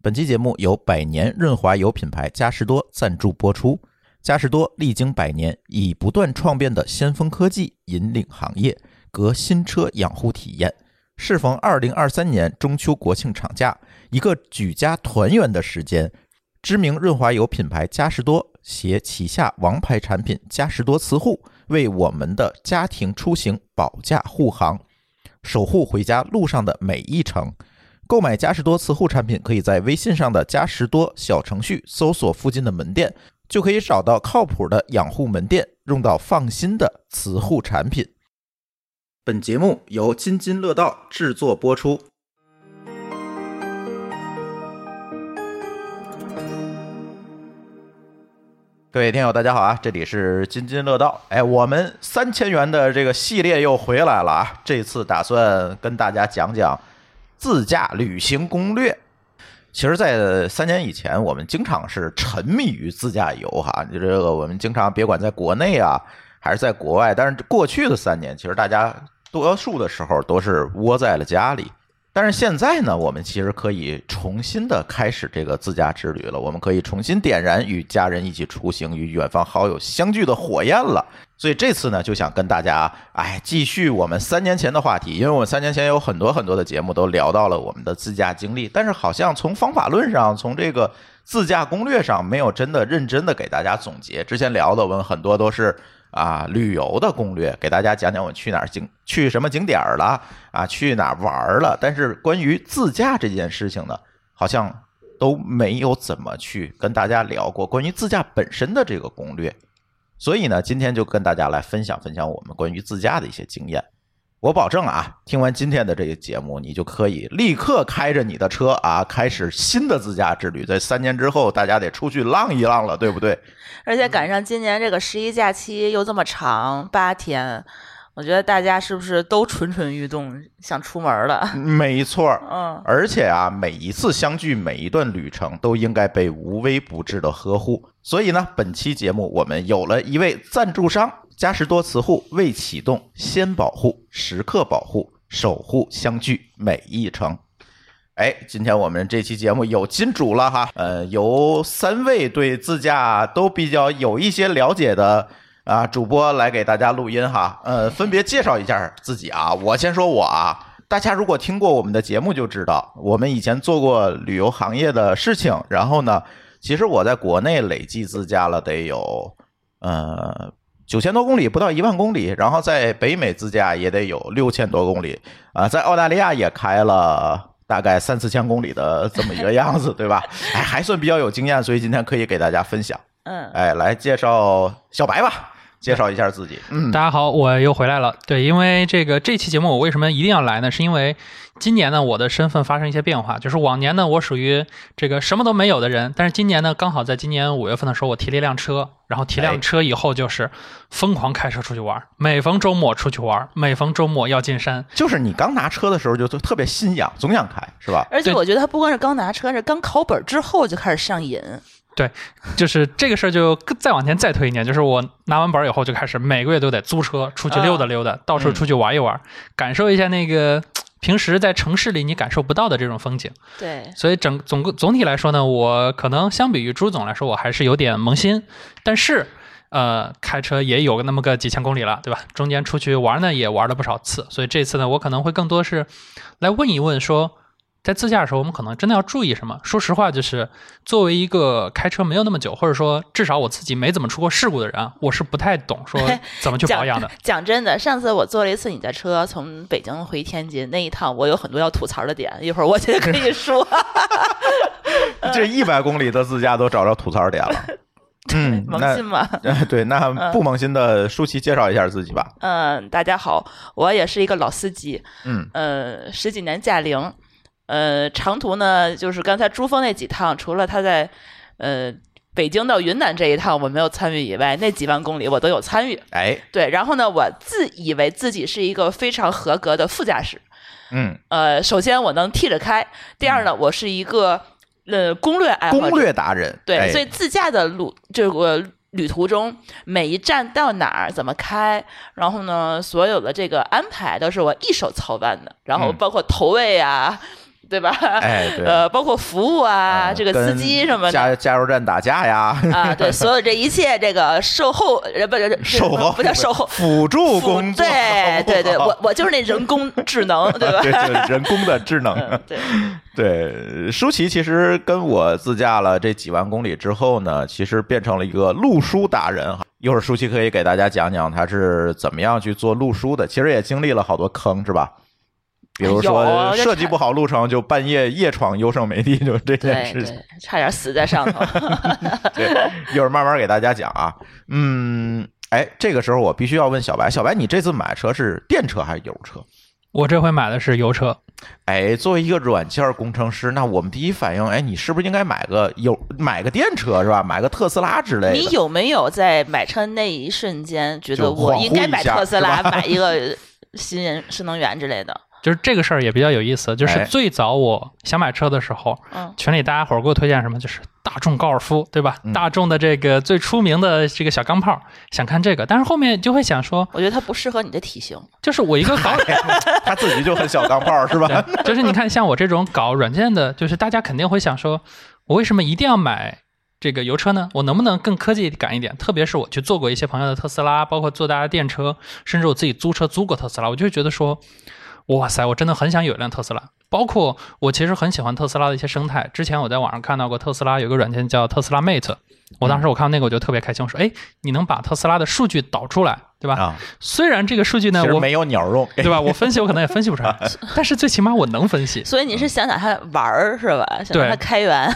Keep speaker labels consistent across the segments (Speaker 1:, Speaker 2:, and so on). Speaker 1: 本期节目由百年润滑油品牌嘉实多赞助播出。嘉实多历经百年，以不断创变的先锋科技引领行业，革新车养护体验。适逢二零二三年中秋国庆长假，一个举家团圆的时间，知名润滑油品牌嘉实多携旗下王牌产品嘉实多磁护，为我们的家庭出行保驾护航，守护回家路上的每一程。购买嘉实多磁护产品，可以在微信上的嘉实多小程序搜索附近的门店，就可以找到靠谱的养护门店，用到放心的磁护产品。本节目由津津乐道制作播出。各位听友，大家好啊！这里是津津乐道。哎，我们三千元的这个系列又回来了啊！这次打算跟大家讲讲自驾旅行攻略。其实，在三年以前，我们经常是沉迷于自驾游哈。就这个，我们经常别管在国内啊，还是在国外，但是过去的三年，其实大家多数的时候都是窝在了家里。但是现在呢，我们其实可以重新的开始这个自驾之旅了。我们可以重新点燃与家人一起出行、与远方好友相聚的火焰了。所以这次呢，就想跟大家哎继续我们三年前的话题，因为我们三年前有很多很多的节目都聊到了我们的自驾经历，但是好像从方法论上，从这个自驾攻略上，没有真的认真的给大家总结。之前聊的我们很多都是。啊，旅游的攻略，给大家讲讲我去哪儿景，去什么景点儿了啊，去哪儿玩儿了。但是关于自驾这件事情呢，好像都没有怎么去跟大家聊过关于自驾本身的这个攻略。所以呢，今天就跟大家来分享分享我们关于自驾的一些经验。我保证啊，听完今天的这个节目，你就可以立刻开着你的车啊，开始新的自驾之旅。在三年之后，大家得出去浪一浪了，对不对？
Speaker 2: 而且赶上今年这个十一假期又这么长，八天，我觉得大家是不是都蠢蠢欲动，想出门了？
Speaker 1: 没错儿，
Speaker 2: 嗯，
Speaker 1: 而且啊，每一次相聚，每一段旅程都应该被无微不至的呵护。所以呢，本期节目我们有了一位赞助商——嘉实多磁护，未启动先保护，时刻保护，守护相聚每一程。哎，今天我们这期节目有金主了哈，呃，由三位对自驾都比较有一些了解的啊主播来给大家录音哈，呃，分别介绍一下自己啊，我先说我啊。大家如果听过我们的节目就知道，我们以前做过旅游行业的事情。然后呢，其实我在国内累计自驾了得有呃九千多公里，不到一万公里。然后在北美自驾也得有六千多公里啊、在澳大利亚也开了。大概三四千公里的这么一个样子，对吧？ 哎，还算比较有经验，所以今天可以给大家分享。
Speaker 2: 嗯，
Speaker 1: 哎，来介绍小白吧，介绍一下自己。嗯，
Speaker 3: 大家好，我又回来了。对，因为这个这期节目我为什么一定要来呢？是因为今年呢，我的身份发生一些变化。就是往年呢，我属于这个什么都没有的人，但是今年呢，刚好在今年五月份的时候，我提了一辆车，然后提
Speaker 1: 哎
Speaker 3: 辆车以后就是疯狂呃开车出去玩，每逢周末出去玩，每逢周末要进山。
Speaker 1: 就是你刚拿车的时候就就特别心痒，总想开，是吧？
Speaker 2: 而且
Speaker 3: 对
Speaker 2: 我觉得他不光是刚拿车，是刚考本之后就开始上瘾。
Speaker 3: 就是这个事儿，就更再往前再推一年，就是我拿完本儿以后就开始每个月都得租车出去溜达溜达，到处出去玩一玩，感受一下那个平时在城市里你感受不到的这种风景。
Speaker 2: 对，
Speaker 3: 所以整总总体来说呢，我可能相比于朱总来说，我还是有点萌新，但是呃，开车也有那么个几千公里了，对吧？中间出去玩呢，也玩了不少次，所以这次呢，我可能会更多是来问一问说。在自驾的时候，我们可能真的要注意什么？说实话，就是作为一个开车没有那么久，或者说至少我自己没怎么出过事故的人啊，我是不太懂说怎么去保养的。
Speaker 2: 讲真的，上次我坐了一次你的车，从北京回天津那一趟，我有很多要吐槽的点，一会儿我觉得可以说。呃
Speaker 1: 这一百公里的自驾都找着吐槽点 了。嗯，
Speaker 2: 萌
Speaker 1: 那
Speaker 2: 新嗯嘛，
Speaker 1: 呃 对，那不萌新的舒淇介绍一下自己吧。
Speaker 2: 嗯，大家好，我也是一个老司机，
Speaker 1: 嗯，
Speaker 2: 呃，十几年驾龄，呃，长途呢，就是刚才珠峰那几趟，除了他在呃北京到云南这一趟我没有参与以外，那几万公里我都有参与。
Speaker 1: 哎，
Speaker 2: 对，然后呢，我自以为自己是一个非常合格的副驾驶。
Speaker 1: 嗯，
Speaker 2: 呃，首先我能替着开，第二呢，我是一个呃攻略爱好者，
Speaker 1: 攻略达人。
Speaker 2: 对，
Speaker 1: 哎
Speaker 2: 所以自驾的路这个呃旅途中，每一站到哪儿怎么开，然后呢，所有的这个安排都是我一手操办的，然后
Speaker 1: 嗯
Speaker 2: 包括头位啊。 对吧？
Speaker 1: 哎，对，
Speaker 2: 呃，包括服务啊，
Speaker 1: 嗯
Speaker 2: 这个司机什么
Speaker 1: 跟
Speaker 2: 的
Speaker 1: 加加油站打架呀，
Speaker 2: 啊，对，所有这一切这个售后呃，不是
Speaker 1: 售后
Speaker 2: 不叫售后，
Speaker 1: 辅助工作，
Speaker 2: 对对 对，
Speaker 1: 好不
Speaker 2: 我
Speaker 1: 好
Speaker 2: 我就是那人工智能，对吧？
Speaker 1: 对对，人工的智能。
Speaker 2: 嗯，对，
Speaker 1: 对，舒淇其实跟我自驾了这几万公里之后呢，其实变成了一个路书达人哈。一会儿舒淇可以给大家讲讲他是怎么样去做路书的，其实也经历了好多坑，是吧？比如
Speaker 2: 有
Speaker 1: 说
Speaker 2: 啊这
Speaker 1: 设计
Speaker 2: 产
Speaker 1: 不好路程，就半夜夜闯优胜美地，就这件
Speaker 2: 对
Speaker 1: 事情。
Speaker 2: 对，差点死在上头。
Speaker 1: 对，一会儿慢慢给大家讲啊。嗯，哎，这个时候我必须要问小白，小白，你这次买车是电车还是油车？
Speaker 3: 我这回买的是油车，
Speaker 1: 哎，作为一个软件工程师，那我们第一反应，哎，你是不是应该买个有买个电车是吧？买个特斯拉之类
Speaker 2: 你
Speaker 1: 的？
Speaker 2: 有没有在买车那一瞬间觉得
Speaker 1: 就
Speaker 2: 我
Speaker 1: 恍惚
Speaker 2: 应该
Speaker 1: 一
Speaker 2: 买
Speaker 1: 下
Speaker 2: 特斯
Speaker 1: 是
Speaker 2: 拉，
Speaker 1: 吧
Speaker 2: 买一个 新人新能源之类的？
Speaker 3: 就是这个事儿也比较有意思。就
Speaker 1: 哎
Speaker 3: 是最早我想买车的时候，
Speaker 2: 嗯，
Speaker 3: 群里大家伙儿给我推荐什么，就是大众高尔夫，对吧？
Speaker 1: 嗯
Speaker 3: 大众的这个最出名的这个小钢炮，想看这个，但是后面就会想说，
Speaker 2: 我觉得它不适合你的体型。
Speaker 3: 就是我一个搞，
Speaker 1: 他自己就很小钢炮是吧？
Speaker 3: 对就是你看像我这种搞软件的，就是大家肯定会想说，我为什么一定要买这个油车呢？我能不能更科技感一点？特别是我去坐过一些朋友的特斯拉，包括坐大家电车，甚至我自己租车租过特斯拉，我就会觉得说，哇塞，我真的很想有一辆特斯拉。包括我其实很喜欢特斯拉的一些生态。之前我在网上看到过特斯拉有个软件叫特斯拉 Mate，我当时我看到那个我就特别开心，我说，哎，你能把特斯拉的数据导出来，对吧？
Speaker 1: 啊，
Speaker 3: 虽然这个数据
Speaker 1: 其
Speaker 3: 呢，
Speaker 1: 实
Speaker 3: 我
Speaker 1: 没有鸟用，
Speaker 3: 对吧？我分析我可能也分析不出来，但是最起码我能分析。
Speaker 2: 所以你
Speaker 1: 嗯
Speaker 2: 是想想它玩儿是吧？想让
Speaker 3: 对
Speaker 2: 它开源，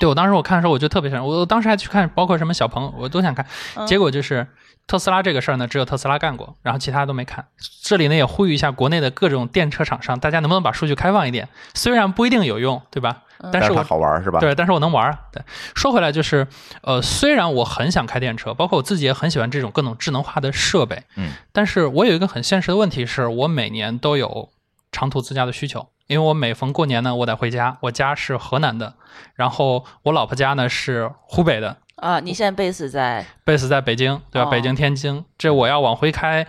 Speaker 3: 对我当时我看的时候，我就特别想，我当时还去看，包括什么小鹏，我都想看。
Speaker 2: 嗯
Speaker 3: 结果就是特斯拉这个事儿呢，只有特斯拉干过，然后其他都没看。这里呢也呼吁一下国内的各种电车厂商，大家能不能把数据开放一点？虽然不一定有用，对吧？但是
Speaker 1: 它
Speaker 3: 我
Speaker 1: 好玩是吧？
Speaker 3: 对，但是我能玩儿啊。对，说回来就是，呃，虽然我很想开电车，包括我自己也很喜欢这种各种智能化的设备，
Speaker 1: 嗯，
Speaker 3: 但是我有一个很现实的问题是，我每年都有长途自驾的需求，因为我每逢过年呢，我得回家，我家是河南的，然后我老婆家呢是湖北的
Speaker 2: 啊，你现在 base 在
Speaker 3: ，base 在北京，对吧？
Speaker 2: 哦
Speaker 3: 北京、天津，这我要往回开。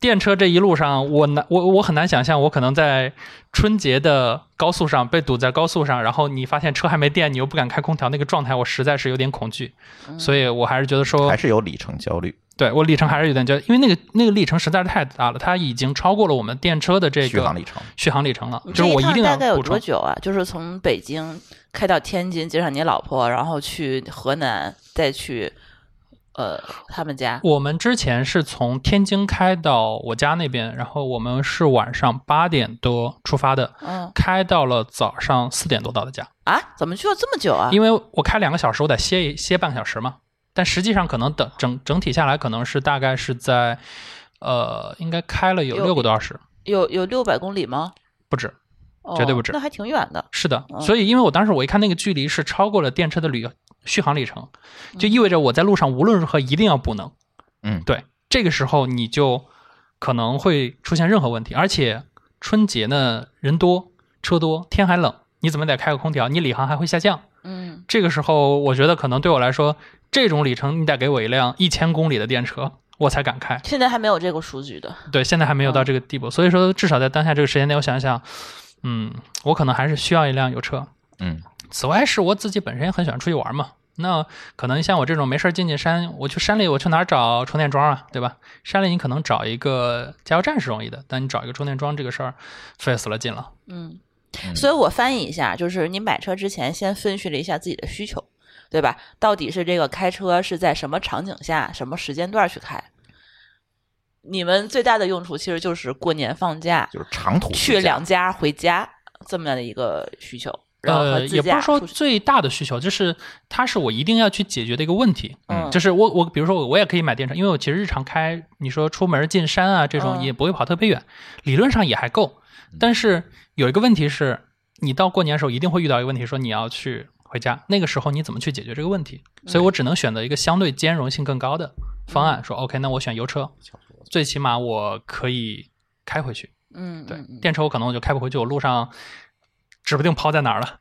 Speaker 3: 电车这一路上，我难我我很难想象，我可能在春节的高速上被堵在高速上，然后你发现车还没电，你又不敢开空调，那个状态我实在是有点恐惧，
Speaker 2: 嗯
Speaker 3: 所以我还是觉得说
Speaker 1: 还是有里程焦虑，
Speaker 3: 对我里程还是有点焦，因为那个那个里程实在是太大了，它已经超过了我们电车的这个
Speaker 1: 续航里程。
Speaker 3: 续航里程了
Speaker 2: 你，
Speaker 3: 就
Speaker 2: 这
Speaker 3: 是我
Speaker 2: 趟
Speaker 3: 定
Speaker 2: 大
Speaker 3: 要
Speaker 2: 概有
Speaker 3: 补
Speaker 2: 多
Speaker 3: 充。
Speaker 2: 久啊？就是从北京开到天津，接上你老婆，然后去河南，再去呃他们家。
Speaker 3: 我们之前是从天津开到我家那边，然后我们是晚上八点多出发的，
Speaker 2: 嗯
Speaker 3: 开到了早上四点多到的家，
Speaker 2: 啊，怎么去了这么久啊？
Speaker 3: 因为我开两个小时，我得歇一歇半个小时嘛。但实际上可能等整整体下来，可能是大概是在，呃，应该开了有
Speaker 2: 有
Speaker 3: 六个多小时，
Speaker 2: 有有六百公里吗？
Speaker 3: 不止。
Speaker 2: 哦
Speaker 3: 绝对不止
Speaker 2: 那还挺远的。
Speaker 3: 是的，
Speaker 2: 嗯
Speaker 3: 所以因为我当时我一看那个距离是超过了电车的旅续航里程，就意味着我在路上无论如何一定要补能。
Speaker 1: 嗯
Speaker 3: 对，这个时候你就可能会出现任何问题，而且春节呢人多车多，天还冷，你怎么得开个空调？你里航还会下降。
Speaker 2: 嗯，
Speaker 3: 这个时候我觉得可能对我来说，这种里程你得给我一辆一千公里的电车。我才敢开，
Speaker 2: 现在还没有这个数据的。
Speaker 3: 对，现在还没有到
Speaker 2: 嗯
Speaker 3: 这个地步，所以说至少在当下这个时间内，我想一想，嗯，我可能还是需要一辆油车，
Speaker 1: 嗯，
Speaker 3: 此外，是我自己本身也很喜欢出去玩嘛。那可能像我这种没事儿进进山，我去山里，我去哪儿找充电桩啊？对吧？山里你可能找一个加油站是容易的，但你找一个充电桩这个事儿，费死了劲了。
Speaker 2: 嗯，
Speaker 1: 嗯
Speaker 2: 所以我翻译一下，就是你买车之前先分析了一下自己的需求，对吧？到底是这个开车是在什么场景下、什么时间段去开？你们最大的用处其实就是过年放假
Speaker 1: 就是长途自
Speaker 2: 去
Speaker 1: 驾
Speaker 2: 两家回家这么样的一个需求，然后
Speaker 3: 呃，
Speaker 2: 和
Speaker 3: 也
Speaker 2: 自
Speaker 3: 不是
Speaker 2: 驾
Speaker 3: 说
Speaker 2: 出去。
Speaker 3: 最大的需求，就是它是我一定要去解决的一个问题。
Speaker 2: 嗯，
Speaker 3: 就是我我比如说我我也可以买电车，因为我其实日常开，你说出门进山啊这种
Speaker 2: 嗯
Speaker 3: 也不会跑特别远，理论上也还够。但是有一个问题是，你到过年的时候一定会遇到一个问题，说你要去回家，那个时候你怎么去解决这个问题？所以我只能选择一个相对兼容性更高的方
Speaker 2: 嗯
Speaker 3: 案，说 OK，那我选油车，最起码我可以开回去。
Speaker 2: 嗯，
Speaker 3: 对
Speaker 2: 嗯，嗯
Speaker 3: 电车我可能我就开不回去，我路上指不定抛在哪儿了。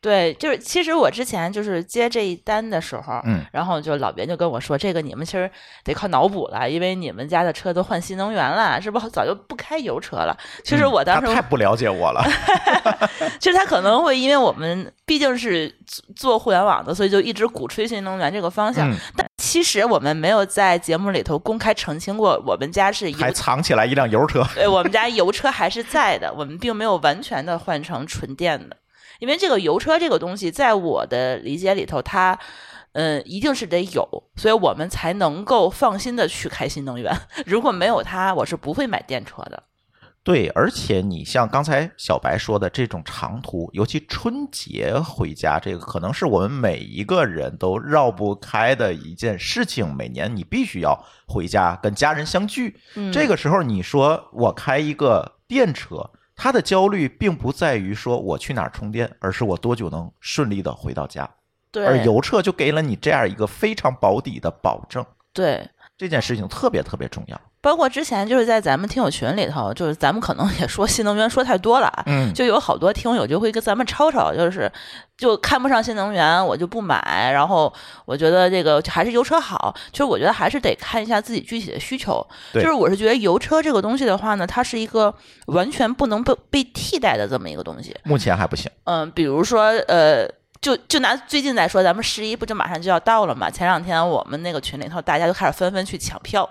Speaker 2: 对，就是其实我之前就是接这一单的时候，
Speaker 1: 嗯，
Speaker 2: 然后就老边就跟我说，这个你们其实得靠脑补了，因为你们家的车都换新能源了，是不是 早就不开油车了？其实我当时
Speaker 1: 嗯他太不了解我了，
Speaker 2: 其实他可能会因为我们毕竟是做做互联网的，所以就一直鼓吹新能源这个方向。
Speaker 1: 嗯
Speaker 2: 但其实我们没有在节目里头公开澄清过，我们家是油
Speaker 1: 还，藏起来一辆油车。
Speaker 2: 对，我们家油车还是在的，我们并没有完全的换成纯电的，因为这个油车这个东西，在我的理解里头，它。嗯，一定是得有，所以我们才能够放心的去开新能源。 如果没有它，我是不会买电车的。
Speaker 1: 对，而且你像刚才小白说的这种长途，尤其春节回家，这个可能是我们每一个人都绕不开的一件事情。每年你必须要回家跟家人相聚，
Speaker 2: 嗯，
Speaker 1: 这个时候你说我开一个电车，他的焦虑并不在于说我去哪儿充电，而是我多久能顺利的回到家。
Speaker 2: 对
Speaker 1: 而油车就给了你这样一个非常保底的保证，
Speaker 2: 对，
Speaker 1: 这件事情特别特别重要。
Speaker 2: 包括之前就是在咱们听友群里头，就是咱们可能也说新能源说太多了啊，
Speaker 1: 嗯，
Speaker 2: 就有好多听友就会跟咱们吵吵，就是就看不上新能源，我就不买。然后我觉得这个还是油车好，其实我觉得还是得看一下自己具体的需求。就
Speaker 1: 对
Speaker 2: 是我是觉得油车这个东西的话呢，它是一个完全不能被被替代的这么一个东西。
Speaker 1: 目前还不行。
Speaker 2: 嗯，比如说呃。就就拿最近来说，咱们十一不就马上就要到了嘛？前两天我们那个群里头，大家就开始纷纷去抢票。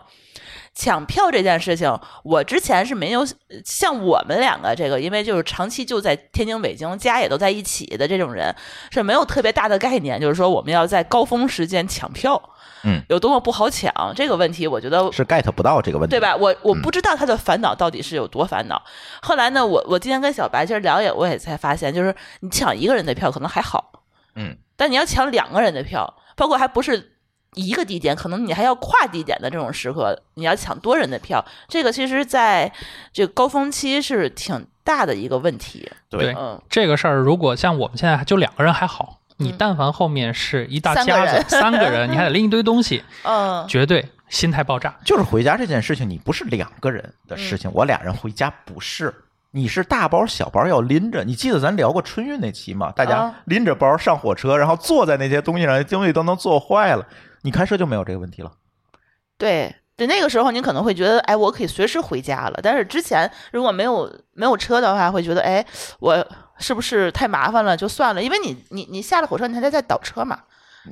Speaker 2: 抢票这件事情，我之前是没有呃像我们两个这个，因为就是长期就在天津、北京，家也都在一起的这种人，是没有特别大的概念，就是说我们要在高峰时间抢票，
Speaker 1: 嗯，
Speaker 2: 有多么不好抢这个问题，我觉得
Speaker 1: 是 get 不到这个问题，
Speaker 2: 对？吧？我我不知道他的烦恼到底是有多烦恼。后来呢，我我今天跟小白其实聊也，我也才发现，就是你抢一个人的票可能还好，
Speaker 1: 嗯，
Speaker 2: 但你要抢两个人的票，包括还不是一个地点，可能你还要跨地点的这种时刻，你要抢多人的票，这个其实在这个高峰期是挺大的一个问题。
Speaker 3: 对
Speaker 2: 嗯，
Speaker 3: 这个事儿，如果像我们现在就两个人还好，你
Speaker 2: 嗯
Speaker 3: 但凡后面是一大
Speaker 2: 三个
Speaker 3: 家子
Speaker 2: 人
Speaker 3: 三个 人，你还得拎一堆东西，
Speaker 2: 嗯，
Speaker 3: 绝对心态爆炸。
Speaker 1: 就是回家这件事情，你不是两个人的事
Speaker 2: 嗯
Speaker 1: 情，我俩人回家不是，你是大包小包要拎着。你记得咱聊过春运那期吗？大家
Speaker 2: 啊
Speaker 1: 拎着包上火车，然后坐在那些东西上，东西都能坐坏了。你开车就没有这个问题了。
Speaker 2: 对对，那个时候你可能会觉得，哎，我可以随时回家了。但是之前如果没有没有车的话，会觉得，哎，我是不是太麻烦了？就算了，因为你你你下了火车，你还得再倒车嘛，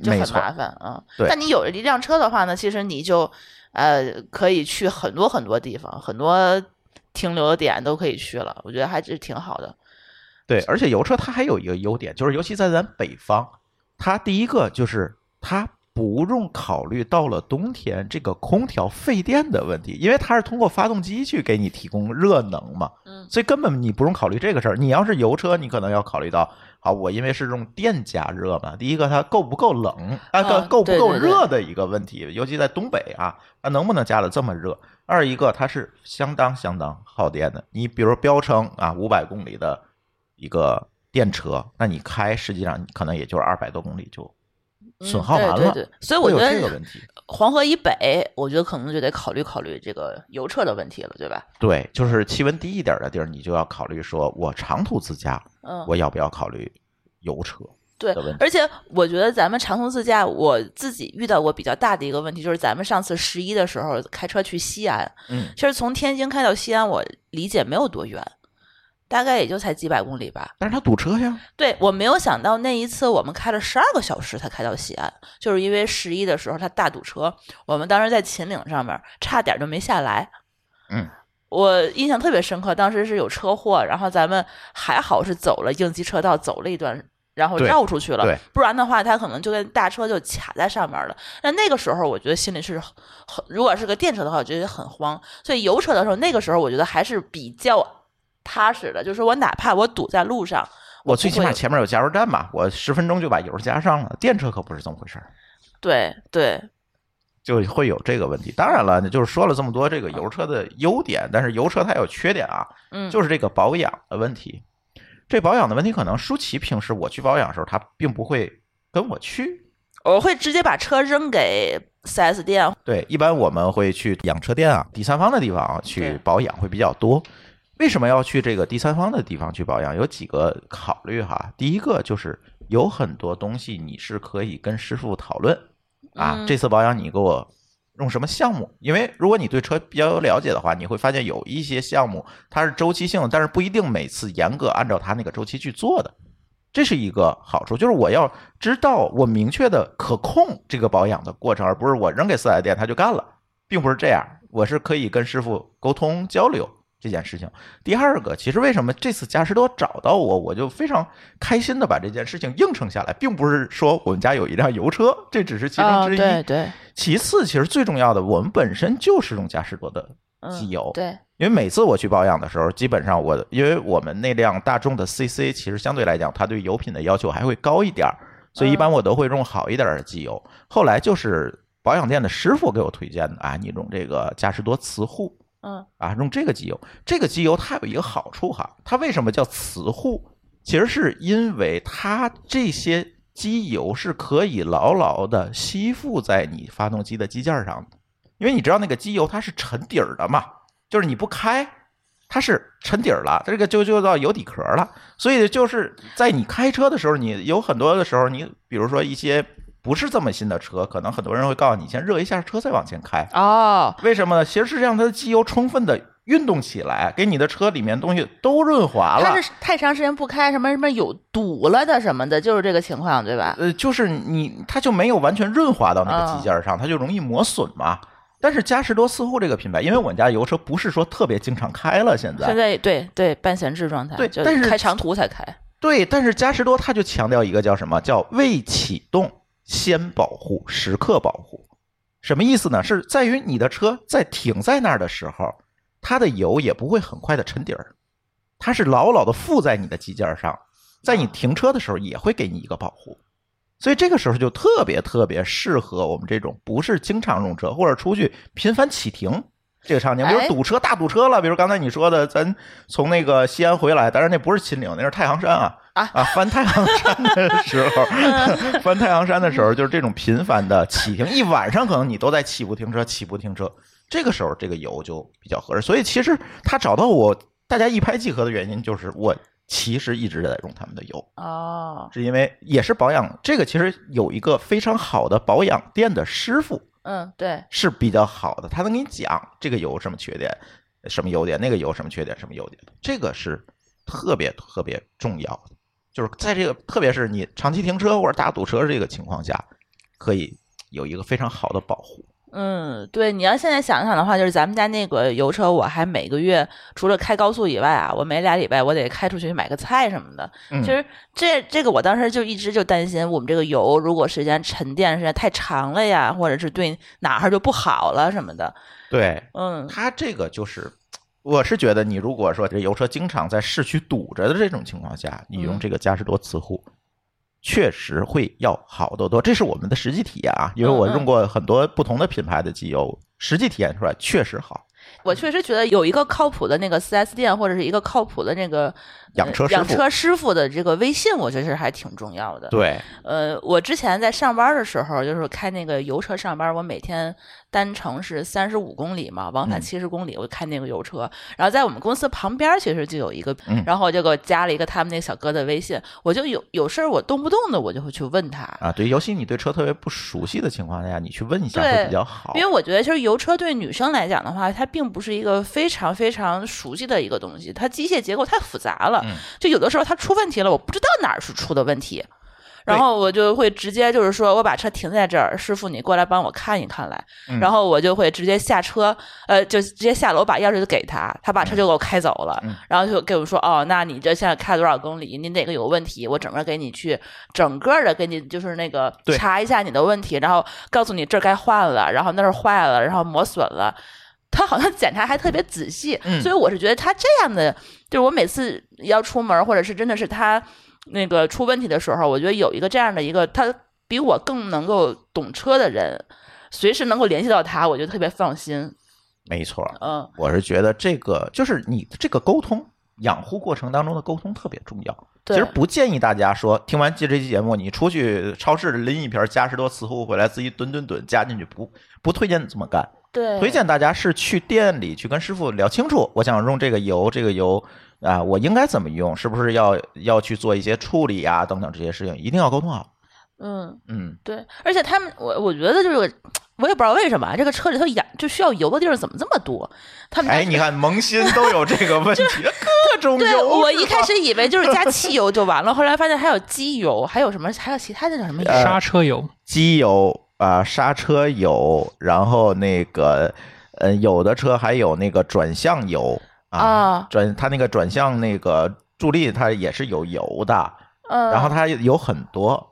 Speaker 2: 就很
Speaker 1: 没错
Speaker 2: 麻烦啊。
Speaker 1: 对
Speaker 2: 但你有了一辆车的话呢，其实你就呃可以去很多很多地方，很多停留的点都可以去了。我觉得还是挺好的。
Speaker 1: 对，而且油车它还有一个优点，就是尤其在咱北方，它第一个就是它不用考虑到了冬天这个空调费电的问题，因为它是通过发动机去给你提供热能嘛，
Speaker 2: 嗯
Speaker 1: 所以根本你不用考虑这个事儿。你要是油车，你可能要考虑到。啊，我因为是用电加热嘛，第一个它够不够冷，啊，够
Speaker 2: 啊
Speaker 1: 够不
Speaker 2: 对
Speaker 1: 够
Speaker 2: 对对
Speaker 1: 热的一个问题，尤其在东北啊，它能不能加的这么热？二一个它是相当相当耗电的，你比如标称啊五百公里的一个电车，那你开实际上可能也就是二百多公里就损耗完了，
Speaker 2: 嗯对对对，所以我
Speaker 1: 会
Speaker 2: 觉
Speaker 1: 有
Speaker 2: 得
Speaker 1: 这个问题。
Speaker 2: 黄河以北，我觉得可能就得考虑考虑这个油车的问题了，对吧？
Speaker 1: 对，就是气温低一点的地儿，你就要考虑说，我长途自驾，
Speaker 2: 嗯，
Speaker 1: 我要不要考虑油车？
Speaker 2: 对
Speaker 1: 的问题，
Speaker 2: 而且我觉得咱们长途自驾，我自己遇到过比较大的一个问题，就是咱们上次十一的时候开车去西安，
Speaker 1: 嗯，
Speaker 2: 其实从天津开到西安，我理解没有多远，大概也就才几百公里吧。
Speaker 1: 但是它堵车呀，
Speaker 2: 对我没有想到那一次我们开了十二个小时才开到西安，就是因为十一的时候它大堵车，我们当时在秦岭上面差点就没下来。
Speaker 1: 嗯，
Speaker 2: 我印象特别深刻，当时是有车祸，然后咱们还好是走了应急车道，走了一段。然后
Speaker 1: 对
Speaker 2: 绕出去了
Speaker 1: 对，
Speaker 2: 不然的话，它可能就跟大车就卡在上面了。那那个时候，我觉得心里是很，很如果是个电车的话，我觉得很慌。所以油车的时候，那个时候我觉得还是比较踏实的，就是我哪怕我堵在路上，
Speaker 1: 我
Speaker 2: 不
Speaker 1: 最起
Speaker 2: 会
Speaker 1: 码
Speaker 2: 有
Speaker 1: 前面有加油站嘛，我十分钟就把油加上了。电车可不是这么回事儿。
Speaker 2: 对对，
Speaker 1: 就会有这个问题。当然了，就是说了这么多这个油车的优点，但是油车它有缺点啊，
Speaker 2: 嗯，
Speaker 1: 就是这个保养的问题。这保养的问题，可能舒淇平时我去保养的时候，她并不会跟我去。
Speaker 2: 我会直接把车扔给 4S 店，
Speaker 1: 对，一般我们会去养车店啊，第三方的地方啊去
Speaker 2: 对
Speaker 1: 保养会比较多。为什么要去这个第三方的地方去保养？有几个考虑哈。第一个就是有很多东西你是可以跟师傅讨论啊，
Speaker 2: 嗯
Speaker 1: 这次保养你给我用什么项目？因为如果你对车比较有了解的话，你会发现有一些项目它是周期性的，但是不一定每次严格按照它那个周期去做的。这是一个好处，就是我要知道我明确的可控这个保养的过程，而不是我扔给四 S 店他就干了，并不是这样。我是可以跟师傅沟通交流这件事情。第二个，其实为什么这次嘉实多找到我，我就非常开心的把这件事情应承下来，并不是说我们家有一辆油车，这只是其中
Speaker 2: 哦，
Speaker 1: 之一。
Speaker 2: 对对，
Speaker 1: 其次，其实最重要的，我们本身就是用嘉实多的机
Speaker 2: 嗯，
Speaker 1: 油，
Speaker 2: 对，
Speaker 1: 因为每次我去保养的时候，基本上我因为我们那辆大众的 CC 其实相对来讲，它对油品的要求还会高一点儿，所以一般我都会用好一点儿的机油。后来就是保养店的师傅给我推荐的啊，你用这个嘉实多磁护
Speaker 2: 嗯
Speaker 1: 啊，用这个机油。这个机油它有一个好处哈，它为什么叫磁护？其实是因为它这些机油是可以牢牢的吸附在你发动机的机件上的，因为你知道那个机油它是沉底儿的嘛，就是你不开。它是沉底儿了，它这个就就到油底壳了，所以就是在你开车的时候，你有很多的时候，你比如说一些不是这么新的车，可能很多人会告诉你，先热一下车再往前开。
Speaker 2: 哦，
Speaker 1: 为什么呢？其实是让它的机油充分的运动起来，给你的车里面东西都润滑了
Speaker 2: 他。是太长时间不开，什么什么有堵了的什么的，就是这个情况，对吧？
Speaker 1: 呃，就是你它就没有完全润滑到那个
Speaker 2: 嗯
Speaker 1: 机件上，它就容易磨损嘛。但是嘉实多似乎这个品牌，因为我们家油车不是说特别经常开了，现在
Speaker 2: 现在对对半闲置状态，
Speaker 1: 对
Speaker 2: 就
Speaker 1: 但是
Speaker 2: 开长途才开，
Speaker 1: 对，但是嘉实多它就强调一个叫什么叫未启动先保护，时刻保护。什么意思呢？是在于你的车在停在那儿的时候，它的油也不会很快的沉底儿，它是牢牢的附在你的机件上，在
Speaker 2: 啊
Speaker 1: 你停车的时候也会给你一个保护。所以这个时候就特别特别适合我们这种不是经常用车或者出去频繁启停这个场景，比如
Speaker 2: 哎
Speaker 1: 堵车大堵车了，比如刚才你说的，咱从那个西安回来，当然那不是秦岭，那是太行山啊
Speaker 2: 啊嗯
Speaker 1: 啊，翻太行山的时 候， 翻太行山的时候，就是这种频繁的启停，一晚上可能你都在起步停车，起步停车，这个时候这个油就比较合适。所以其实他找到我，大家一拍即合的原因就是我其实一直在用他们的油。
Speaker 2: 哦，
Speaker 1: 是因为也是保养，这个其实有一个非常好的保养店的师傅
Speaker 2: 嗯，对，
Speaker 1: 是比较好的，他能给你讲这个油什么缺点，什么优点，那个油什么缺点，什么优点，这个是特别特别重要的，就是在这个特别是你长期停车或者大堵车这个情况下，可以有一个非常好的保护。
Speaker 2: 嗯，对，你要现在想想的话，就是咱们家那个油车，我还每个月除了开高速以外啊，我每俩礼拜我得开出去买个菜什么的。
Speaker 1: 嗯
Speaker 2: 其实这这个我当时就一直就担心，我们这个油如果时间沉淀时间太长了呀，或者是对哪儿就不好了什么的。
Speaker 1: 对，
Speaker 2: 嗯，
Speaker 1: 它这个就是，我是觉得你如果说这油车经常在市区堵着的这种情况下，你用
Speaker 2: 嗯
Speaker 1: 这个嘉实多磁护，确实会要好得多。这是我们的实际体验啊，因为我
Speaker 2: 嗯嗯
Speaker 1: 用过很多不同的品牌的机油，实际体验出来确实好。
Speaker 2: 我确实觉得有一个靠谱的那个 4S 店，或者是一个靠谱的那个呃
Speaker 1: 养车师
Speaker 2: 养
Speaker 1: 傅
Speaker 2: 车师傅的这个微信，我觉得是还挺重要的。
Speaker 1: 对，
Speaker 2: 呃，我之前在上班的时候，就是开那个油车上班，我每天单程是三十五公里嘛，往
Speaker 1: 嗯
Speaker 2: 返七十公里，我开那个油车。然后在我们公司旁边其实就有一个
Speaker 1: 嗯，
Speaker 2: 然后我就给我加了一个他们那小哥的微信，我就有有事儿我动不动的我就会去问他。
Speaker 1: 啊，对，尤其你对车特别不熟悉的情况下，你去问一下
Speaker 2: 对
Speaker 1: 会比较好
Speaker 2: 因。为我觉得，其实油车对女生来讲的话，它并不是一个非常非常熟悉的一个东西，它机械结构太复杂了，
Speaker 1: 嗯
Speaker 2: 就有的时候它出问题了，我不知道哪儿是出的问题，然后我就会直接就是说我把车停在这儿，师傅你过来帮我看一看来，
Speaker 1: 嗯
Speaker 2: 然后我就会直接下车，呃，就直接下楼把钥匙就给他，他把车就给我开走了，
Speaker 1: 嗯
Speaker 2: 然后就给我说哦，那你这现在开多少公里？你哪个有问题？我整个给你去整个的给你就是那个
Speaker 1: 对
Speaker 2: 查一下你的问题，然后告诉你这儿该换了，然后那儿坏了，然后磨损了。他好像检查还特别仔细，
Speaker 1: 嗯
Speaker 2: 所以我是觉得他这样的，就是我每次要出门，或者是真的是他那个出问题的时候，我觉得有一个这样的一个，他比我更能够懂车的人，随时能够联系到他，我就特别放心。
Speaker 1: 没错，
Speaker 2: 嗯
Speaker 1: 我是觉得这个就是你这个沟通养护过程当中的沟通特别重要。其
Speaker 2: 对
Speaker 1: 实不建议大家说，听完这这期节目，你出去超市拎一瓶嘉实多磁护回来，自己吨吨吨加进去，不不推荐你这么干。
Speaker 2: 对，
Speaker 1: 推荐大家是去店里去跟师傅聊清楚，我想用这个油，这个油啊，我应该怎么用？是不是要要去做一些处理啊，等等这些事情，一定要沟通好。
Speaker 2: 嗯，
Speaker 1: 嗯，
Speaker 2: 对，而且他们，我我觉得就是我也不知道为什么啊这个车里头养就需要油的地儿怎么这么多？他们家
Speaker 1: 哎，
Speaker 2: 是
Speaker 1: 你看萌新都有这个 问题，各种油是
Speaker 2: 对
Speaker 1: 吧。
Speaker 2: 我一开始以为就 是加汽油就完了，后来发现还有机油，还有什么，还有其他的叫什么
Speaker 1: 呃
Speaker 2: 油？
Speaker 3: 刹车油，
Speaker 1: 机油啊、刹车油，然后那个呃，有的车还有那个转向油啊，
Speaker 2: 啊
Speaker 1: 转它那个转向那个助力它也是有油的，
Speaker 2: 嗯，
Speaker 1: 然后它有很多，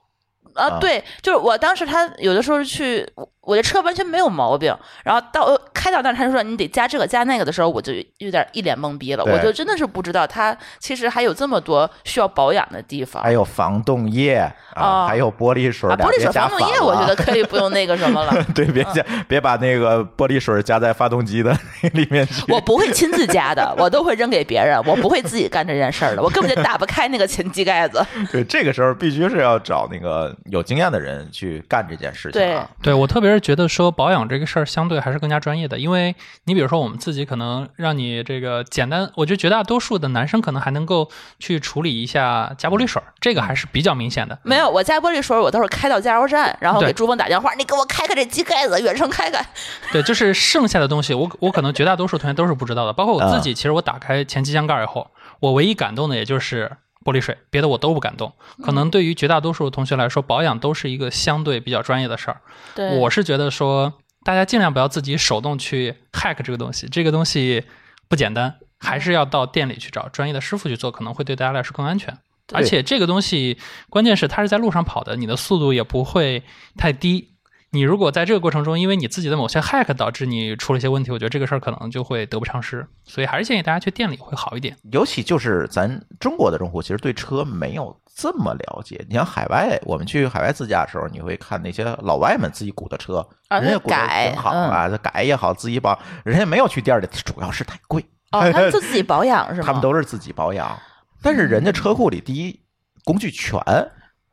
Speaker 1: 啊
Speaker 2: 啊，对，就是我当时他有的时候去，我我的车完全没有毛病，然后到呃开到那儿，他说你得加这个加那个的时候，我就有点一脸懵逼了，
Speaker 1: 对
Speaker 2: 我就真的是不知道他其实还有这么多需要保养的地方
Speaker 1: 还。有防冻液啊，
Speaker 2: 哦
Speaker 1: 还有玻璃水，
Speaker 2: 啊，玻璃水、防冻液，我觉得 嗯
Speaker 1: 得。
Speaker 2: 可以不用那个什么了。
Speaker 1: 啊对，别加，别把那个玻璃水加在发动机的 里面去。
Speaker 2: 我不会亲自加的，我都会扔给别人，我不会自己干这件事儿的，我根本就打不开那个前机盖子。
Speaker 1: 对，这个时候必须是要找那个有经验的人去干这件事情啊。
Speaker 3: 对我特别是觉得说保养这个事儿相对还是更加专业的，因为你比如说我们自己可能让你这个简单，我觉得绝大多数的男生可能还能够去处理一下加玻璃水儿，这个还是比较明显的。
Speaker 2: 没有，我加玻璃水，我都是开到加油站，然后
Speaker 3: 对
Speaker 2: 给朱峰打电话，你给我开开这机盖子，远程开开。
Speaker 3: 对，就是剩下的东西，我我可能绝大多数同学都是不知道的，包括我自己。其实我打开前机箱盖以后，我唯一感动的也就是玻璃水，别的我都不感动。可能对于绝大多数同学来说，保养都是一个相对比较专业的事儿。
Speaker 2: 对
Speaker 3: 我是觉得说，大家尽量不要自己手动去 hack 这个东西，这个东西不简单，还是要到店里去找专业的师傅去做，可能会对大家来说更安全。
Speaker 1: 对
Speaker 3: 而且这个东西，关键是它是在路上跑的，你的速度也不会太低。你如果在这个过程中，因为你自己的某些 hack 导致你出了一些问题，我觉得这个事儿可能就会得不偿失。所以还是建议大家去店里会好一点。
Speaker 1: 尤其就是咱中国的用户，其实对车没有这么了解。你像海外，我们去海外自驾的时候，你会看那些老外们自己鼓的车，
Speaker 2: 啊
Speaker 1: 人家鼓的
Speaker 2: 改嗯
Speaker 1: 挺好啊，他改也好，自己保，人家没有去店里，主要是太贵，
Speaker 2: 哦，他们就自己保 养是吗？
Speaker 1: 他们都是自己保养。但是人家车库里，第一工具全，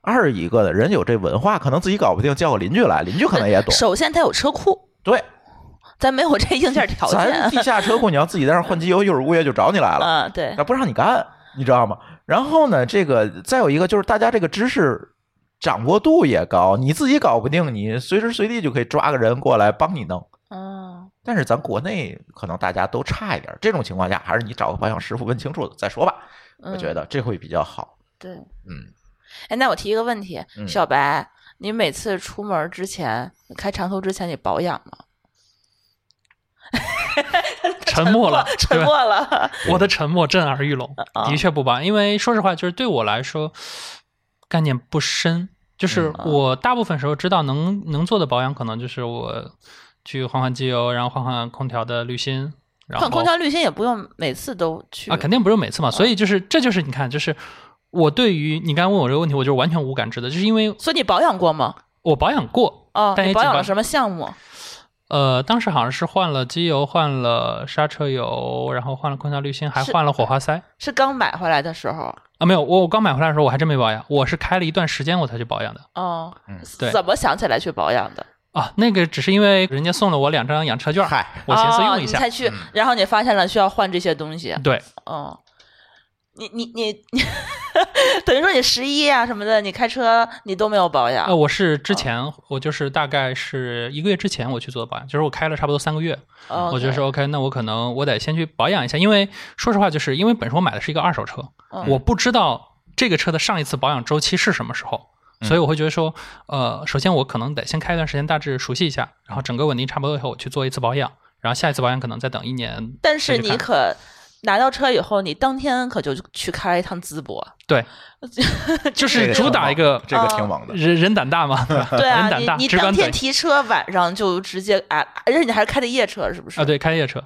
Speaker 1: 二一个的人有这文化，可能自己搞不定，叫个邻居来，邻居可能也懂。
Speaker 2: 首先，他有车库，
Speaker 1: 对，
Speaker 2: 咱没有这硬件条
Speaker 1: 咱
Speaker 2: 件。
Speaker 1: 地下车库，你要自己在那儿换机油，一会儿物业就找你来了。
Speaker 2: 嗯，对
Speaker 1: 那不让你干，你知道吗？然后呢，这个再有一个就是大家这个知识掌握度也高，你自己搞不定，你随时随地就可以抓个人过来帮你弄。
Speaker 2: 嗯，
Speaker 1: 但是咱国内可能大家都差一点儿，这种情况下还是你找个保养师傅问清楚再说吧，
Speaker 2: 嗯
Speaker 1: 我觉得这会比较好。
Speaker 2: 对。
Speaker 1: 嗯，
Speaker 2: 哎，那我提一个问题，
Speaker 1: 嗯
Speaker 2: 小白，你每次出门之前，开长途之前，你保养吗？
Speaker 3: 沉默了，
Speaker 2: 沉
Speaker 3: 对吧
Speaker 2: 默了。
Speaker 3: 我的沉默震耳欲聋，
Speaker 2: 啊
Speaker 3: 的确不吧？因为说实话，就是对我来说，概念不深。就是
Speaker 2: 嗯
Speaker 3: 我大部分时候知道能能做的保养，可能就是我去换换机油，然后换换空调的滤芯，然后
Speaker 2: 换空调滤芯也不用每次都去
Speaker 3: 啊，肯定不是每次嘛。所以就是这就是你看，就是我对于你刚刚问我这个问题，我就是完全无感知的，就是因为
Speaker 2: 所以你保养过吗？
Speaker 3: 我保养过，
Speaker 2: 哦，
Speaker 3: 但
Speaker 2: 你
Speaker 3: 也
Speaker 2: 保
Speaker 3: 仅
Speaker 2: 养
Speaker 3: 保
Speaker 2: 了什么项目？
Speaker 3: 呃，当时好像是换了机油，换了刹车油，然后换了空调滤芯，还
Speaker 2: 是
Speaker 3: 换了火花塞。
Speaker 2: 是刚买回来的时候，
Speaker 3: 啊，没有，我我刚买回来的时候我还真没保养，我是开了一段时间我才去保养的
Speaker 2: 哦，
Speaker 1: 嗯
Speaker 3: 对
Speaker 2: 怎么想起来去保养的？
Speaker 3: 啊。那个只是因为人家送了我两张养车券，
Speaker 1: 嗨，
Speaker 3: 我寻思
Speaker 2: 哦
Speaker 3: 用一
Speaker 2: 你
Speaker 3: 下。嗯
Speaker 2: 才去，然后你发现了需要换这些东西，
Speaker 3: 对，
Speaker 2: 嗯，你你你 你，等于说你十一啊什么的，你开车你都没有保养
Speaker 3: 呃，，我是之前我就是大概是一个月之前我去做的保养，就是我开了差不多三个月，
Speaker 2: 哦，
Speaker 3: 我觉得说 OK，那我可能我得先去保养一下，因为说实话，就是因为本身我买的是一个二手车，
Speaker 2: 嗯
Speaker 3: 我不知道这个车的上一次保养周期是什么时候，所以我会觉得说，呃，首先我可能得先开一段时间大致熟悉一下，然后整个稳定差不多以后我去做一次保养，然后下一次保养可能再等一年。
Speaker 2: 但是
Speaker 3: 再去
Speaker 2: 你
Speaker 3: 看
Speaker 2: 可拿到车以后，你当天可就去开了一趟淄博，
Speaker 3: 对， 就
Speaker 1: 这
Speaker 3: 是
Speaker 1: 挺
Speaker 3: 主打
Speaker 1: 猛
Speaker 3: 一个
Speaker 1: 这个挺猛的。
Speaker 3: 人人胆大 嘛，
Speaker 2: 对
Speaker 3: 人
Speaker 2: 啊，
Speaker 3: 胆大，
Speaker 2: 你你
Speaker 3: 直
Speaker 2: 当
Speaker 3: 观
Speaker 2: 天
Speaker 3: 怼
Speaker 2: 提车，晚上就直接啊，而且你还是开的夜车，是不是？
Speaker 3: 啊，，对，开夜车，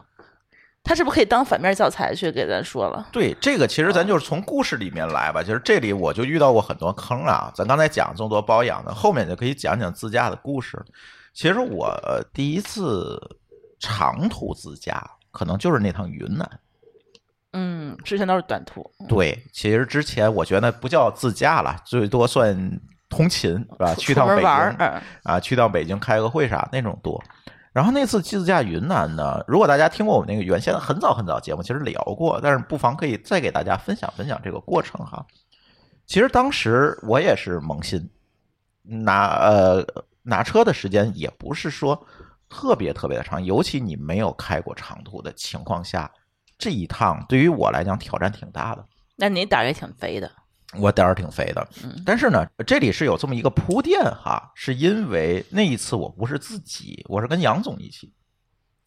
Speaker 2: 他是不是可以当反面教材去给咱说了？
Speaker 1: 对这个，其实
Speaker 2: 啊
Speaker 1: 咱就是从故事里面来吧。其实这里我就遇到过很多坑啊。咱刚才讲众多包养的，后面就可以讲讲自驾的故事。其实我呃第一次长途自驾，可能就是那趟云南。
Speaker 2: 嗯，之前都是短途，嗯
Speaker 1: 对，其实之前我觉得不叫自驾了，最多算通勤，是吧？
Speaker 2: 出
Speaker 1: 去
Speaker 3: 啊
Speaker 2: 出
Speaker 1: 趟
Speaker 2: 门
Speaker 1: 北
Speaker 2: 玩儿
Speaker 1: 京，
Speaker 2: 嗯
Speaker 1: 啊，去趟北京开个会啥那种多。然后那次自驾云南呢，如果大家听过我们那个原先很早很早节目，其实聊过，但是不妨可以再给大家分享分享这个过程哈。其实当时我也是萌新，拿呃拿车的时间也不是说特别特别的长，尤其你没有开过长途的情况下，这一趟对于我来讲挑战挺大的。
Speaker 2: 那你胆儿也挺肥的，
Speaker 1: 我胆儿挺肥的
Speaker 2: 嗯，
Speaker 1: 但是呢，这里是有这么一个铺垫哈，是因为那一次我不是自己，我是跟杨总一起。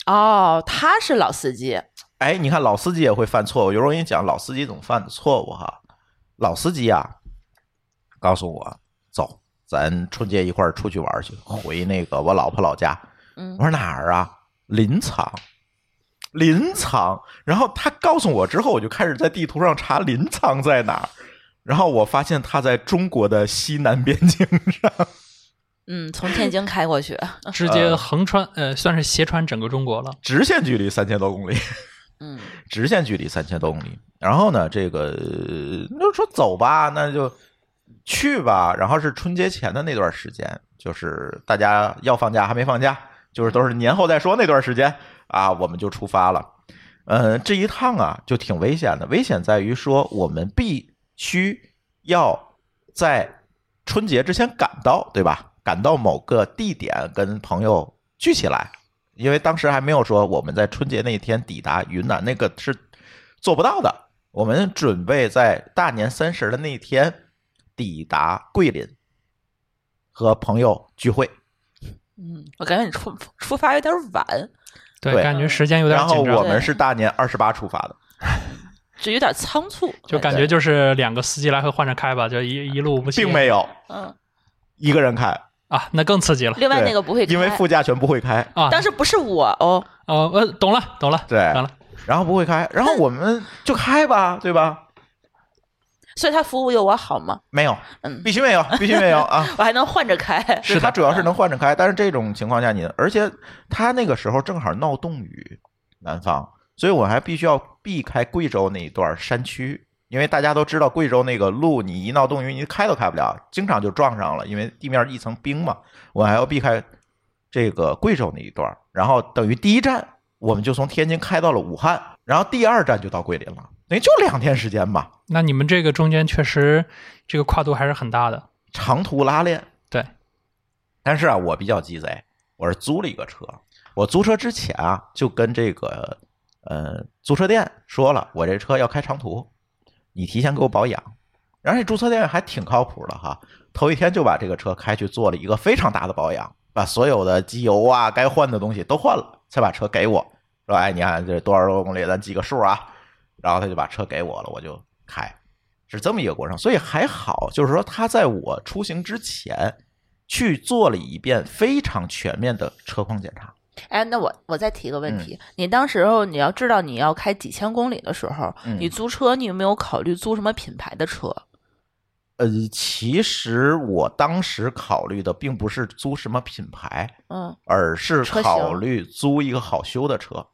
Speaker 2: 哦，他是老司机，
Speaker 1: 哎，你看老司机也会犯错误，有时候我跟你讲，老司机总犯的错误哈。老司机啊，告诉我走，咱春节一块儿出去玩儿去，回那个我老婆老家。
Speaker 2: 嗯
Speaker 1: 我说哪儿啊？临沧，临沧。然后他告诉我之后，我就开始在地图上查临沧在哪儿。然后我发现他在中国的西南边境上，
Speaker 2: 嗯，从天津开过去，
Speaker 1: 嗯
Speaker 3: 直接横穿，呃，算是斜穿整个中国了。
Speaker 1: 直线距离三千多公里。
Speaker 2: 嗯
Speaker 1: 直线距离三千多公里。然后呢，这个呃那就说走吧，那就去吧。然后是春节前的那段时间，就是大家要放假还没放假，就是都是年后再说那段时间啊，我们就出发了。呃，这一趟啊就挺危险的，危险在于说我们必须要在春节之前赶到，对吧？赶到某个地点跟朋友聚起来，因为当时还没有说我们在春节那一天抵达云南，那个是做不到的。我们准备在大年三十的那一天抵达桂林，和朋友聚会。
Speaker 2: 嗯，我感觉你出出发有点晚，
Speaker 3: 对，
Speaker 1: 对
Speaker 3: 感觉时间有
Speaker 1: 然
Speaker 3: 点
Speaker 1: 后
Speaker 3: 紧
Speaker 1: 我
Speaker 3: 张，
Speaker 1: 们是大年二十八出发的，
Speaker 2: 就有点仓促，
Speaker 3: 就感觉就是两个司机来回换着开吧，就一一路不行
Speaker 1: 并没有
Speaker 2: 嗯，
Speaker 1: 一个人开，
Speaker 3: 啊，那更刺激了
Speaker 2: 另外那个不会开，
Speaker 1: 因为副驾全不会开。
Speaker 3: 啊！
Speaker 2: 当时不是我哦，
Speaker 3: 哦，呃，懂了，懂了，
Speaker 1: 对，
Speaker 3: 完了，
Speaker 1: 然后不会开，然后我们就开吧，对吧？
Speaker 2: 所以他服务有我好吗？
Speaker 1: 没有，
Speaker 2: 嗯
Speaker 1: 必须没有，必须没有 啊！
Speaker 2: 我还能换着开，
Speaker 1: 是它主要是能换着开，但是这种情况下你，而且它那个时候正好闹冻雨，南方，所以我还必须要避开贵州那一段山区，因为大家都知道贵州那个路，你一闹冻雨，你开都开不了，经常就撞上了，因为地面一层冰嘛，我还要避开这个贵州那一段，然后等于第一站我们就从天津开到了武汉，然后第二站就到桂林了，等于就两天时间吧，
Speaker 3: 那你们这个中间确实这个跨度还是很大的，
Speaker 1: 长途拉练。
Speaker 3: 对，
Speaker 1: 但是啊，我比较鸡贼，我是租了一个车。我租车之前啊，就跟这个呃租车店说了，我这车要开长途，你提前给我保养。然后这租车店还挺靠谱的哈，头一天就把这个车开去做了一个非常大的保养，把所有的机油啊、该换的东西都换了，才把车给我。说哎，你看这多少多少公里，咱记个数啊。然后他就把车给我了，我就开，是这么一个过程。所以还好，就是说他在我出行之前去做了一遍非常全面的车况检查。
Speaker 2: 哎，那我我再提个
Speaker 1: 嗯
Speaker 2: 问题，你当时候你要知道你要开几千公里的时候，
Speaker 1: 嗯
Speaker 2: 你租车你有没有考虑租什么品牌的车？
Speaker 1: 呃，其实我当时考虑的并不是租什么品牌，
Speaker 2: 嗯
Speaker 1: 而是
Speaker 2: 车型
Speaker 1: 考虑租一个好修的车。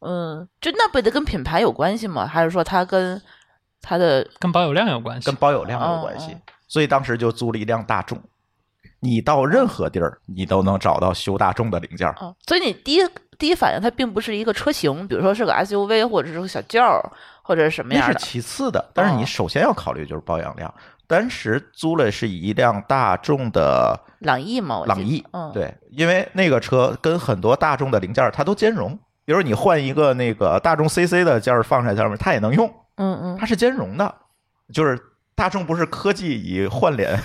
Speaker 2: 嗯，就那不得跟品牌有关系吗？还是说它跟它的
Speaker 3: 跟保有量有关系
Speaker 1: 跟。保有量有关系
Speaker 2: 嗯，
Speaker 1: 所以当时就租了一辆大众。你到任何地儿，你都能找到修大众的零件儿。
Speaker 2: 哦，所以你第一第一反应它并不是一个车型，比如说是个 SUV 或者是个小轿儿或者是什么
Speaker 1: 那
Speaker 2: 样
Speaker 1: 是
Speaker 2: 的。
Speaker 1: 其次的，但是你
Speaker 2: 哦
Speaker 1: 首先要考虑就是保养量。当时租了是一辆大众的
Speaker 2: 朗逸嘛，我记得
Speaker 1: 朗逸
Speaker 2: 嗯，，
Speaker 1: 对，因为那个车跟很多大众的零件儿它都兼容，比如你换一个那个大众 CC 的件儿放在上面，它也能用，
Speaker 2: 嗯嗯，
Speaker 1: 它是兼容的，就是。大众不是科技以换脸，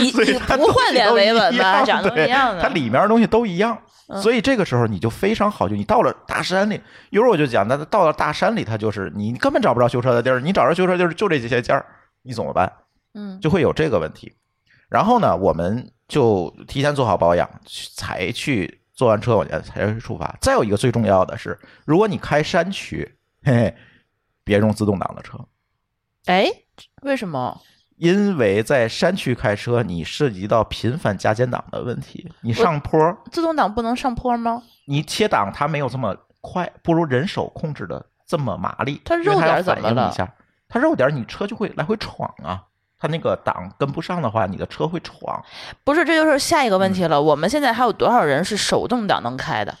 Speaker 2: 以
Speaker 1: 所以
Speaker 2: 以
Speaker 1: 它
Speaker 2: 不换脸为文 吧，长得
Speaker 1: 都
Speaker 2: 都一样的。啊
Speaker 1: 它里面的东西都一样，
Speaker 2: 嗯
Speaker 1: 所以这个时候你就非常好就你到了大山里，一会儿我就讲，那到了大山里，它就是你根本找不着修车的地儿，你找着修车地儿就这些件儿，你怎么办？
Speaker 2: 嗯
Speaker 1: 就会有这个问题。然后呢，我们就提前做好保养，去才去做完车，我才才去出发。再有一个最重要的是，如果你开山区，嘿嘿，别用自动挡的车，
Speaker 2: 哎，为什么？
Speaker 1: 因为在山区开车，你涉及到频繁加减档的问题。你上坡，
Speaker 2: 自动挡不能上坡吗？
Speaker 1: 你切档它没有这么快，不如人手控制的这么麻利。
Speaker 2: 它
Speaker 1: 因
Speaker 2: 肉
Speaker 1: 为
Speaker 2: 点
Speaker 1: 要
Speaker 2: 儿怎
Speaker 1: 反
Speaker 2: 么
Speaker 1: 应
Speaker 2: 了
Speaker 1: 一下，它肉点儿你车就会来回闯啊，它那个档跟不上的话，你的车会闯。
Speaker 2: 不是，这就是下一个问
Speaker 3: 嗯
Speaker 2: 题了。我们现在还有多少人是手动挡能开的？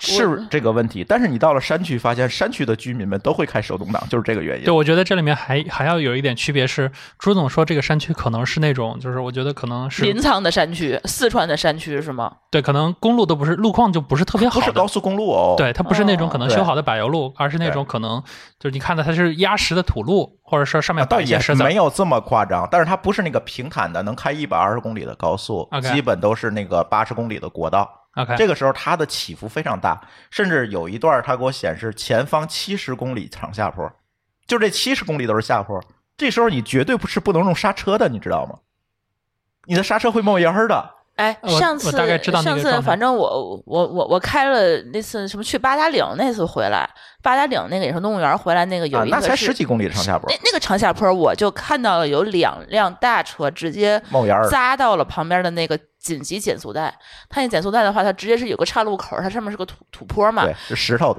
Speaker 1: 是这个问题，但是你到了山区，发现山区的居民们都会开手动挡，就是这个原因
Speaker 3: 对，。我觉得这里面还还要有一点区别是，朱总说这个山区可能是那种，就是我觉得可能是
Speaker 2: 临沧的山区，四川的山区是吗？
Speaker 3: 对，可能公路都不是路况就不是特别
Speaker 1: 不
Speaker 3: 好
Speaker 1: 是
Speaker 3: 的，
Speaker 1: 高速公路哦，，
Speaker 3: 对，它不是那种
Speaker 2: 哦
Speaker 3: 可能
Speaker 1: 对
Speaker 3: 修好的柏油路，而是那
Speaker 1: 对
Speaker 3: 种可能就是你看到它是压实的土路，或者说上面
Speaker 1: 啊倒
Speaker 3: 摆一
Speaker 1: 也
Speaker 3: 些
Speaker 1: 是
Speaker 3: 石子儿。
Speaker 1: 没有这么夸张，但是它不是那个平坦的，能开一百二十公里的高速
Speaker 3: OK
Speaker 1: 基本都是那个八十公里的国道。
Speaker 3: OK，
Speaker 1: 这个时候它的起伏非常大，甚至有一段它给我显示前方七十公里长下坡，就这七十公里都是下坡。这时候你绝对不是不能用刹车的，你知道吗？你的刹车会冒烟儿的。啊
Speaker 2: 哎，
Speaker 3: 我
Speaker 2: 上
Speaker 3: 我
Speaker 2: 次
Speaker 3: 大概知道那
Speaker 2: 上
Speaker 3: 个
Speaker 2: 次
Speaker 3: 状态
Speaker 2: 反正我我我我开了那次什么去八达岭那次回来，八达岭那个野生动物园回来那个有
Speaker 1: 啊
Speaker 2: 一，个
Speaker 1: 那
Speaker 2: 是、
Speaker 1: 才十几公里的上下坡
Speaker 2: 那，那个长下坡，我就看到了有两辆大车直接
Speaker 1: 冒烟儿。
Speaker 2: 扎到了旁边的那个紧急减速带。它那减速带的话，它直接是有个岔路口，它上面是个土土坡嘛
Speaker 1: 对，，是石头，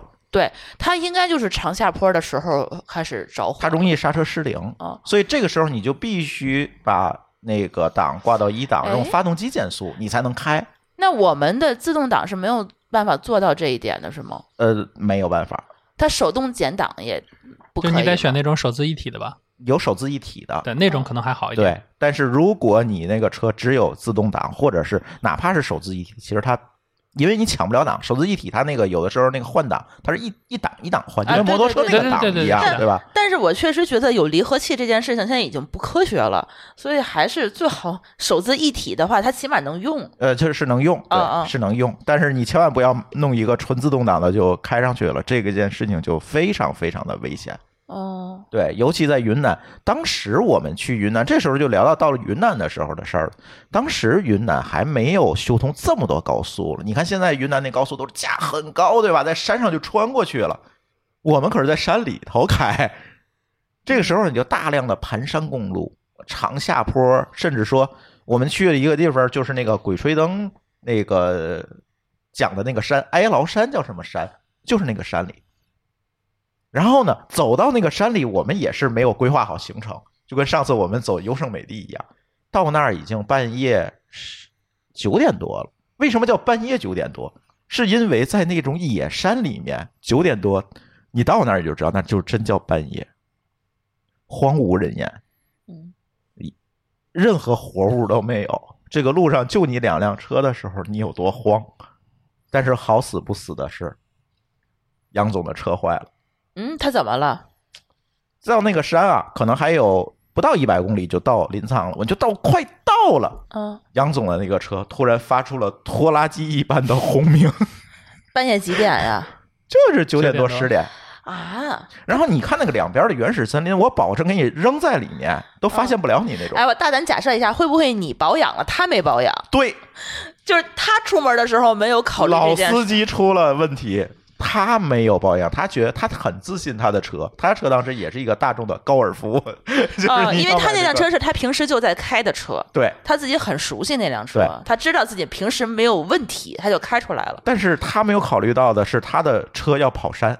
Speaker 2: 它应该就是长下坡的时候开始着火
Speaker 1: 它。容易刹车失灵
Speaker 2: 哦，
Speaker 1: 所以这个时候你就必须把那个档挂到一档，
Speaker 2: 哎
Speaker 1: 用发动机减速，你才能开。
Speaker 2: 那我们的自动挡是没有办法做到这一点的，是吗？
Speaker 1: 呃，没有办法，
Speaker 2: 它手动减档也不可
Speaker 3: 就
Speaker 2: 以吗。
Speaker 3: 你得选那种手自一体的吧，
Speaker 1: 有手自一体的，
Speaker 3: 对，那种可能还好一点。
Speaker 1: 对。但是如果你那个车只有自动挡，或者是哪怕是手自一体，其实它。因为你抢不了档，手自一体，它那个有的时候那个换挡，它是一一档一档换，就
Speaker 3: 哎
Speaker 1: 跟摩托车那
Speaker 3: 对
Speaker 1: 个
Speaker 3: 对对
Speaker 1: 档
Speaker 3: 对对
Speaker 1: 一样
Speaker 3: 对对，
Speaker 1: 对吧？
Speaker 2: 但是我确实觉得有离合器这件事情现在已经不科学了，所以还是最好手自一体的话，它起码能用。
Speaker 1: 呃，这是能用，
Speaker 2: 嗯嗯
Speaker 1: 对，是能用，但是你千万不要弄一个纯自动挡的就开上去了，这个件事情就非常非常的危险。
Speaker 2: 哦，
Speaker 1: 对，尤其在云南，当时我们去云南，这时候就聊到到了云南的时候的事儿了。当时云南还没有修通这么多高速了，你看现在云南那高速都是架很高，对吧？在山上就穿过去了，我们可是在山里头开。这个时候你就大量的盘山公路、长下坡，甚至说我们去了一个地方，就是那个《鬼吹灯》那个讲的那个山，哀牢山叫什么山？就是那个山里。然后呢，走到那个山里，我们也是没有规划好行程，就跟上次我们走优胜美地一样，到那儿已经半夜十九点多了。为什么叫半夜九点多？是因为在那种野山里面，九点多你到那儿你就知道，那就真叫半夜，荒无人烟，
Speaker 2: 嗯，
Speaker 1: 任何活物都没有。这个路上就你两辆车的时候，你有多慌？但是好死不死的是，杨总的车坏了。
Speaker 2: 嗯，它怎么了？
Speaker 1: 到那个山啊，可能还有不到一百公里就到临沧了，我就到快到了，
Speaker 2: 嗯，
Speaker 1: 杨总的那个车突然发出了拖拉机一般的轰鸣，
Speaker 2: 半夜几点 呀？
Speaker 1: 就是九点多
Speaker 3: 9点多
Speaker 1: 十点。
Speaker 2: 啊！
Speaker 1: 然后你看那个两边的原始森林，我保证给你扔在里面都发现不了你那种。
Speaker 2: 哎，我大胆假设一下，会不会你保养了，他没保养？
Speaker 1: 对，
Speaker 2: 就是他出门的时候没有考虑这
Speaker 1: 老
Speaker 2: 件事。
Speaker 1: 司机出了问题，他没有保养，他觉得他很自信他的车，他车当时也是一个大众的高尔夫， 就是
Speaker 2: 啊、
Speaker 1: 你
Speaker 2: 因为
Speaker 1: 要
Speaker 2: 他
Speaker 1: 买
Speaker 2: 那
Speaker 1: 这
Speaker 2: 辆
Speaker 1: 个
Speaker 2: 车是他平时就在开的车，
Speaker 1: 对。
Speaker 2: 他自己很熟悉那辆
Speaker 1: 对
Speaker 2: 车，他知道自己平时没有问题，他就开出来了。
Speaker 1: 但是他没有考虑到的是，他的车要跑山，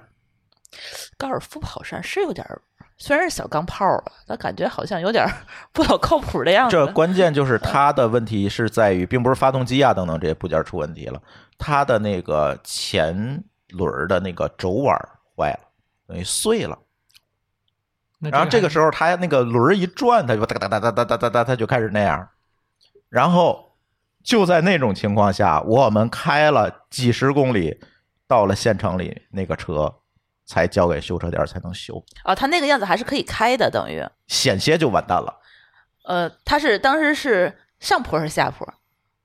Speaker 2: 高尔夫跑山是有点儿，虽然是小钢炮儿吧，但感觉好像有点儿不老靠谱的样子。
Speaker 1: 这关键就是它的问题是在于，并不是发动机啊等等这些部件出问题了，它的那个前轮儿的那个轴碗儿坏了，等于碎了。
Speaker 3: 那
Speaker 1: 然后这个
Speaker 3: 还
Speaker 1: 时候它那个轮儿一转，它就哒哒哒哒哒哒哒哒，它就开始那样。然后就在那种情况下，我们开了几十公里，到了县城里，那个车才交给修车店儿才能修，
Speaker 2: 啊，他那个样子还是可以开的，等于
Speaker 1: 险些就完蛋了。
Speaker 2: 呃，他是当时是上坡是下坡，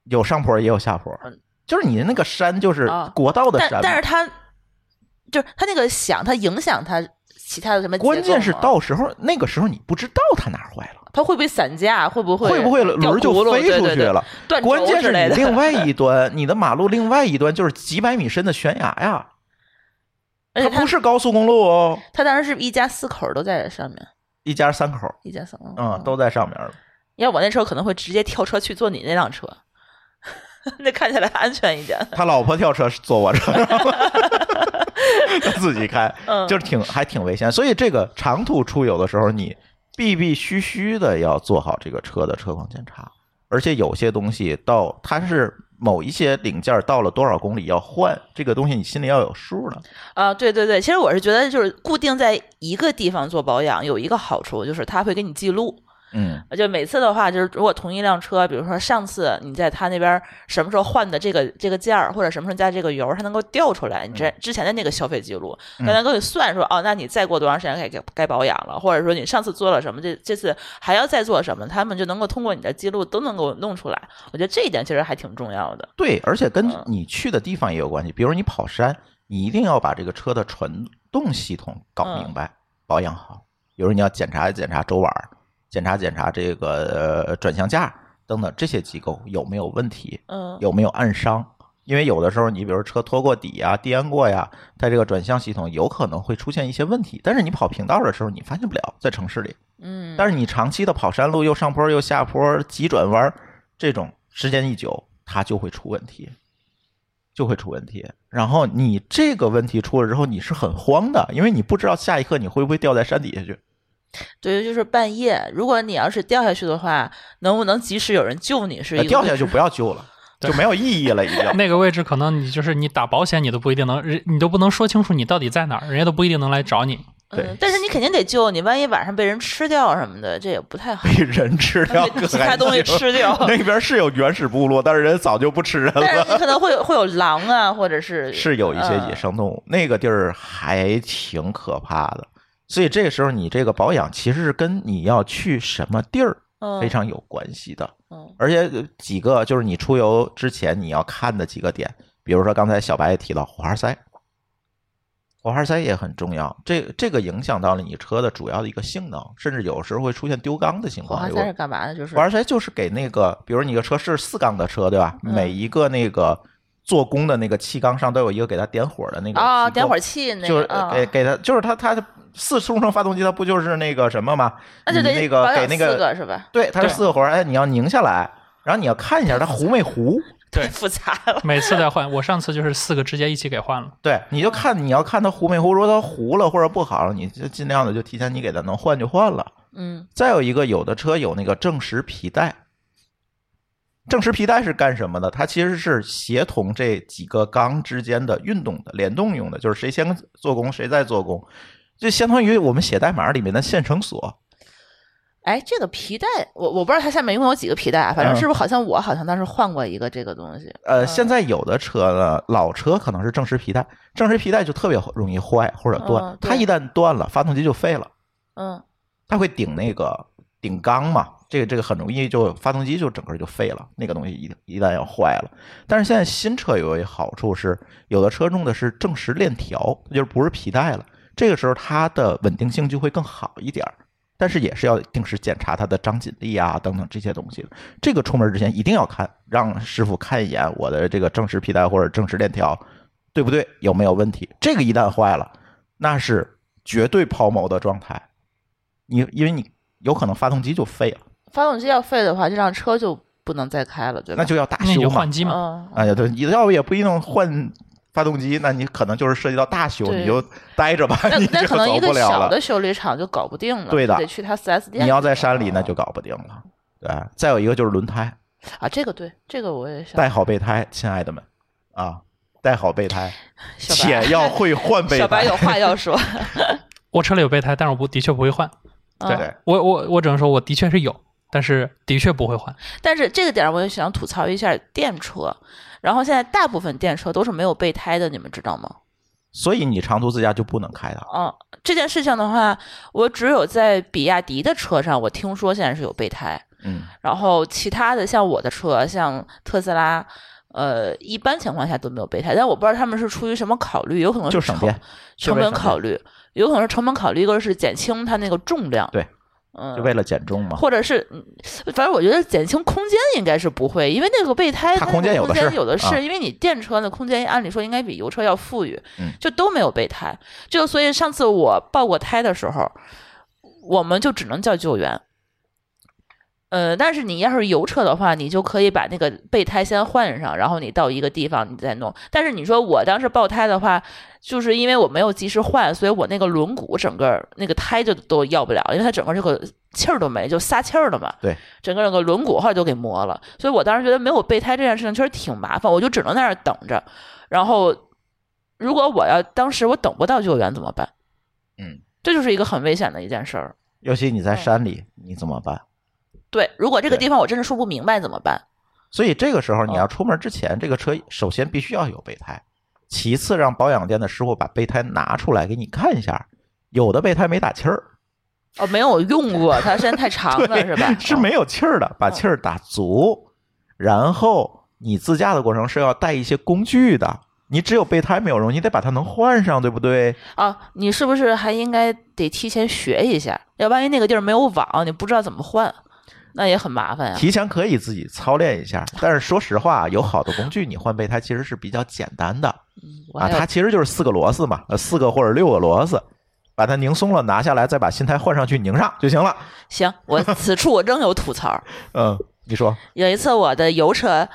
Speaker 1: 有上坡也有下坡
Speaker 2: 嗯，
Speaker 1: 就是你那个山就是
Speaker 2: 啊
Speaker 1: 国道的
Speaker 2: 但
Speaker 1: 山嘛，
Speaker 2: 但是他就是他那个响，他影响他其他的什么结构吗？
Speaker 1: 关键是到时候那个时候你不知道它哪儿坏了，
Speaker 2: 他会不会散架，会不会
Speaker 1: 会不会轮
Speaker 2: 掉
Speaker 1: 儿就
Speaker 2: 轱辘
Speaker 1: 飞出
Speaker 2: 对对
Speaker 1: 去
Speaker 2: 对
Speaker 1: 了？
Speaker 2: 断
Speaker 1: 关
Speaker 2: 轴
Speaker 1: 键
Speaker 2: 之
Speaker 1: 是
Speaker 2: 类
Speaker 1: 你
Speaker 2: 的。
Speaker 1: 另 外一端，你的马路另外一端就是几百米深的悬崖呀，它
Speaker 2: 而且他
Speaker 1: 不是高速公路哦，
Speaker 2: 他当时是一家四口儿都在上面，
Speaker 1: 一家三口，
Speaker 2: 一家三口
Speaker 1: 嗯，都在上面了。
Speaker 2: 要我那车可能会直接跳车去坐你那辆车， 那看起来安全一点。
Speaker 1: 他老婆跳车是坐我车上了，他自己开，
Speaker 2: 嗯
Speaker 1: 就是挺还挺危险。所以这个长途出游的时候，你必必须须的要做好这个车的车况检查，而且有些东西到它是某一些零件到了多少公里要换，这个东西你心里要有数的。
Speaker 2: 啊，对对对，其实我是觉得就是固定在一个地方做保养有一个好处，就是它会给你记录。
Speaker 1: 嗯，
Speaker 2: 就每次的话，就是如果同一辆车，比如说上次你在他那边什么时候换的这个这个件儿，或者什么时候加这个油，它能够调出来你之之前的那个消费记录，
Speaker 1: 嗯
Speaker 2: 那能够给算说，哦，那你再过多长时间该该该保养了，或者说你上次做了什么，这这次还要再做什么，他们就能够通过你的记录都能够弄出来。我觉得这一点其实还挺重要的。
Speaker 1: 对，而且跟
Speaker 2: 嗯
Speaker 1: 你去的地方也有关系。比如你跑山，你一定要把这个车的传动系统搞
Speaker 2: 嗯
Speaker 1: 明白，保养好。比如你要检查检查轴碗，检查检查这个呃转向架等等这些机构有没有问题。
Speaker 2: 嗯，
Speaker 1: 有没有暗伤，因为有的时候你比如车拖过底啊、颠过呀，它这个转向系统有可能会出现一些问题。但是你跑平道的时候你发现不了，在城市里。
Speaker 2: 嗯，
Speaker 1: 但是你长期的跑山路，又上坡又下坡、急转弯儿，这种时间一久，它就会出问题，就会出问题。然后你这个问题出了之后，你是很慌的，因为你不知道下一刻你会不会掉在山底下去。
Speaker 2: 对，就是半夜，如果你要是掉下去的话，能不能及时有人救你是一
Speaker 1: 呃
Speaker 2: 个
Speaker 1: 掉下去就不要救了，就没有意义了，已经。
Speaker 3: 那个位置可能你就是你打保险，你都不一定能，人你都不能说清楚你到底在哪儿，人家都不一定能来找你。
Speaker 1: 对
Speaker 2: 嗯，但是你肯定得救，你万一晚上被人吃掉什么的，这也不太好。
Speaker 1: 被人吃掉，
Speaker 2: 被其他东西吃 掉
Speaker 1: 那边是有原始部落，但是人早就不吃人
Speaker 2: 但
Speaker 1: 了。
Speaker 2: 是你可能会有会有狼啊，或者是
Speaker 1: 是有一些野
Speaker 2: 嗯
Speaker 1: 生动物，那个地儿还挺可怕的。所以这个时候，你这个保养其实是跟你要去什么地儿
Speaker 2: 嗯
Speaker 1: 非常有关系的。
Speaker 2: 嗯
Speaker 1: 而且呃几个就是你出游之前你要看的几个点，比如说刚才小白也提到火花塞，火花塞也很重要。这这个影响到了你车的主要的一个性能，甚至有时候会出现丢缸的情
Speaker 2: 火
Speaker 1: 况。
Speaker 2: 花
Speaker 1: 有个
Speaker 2: 塞是干嘛的？就是
Speaker 1: 火花塞就是给那个，比如你个车是四缸的车，对吧？
Speaker 2: 嗯
Speaker 1: 每一个那个做工的那个气缸上都有一个给它点火的那个
Speaker 2: 啊，
Speaker 1: 机构
Speaker 2: 点火器那
Speaker 1: 就是
Speaker 2: 个，
Speaker 1: 呃
Speaker 2: 啊
Speaker 1: 给给它，就是它它四冲程发动机，它不就是那个什么嘛？
Speaker 2: 那啊就
Speaker 1: 你
Speaker 2: 得
Speaker 1: 那个
Speaker 2: 保
Speaker 1: 给
Speaker 2: 养
Speaker 1: 那
Speaker 2: 四
Speaker 1: 个，
Speaker 2: 个是吧？
Speaker 1: 对，它是
Speaker 3: 对
Speaker 1: 四个活儿，哎，你要拧下来，然后你要看一下它糊没糊，
Speaker 3: 对
Speaker 2: 太复杂了。
Speaker 3: 每次再换，我上次就是四个直接一起给换了。
Speaker 1: 对，你就看你要看它糊没糊，如果它糊了或者不好了，你就尽量的就提前你给它能换就换了。
Speaker 2: 嗯，
Speaker 1: 再有一个，有的车有那个正时皮带。正时皮带是干什么的？它其实是协同这几个缸之间的运动的、联动用的，就是谁先做工，谁再做工，就相当于我们写代码里面的线程锁。
Speaker 2: 哎，这个皮带，我我不知道它下面一共有几个皮带啊，反正
Speaker 1: 嗯
Speaker 2: 是不是好像我好像当时换过一个这个东西。
Speaker 1: 呃，
Speaker 2: 嗯
Speaker 1: 现在有的车呢，老车可能是正时皮带，正时皮带就特别容易坏或者断
Speaker 2: 嗯，
Speaker 1: 它一
Speaker 2: 对
Speaker 1: 旦断了，发动机就废了。
Speaker 2: 嗯
Speaker 1: 它会顶那个顶缸嘛，这个这个很容易就发动机就整个就废了，那个东西一一旦要坏了。但是现在新车有一好处是，有的车用的是正时链条，就是不是皮带了，这个时候它的稳定性就会更好一点儿。但是也是要定时检查它的张紧力啊等等这些东西的。这个出门之前一定要看，让师傅看一眼我的这个正时皮带或者正时链条对不对，有没有问题。这个一旦坏了，那是绝对抛锚的状态。你因为你有可能发动机就废了，
Speaker 2: 发动机要废的话，这辆车就不能再开了，对吧？
Speaker 1: 那就要大
Speaker 3: 那你
Speaker 1: 修
Speaker 3: 就
Speaker 1: 嘛
Speaker 3: 换。机嘛，
Speaker 2: 嗯，
Speaker 1: 哎呀，对，你要不也不一定换发动机，那你可能就是涉及到大修，
Speaker 2: 对
Speaker 1: 你就待着吧，
Speaker 2: 那
Speaker 1: 你
Speaker 2: 那
Speaker 1: 就
Speaker 2: 可能
Speaker 1: 走
Speaker 2: 一
Speaker 1: 不
Speaker 2: 个
Speaker 1: 了
Speaker 2: 小
Speaker 1: 了。
Speaker 2: 的修理厂就搞不定了，
Speaker 1: 对的
Speaker 2: 得去他四 S 店。
Speaker 1: 你要在山里，那就搞不定了。对，再有一个就是轮胎，
Speaker 2: 啊，这个对，这个我也想。
Speaker 1: 带好备胎，亲爱的们啊，带好备胎，
Speaker 2: 小白
Speaker 1: 且要会换备
Speaker 2: 小白
Speaker 1: 胎
Speaker 2: 有。话 要说，
Speaker 3: 我车里有备胎，但是我不的确不会换。
Speaker 1: 对
Speaker 2: 嗯，
Speaker 1: 对，
Speaker 3: 我我我只能说，我的确是有，但是的确不会换。
Speaker 2: 但是这个点儿我也想吐槽一下电车，然后现在大部分电车都是没有备胎的，你们知道吗？
Speaker 1: 所以你长途自驾就不能开它。
Speaker 2: 嗯，这件事情的话，我只有在比亚迪的车上，我听说现在是有备胎，
Speaker 1: 嗯，
Speaker 2: 然后其他的像我的车，像特斯拉。呃，一般情况下都没有备胎，但我不知道他们是出于什么考虑，有可能是
Speaker 1: 就省
Speaker 2: 成
Speaker 1: 电，就
Speaker 2: 成
Speaker 1: 为
Speaker 2: 本
Speaker 1: 省
Speaker 2: 考虑，有可能是成本考虑，一个是减轻它那个重量，
Speaker 1: 对，
Speaker 2: 嗯，
Speaker 1: 就为了减重嘛。
Speaker 2: 或者是，嗯反正我觉得减轻空间应该是不会，因为那个备胎
Speaker 1: 它
Speaker 2: 那
Speaker 1: 空
Speaker 2: 个
Speaker 1: 间有的是
Speaker 2: 有的
Speaker 1: 啊
Speaker 2: 因为你电车的空间按理说应该比油车要富裕，
Speaker 1: 嗯
Speaker 2: 就都没有备胎，就所以上次我爆过胎的时候，我们就只能叫救援。呃，但是你要是油车的话，你就可以把那个备胎先换上，然后你到一个地方你再弄。但是你说我当时爆胎的话，就是因为我没有及时换，所以我那个轮毂整个儿那个胎就都要不了，因为它整个这个气儿都没，就撒气儿了嘛。
Speaker 1: 对，
Speaker 2: 整个那个轮毂后来都给磨了，所以我当时觉得没有备胎这件事情确实挺麻烦，我就只能在那儿等着。然后，如果我要当时我等不到救援怎么办？
Speaker 1: 嗯，
Speaker 2: 这就是一个很危险的一件事儿。
Speaker 1: 尤其你在山里，你怎么办？
Speaker 2: 对，如果这个
Speaker 1: 对
Speaker 2: 地方我真的说不明白怎么办？
Speaker 1: 所以这个时候
Speaker 2: 哦
Speaker 1: 你要出门之前，这个车首先必须要有备胎，其次让保养店的师傅把备胎拿出来给你看一下，有的备胎没打气儿，
Speaker 2: 哦，没有用过，它时间太长了，
Speaker 1: 对，
Speaker 2: 是吧？
Speaker 1: 是
Speaker 2: 哦
Speaker 1: 没有气儿的，把气儿打足，然后你自驾的过程是要带一些工具的。你只有备胎没有用，你得把它能换上，对不对？
Speaker 2: 啊，你是不是还应该得提前学一下？要万一那个地儿没有网，你不知道怎么换，那也很麻烦呀、
Speaker 1: 提前可以自己操练一下，但是说实话，有好的工具，你换备胎其实是比较简单的
Speaker 2: 嗯我
Speaker 1: 啊。
Speaker 2: 还有
Speaker 1: 它其实就是四个螺丝嘛，呃，四个或者六个螺丝，把它拧松了，拿下来，再把新胎换上去，拧上就行了。
Speaker 2: 行，我此处我仍有吐槽儿。
Speaker 1: 嗯，你说
Speaker 2: 有一次我的油车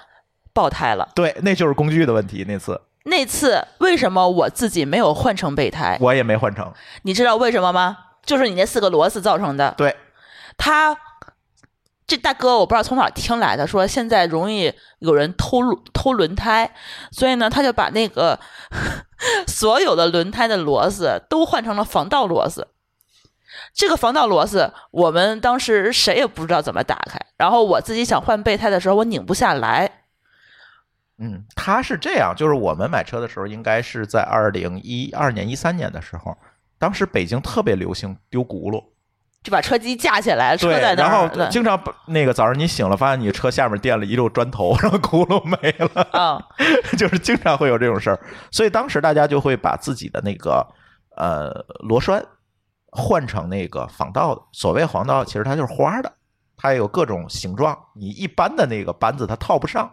Speaker 2: 爆胎了，
Speaker 1: 对，那就是工具的问题。那次
Speaker 2: 那次为什么我自己没有换成备胎？
Speaker 1: 我也没换成，
Speaker 2: 你知道为什么吗？就是你那四个螺丝造成的。
Speaker 1: 对，
Speaker 2: 他这大哥我不知道从哪儿听来的，说现在容易有人偷轮偷轮胎，所以呢，他就把那个 所有的轮胎的螺丝都换成了防盗螺丝。这个防盗螺丝，我们当时谁也不知道怎么打开。然后我自己想换备胎的时候，我拧不下来。
Speaker 1: 嗯，它是这样，就是我们买车的时候，应该是在二零一二年、一三年的时候，当时北京特别流行丢轱辘，
Speaker 2: 就把车机架起来，车
Speaker 1: 对
Speaker 2: 在，那
Speaker 1: 然
Speaker 2: 儿
Speaker 1: 后
Speaker 2: 对
Speaker 1: 经常把那个早上你醒了，发现你车下面垫了一溜砖头， 然后轱辘没了，
Speaker 2: 啊、
Speaker 1: 就是经常会有这种事儿，所以当时大家就会把自己的那个呃螺栓换成那个防盗的，所谓防盗其实它就是花的，它有各种形状，你一般的那个扳子它套不上，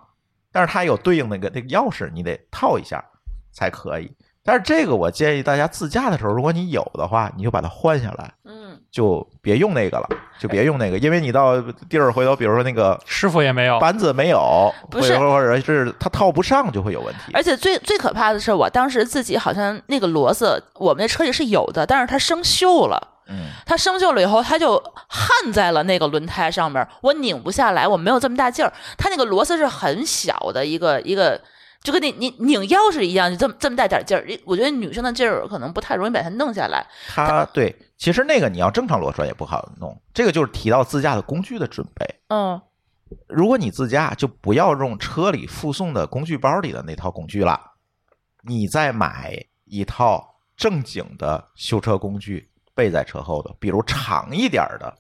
Speaker 1: 但是它有对应那个那个钥匙，你得套一下才可以。但是这个我建议大家自驾的时候，如果你有的话，你就把它换下来。
Speaker 2: 嗯，
Speaker 1: 就别用那个了，就别用那个，因为你到地儿回头，比如说那个
Speaker 3: 师傅也没有，
Speaker 1: 扳子没有，
Speaker 2: 不是
Speaker 1: 或者或者是它套不上，就会有问题。
Speaker 2: 而且最最可怕的是，我当时自己好像那个螺丝，我们那车里是有的，但是它生锈了。
Speaker 1: 嗯，
Speaker 2: 它生锈了以后，它就焊在了那个轮胎上面，我拧不下来，我没有这么大劲儿。它那个螺丝是很小的一个一个，就跟你你拧钥匙一样，就这么这么大点劲儿。我觉得女生的劲儿可能不太容易把它弄下来。
Speaker 1: 它对，其实那个你要正常螺栓也不好弄。这个就是提到自驾的工具的准备。
Speaker 2: 嗯，
Speaker 1: 如果你自驾，就不要用车里附送的工具包里的那套工具了，你再买一套正经的修车工具备在车后的，比如长一点儿的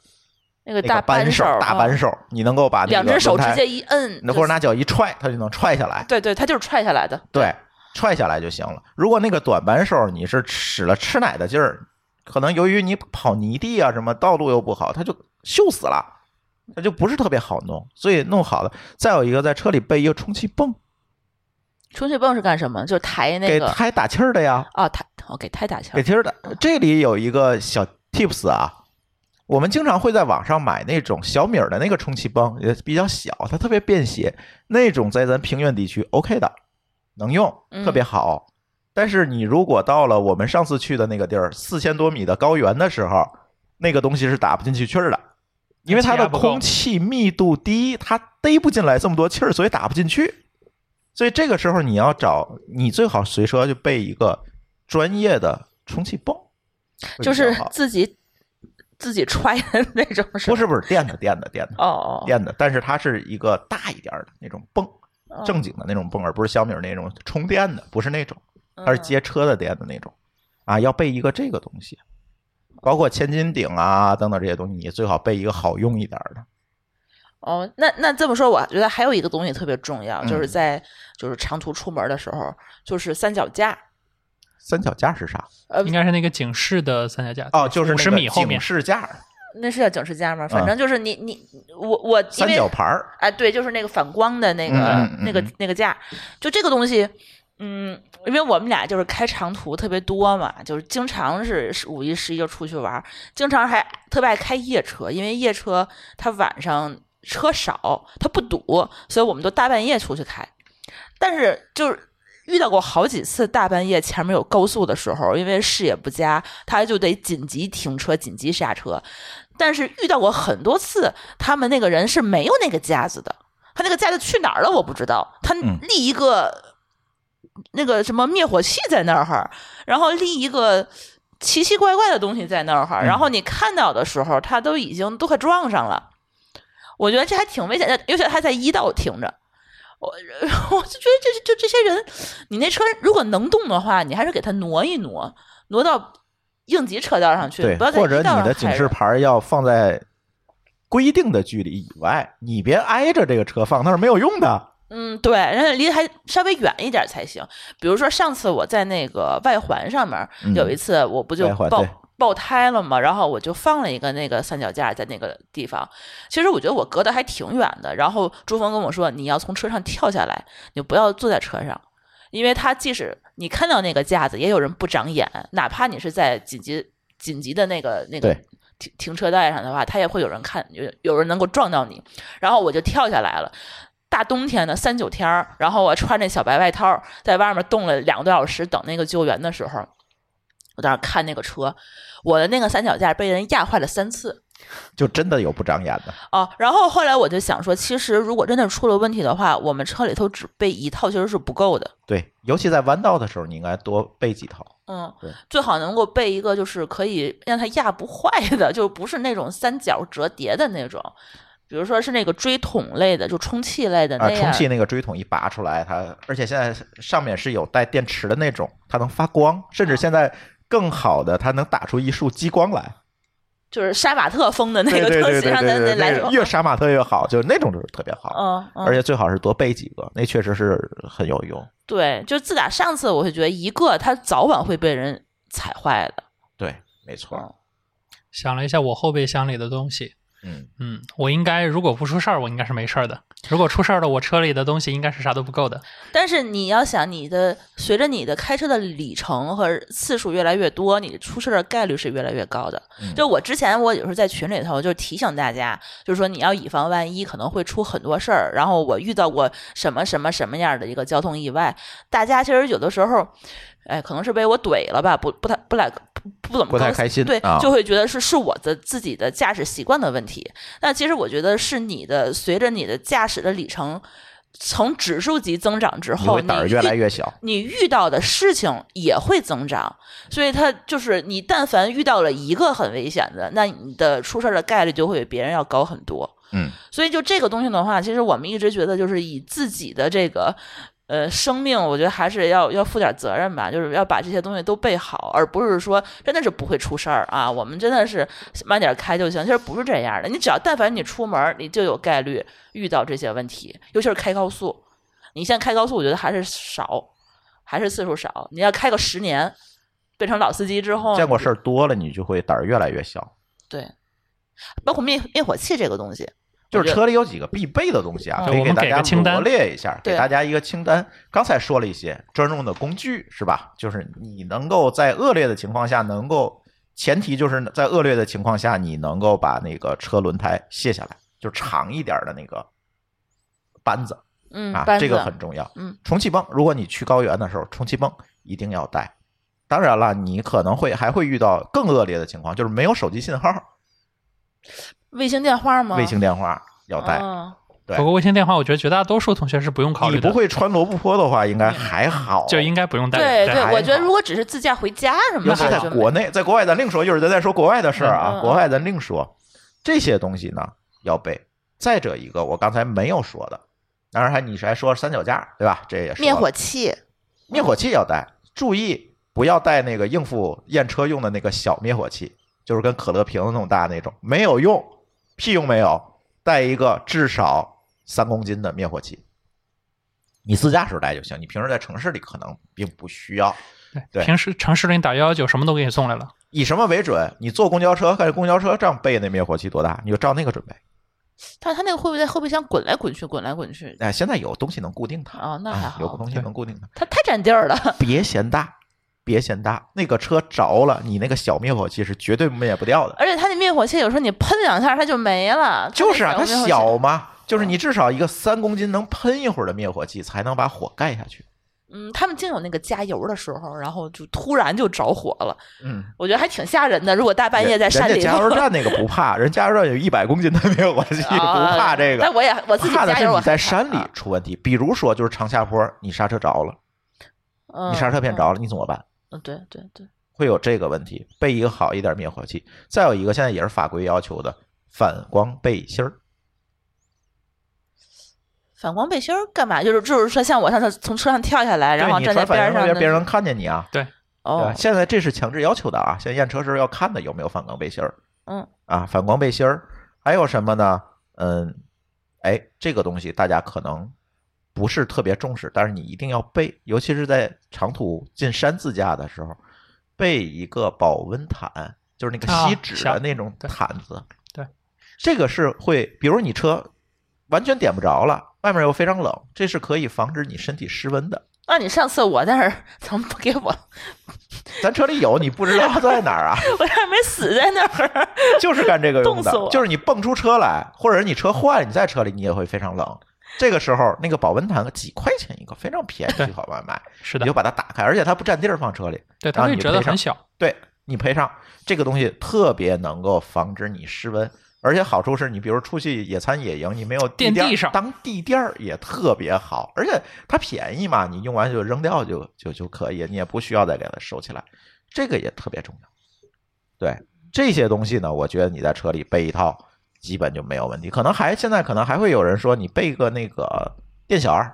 Speaker 2: 那个
Speaker 1: 那个
Speaker 2: 大
Speaker 1: 扳
Speaker 2: 手，
Speaker 1: 大扳
Speaker 2: 手，
Speaker 1: 手，你能够把那个
Speaker 2: 两只手
Speaker 1: 轮胎
Speaker 2: 直接一摁，
Speaker 1: 那或者拿脚一踹，它就能踹下来，
Speaker 2: 对对，它就是踹下来的。
Speaker 1: 对，踹下来就行了。如果那个短扳手你是使了吃奶的劲儿，可能由于你跑泥地啊什么，道路又不好，它就锈死了，它就不是特别好弄。所以弄好了，再有一个在车里备一个充气泵，
Speaker 2: 充气泵是干什么？就是抬那
Speaker 1: 给
Speaker 2: 个
Speaker 1: 胎打气儿的呀，
Speaker 2: 啊，抬哦，给胎打气儿
Speaker 1: 给气儿的。这里有一个小 tips 啊。我们经常会在网上买那种小米儿的那个充气泵，也比较小，它特别便携，那种在咱平原地区 OK 的，能用，
Speaker 2: 嗯
Speaker 1: 特别好。但是你如果到了我们上次去的那个地儿，四千多米的高原的时候，那个东西是打不进去气儿的，因为它
Speaker 3: 气
Speaker 1: 的
Speaker 3: 压不够
Speaker 1: 空气密度低，它逮不进来这么多气儿，所以打不进去。所以这个时候你要找，你最好随车就备一个专业的充气泵，会比较
Speaker 2: 就是
Speaker 1: 好
Speaker 2: 自己自己踹的那种，
Speaker 1: 不
Speaker 2: 是吗
Speaker 1: 是不是电的电的电的
Speaker 2: 哦哦
Speaker 1: 电的，但是它是一个大一点儿的那种泵，
Speaker 2: 哦，
Speaker 1: 正经的那种泵，而不是小米儿那种充电的，不是那种。它是
Speaker 2: 嗯
Speaker 1: 接车的电的那种，啊，要备一个这个东西，包括千斤顶啊等等这些东西，你最好备一个好用一点儿的。
Speaker 2: 哦，那那这么说，我觉得还有一个东西特别重要，就
Speaker 1: 嗯
Speaker 2: 是在就是长途出门的时候，就是三脚架。
Speaker 1: 三脚架是啥？
Speaker 2: 呃
Speaker 3: 应，该是那个警示的三脚架
Speaker 1: 哦，就是那
Speaker 3: 十
Speaker 1: 个
Speaker 3: 米后
Speaker 1: 警
Speaker 3: 面。
Speaker 1: 示架，
Speaker 2: 那是叫警示架吗？
Speaker 1: 嗯
Speaker 2: 反正就是你你我我因
Speaker 1: 三
Speaker 2: 为
Speaker 1: 角牌儿。
Speaker 2: 哎对，就是那个反光的那个、
Speaker 1: 嗯嗯嗯
Speaker 2: 那个
Speaker 1: 嗯
Speaker 2: 那个架，就这个东西，嗯，因为我们俩就是开长途特别多嘛，就是经常是十五一、十一就出去玩儿，经常还特别爱开夜车，因为夜车它晚上车少，它不堵，所以我们都大半夜出去开。但是就是遇到过好几次大半夜前面有高速的时候，因为视野不佳，他就得紧急停车、紧急刹车。但是遇到过很多次，他们那个人是没有那个架子的，他那个架子去哪儿了我不知道，他
Speaker 1: 嗯
Speaker 2: 立一个、那个什么灭火器在那儿，然后立一个。奇奇怪怪的东西在那儿哈，
Speaker 1: 嗯
Speaker 2: 然后你看到的时候，他都已经都快撞上了，我觉得这还挺危险的，尤其他在一道停着，我 我就觉得这就这些人，你那车如果能动的话，你还是给他挪一挪，挪到应急车道上去，
Speaker 1: 对
Speaker 2: 不要，在
Speaker 1: 或者
Speaker 2: 一道
Speaker 1: 你
Speaker 2: 上
Speaker 1: 的警
Speaker 2: 开
Speaker 1: 示
Speaker 2: 着
Speaker 1: 牌要放在规定的距离以外，你别挨着这个车放，那是没有用的。
Speaker 2: 嗯，对，然后离还稍微远一点才行。比如说上次我在那个外环上面、
Speaker 1: 嗯
Speaker 2: 有一次，我不就
Speaker 1: 外环
Speaker 2: 爆
Speaker 1: 对
Speaker 2: 爆胎了嘛，然后我就放了一个那个三脚架在那个地方。其实我觉得我隔得还挺远的。然后朱峰跟我说，你要从车上跳下来，你不要坐在车上，因为他即使你看到那个架子，也有人不长眼，哪怕你是在紧急紧急的那个那个
Speaker 1: 对
Speaker 2: 停停车带上的话，他也会有人看，有有人能够撞到你。然后我就跳下来了。大冬天的三九天儿，然后我穿着小白外套儿在外面冻了两个多小时，等那个救援的时候，我在那儿看那个车，我的那个三脚架被人压坏了三次。
Speaker 1: 就真的有不长眼的。
Speaker 2: 哦，然后后来我就想说，其实如果真的出了问题的话，我们车里头只备一套其实是不够的。
Speaker 1: 对，尤其在弯道的时候，你应该多备几套。
Speaker 2: 嗯
Speaker 1: 对，
Speaker 2: 最好能够备一个，就是可以让它压不坏的，就不是那种三角折叠的那种，比如说是那个锥筒类的，就充气类的
Speaker 1: 啊
Speaker 2: 那，样。
Speaker 1: 充气那个锥桶一拔出来，它而且现在上面是有带电池的那种，它能发光，甚至现在更好的，它能打出一束激光来。
Speaker 2: 就是杀马特风的 那
Speaker 1: 对
Speaker 2: 个
Speaker 1: 对
Speaker 2: 东
Speaker 1: 对对
Speaker 2: 西，
Speaker 1: 对
Speaker 2: 让咱
Speaker 1: 对
Speaker 2: 得来
Speaker 1: 那
Speaker 2: 种
Speaker 1: 个。越杀马特越好，就是那种就是特别好，
Speaker 2: 嗯嗯，
Speaker 1: 而且最好是多备几个，那确实是很有用。
Speaker 2: 对，就自打上次，我会觉得一个它早晚会被人踩坏的。
Speaker 1: 对，没错，
Speaker 2: 嗯
Speaker 3: 想了一下我后备箱里的东西，
Speaker 1: 嗯，
Speaker 3: 嗯，我应该如果不出事儿，我应该是没事儿的。如果出事儿了，我车里的东西应该是啥都不够的。
Speaker 2: 但是你要想，你的随着你的开车的里程和次数越来越多，你出事儿的概率是越来越高的。
Speaker 1: 嗯
Speaker 2: 就我之前我有时候在群里头就提醒大家，就是说你要以防万一，可能会出很多事儿。然后我遇到过什么什么什么样的一个交通意外，大家其实有的时候，哎，可能是被我怼了吧，不不太不来不不怎么
Speaker 1: 不太
Speaker 2: 高兴
Speaker 1: 开心
Speaker 2: 对
Speaker 1: 啊，
Speaker 2: 就会觉得是是我的自己的驾驶习惯的问题。那其实我觉得是你的，随着你的驾驶的里程从指数级增长之
Speaker 1: 你
Speaker 2: 后，
Speaker 1: 会
Speaker 2: 你
Speaker 1: 胆儿越来
Speaker 2: 遇
Speaker 1: 越小。
Speaker 2: 你遇到的事情也会增长，所以它就是你但凡遇到了一个很危险的，那你的出事儿的概率就会比别人要高很多。
Speaker 1: 嗯，
Speaker 2: 所以就这个东西的话，其实我们一直觉得就是以自己的这个呃生命，我觉得还是要要负点责任吧，就是要把这些东西都备好，而不是说真的是不会出事儿啊，我们真的是慢点开就行。其实不是这样的，你只要但凡你出门，你就有概率遇到这些问题，尤其是开高速。你现在开高速，我觉得还是少，还是次数少。你要开个十年，变成老司机之后，
Speaker 1: 见过事儿多了，你就会胆儿越来越小。
Speaker 2: 对，包括灭灭火器这个东西，
Speaker 1: 就是
Speaker 2: 我觉得
Speaker 1: 车里有几个必备的东西啊，
Speaker 3: 嗯
Speaker 1: 可以
Speaker 3: 我
Speaker 1: 给
Speaker 3: 们
Speaker 1: 大
Speaker 3: 给个
Speaker 1: 家
Speaker 3: 清单
Speaker 1: 罗列一下，
Speaker 2: 对
Speaker 1: 给大家一个清单。刚才说了一些专用的工具，是吧？就是你能够在恶劣的情况下，能够前提就是在恶劣的情况下，你能够把那个车轮胎卸下来，就长一点的那个扳子
Speaker 2: 嗯，
Speaker 1: 啊，
Speaker 2: 扳
Speaker 1: 这个
Speaker 2: 子
Speaker 1: 很重要。
Speaker 2: 嗯，
Speaker 1: 充气泵，如果你去高原的时候，充气泵一定要带。当然了，你可能会还会遇到更恶劣的情况，就是没有手机信号，
Speaker 2: 卫星电话吗？
Speaker 1: 卫星电话要带。
Speaker 2: 嗯
Speaker 1: 对
Speaker 3: 不过卫星电话，我觉得绝大多数同学是不用考虑
Speaker 1: 你
Speaker 3: 的，
Speaker 1: 不会穿萝卜坡的话，应该还好。
Speaker 3: 就应该不用带
Speaker 2: 对
Speaker 3: 的。
Speaker 2: 对，
Speaker 1: 还
Speaker 2: 我觉得
Speaker 1: 好
Speaker 2: 如果只是自驾回家什么
Speaker 1: 尤
Speaker 2: 的，
Speaker 1: 其在
Speaker 2: 就没
Speaker 1: 国内，在国外咱另说，一会儿咱再说国外的事儿啊
Speaker 2: 嗯嗯。嗯
Speaker 1: 国外咱另说，这些东西呢要备。再者一个，我刚才没有说的，当然还你是还说三脚架对吧？这也说了
Speaker 2: 灭火器，
Speaker 1: 灭火器要带，注意不要带那个应付验车用的那个小灭火器，就是跟可乐瓶子那么大那种，没有用，屁用没有。带一个至少三公斤的灭火器，你自驾时候带就行，你平时在城市里可能并不需要。对
Speaker 3: 平时城市里你打幺幺九，什么都给你送来了。
Speaker 1: 以什么为准？你坐公交车，看公交车这样备那灭火器多大，你就照那个准备。
Speaker 2: 但是它那个会不会在后备箱滚来滚去，滚来滚去？
Speaker 1: 哎，现在有东西能固定它，
Speaker 2: 哦，那还
Speaker 1: 啊，有
Speaker 2: 好，
Speaker 1: 东西能固定它，
Speaker 2: 它太占地儿了。
Speaker 1: 别嫌大，别嫌大，那个车着了，你那个小灭火器是绝对灭不掉的。
Speaker 2: 而且它那灭灭火器有时候你喷两下它就没了，
Speaker 1: 就是啊，它
Speaker 2: 它那
Speaker 1: 小嘛，
Speaker 2: 嗯
Speaker 1: 就是你至少一个三公斤能喷一会儿的灭火器才能把火盖下去。
Speaker 2: 嗯，他们竟有那个加油的时候，然后就突然就着火了，
Speaker 1: 嗯，
Speaker 2: 我觉得还挺吓人的。如果大半夜在山
Speaker 1: 人
Speaker 2: 里
Speaker 1: 家加油 站那个不怕，人加油站有一百公斤的灭火器，不
Speaker 2: 啊
Speaker 1: 怕这个
Speaker 2: 但。我也我自己
Speaker 1: 怕的
Speaker 2: 加
Speaker 1: 是
Speaker 2: 油，我
Speaker 1: 你在
Speaker 2: 害怕
Speaker 1: 山里
Speaker 2: 啊
Speaker 1: 出问题，比如说就是长下坡，你刹车着了，
Speaker 2: 嗯、
Speaker 1: 你刹车片
Speaker 2: 嗯，
Speaker 1: 着了，你怎么办？
Speaker 2: 嗯，对对对，
Speaker 1: 会有这个问题。备一个好一点灭火器，再有一个现在也是法规要求的反光背心儿。
Speaker 2: 反光背心儿干嘛？就是就是说，像我上次从车上跳下来，然
Speaker 1: 对
Speaker 2: 后
Speaker 1: 你
Speaker 2: 站在
Speaker 1: 穿
Speaker 2: 边
Speaker 1: 反光
Speaker 2: 儿
Speaker 1: 背
Speaker 2: 上
Speaker 1: 心
Speaker 2: 的那，
Speaker 1: 别人看见你啊。对
Speaker 2: 哦
Speaker 1: 吧，现在这是强制要求的啊，现在验车时候要看的有没有反光背心儿。
Speaker 2: 嗯，
Speaker 1: 啊，反光背心儿，还有什么呢？嗯，哎，这个东西大家可能不是特别重视，但是你一定要备，尤其是在长途进山自驾的时候，备一个保温毯，就是那个
Speaker 3: 啊
Speaker 1: 吸脂的
Speaker 3: 想
Speaker 1: 那种
Speaker 3: 对
Speaker 1: 毯子。
Speaker 3: 对
Speaker 1: 这个是会，比如你车完全点不着了，外面又非常冷，这是可以防止你身体失温的。
Speaker 2: 那你上次我那儿 怎么不给我？
Speaker 1: 咱车里有，你不知道在哪儿啊？
Speaker 2: 我还没死在那儿。
Speaker 1: 就是干这个用
Speaker 2: 冻死
Speaker 1: 的，
Speaker 2: 我
Speaker 1: 就是你蹦出车来，或者是你车坏了，你在车里你也会非常冷。这个时候，那个保温毯几块钱一个，非常便宜，
Speaker 3: 对
Speaker 1: 去好买买，
Speaker 3: 是
Speaker 1: 你
Speaker 3: 的
Speaker 1: 就，把它打开，而且它不占地儿放车里，
Speaker 3: 对，它
Speaker 1: 让
Speaker 3: 可以
Speaker 1: 你
Speaker 3: 折
Speaker 1: 配
Speaker 3: 得
Speaker 1: 上
Speaker 3: 很小。
Speaker 1: 对你赔上这个东西特别能够防止你失温，而且好处是你比如出去野餐野营，你没有地
Speaker 3: 垫
Speaker 1: 垫儿
Speaker 3: 地上
Speaker 1: 当地垫儿也特别好，而且它便宜嘛，你用完就扔掉就就就可以，你也不需要再给它收起来，这个也特别重要。对这些东西呢，我觉得你在车里备一套基本就没有问题，可能还现在可能还会有人说你备个那个电小二，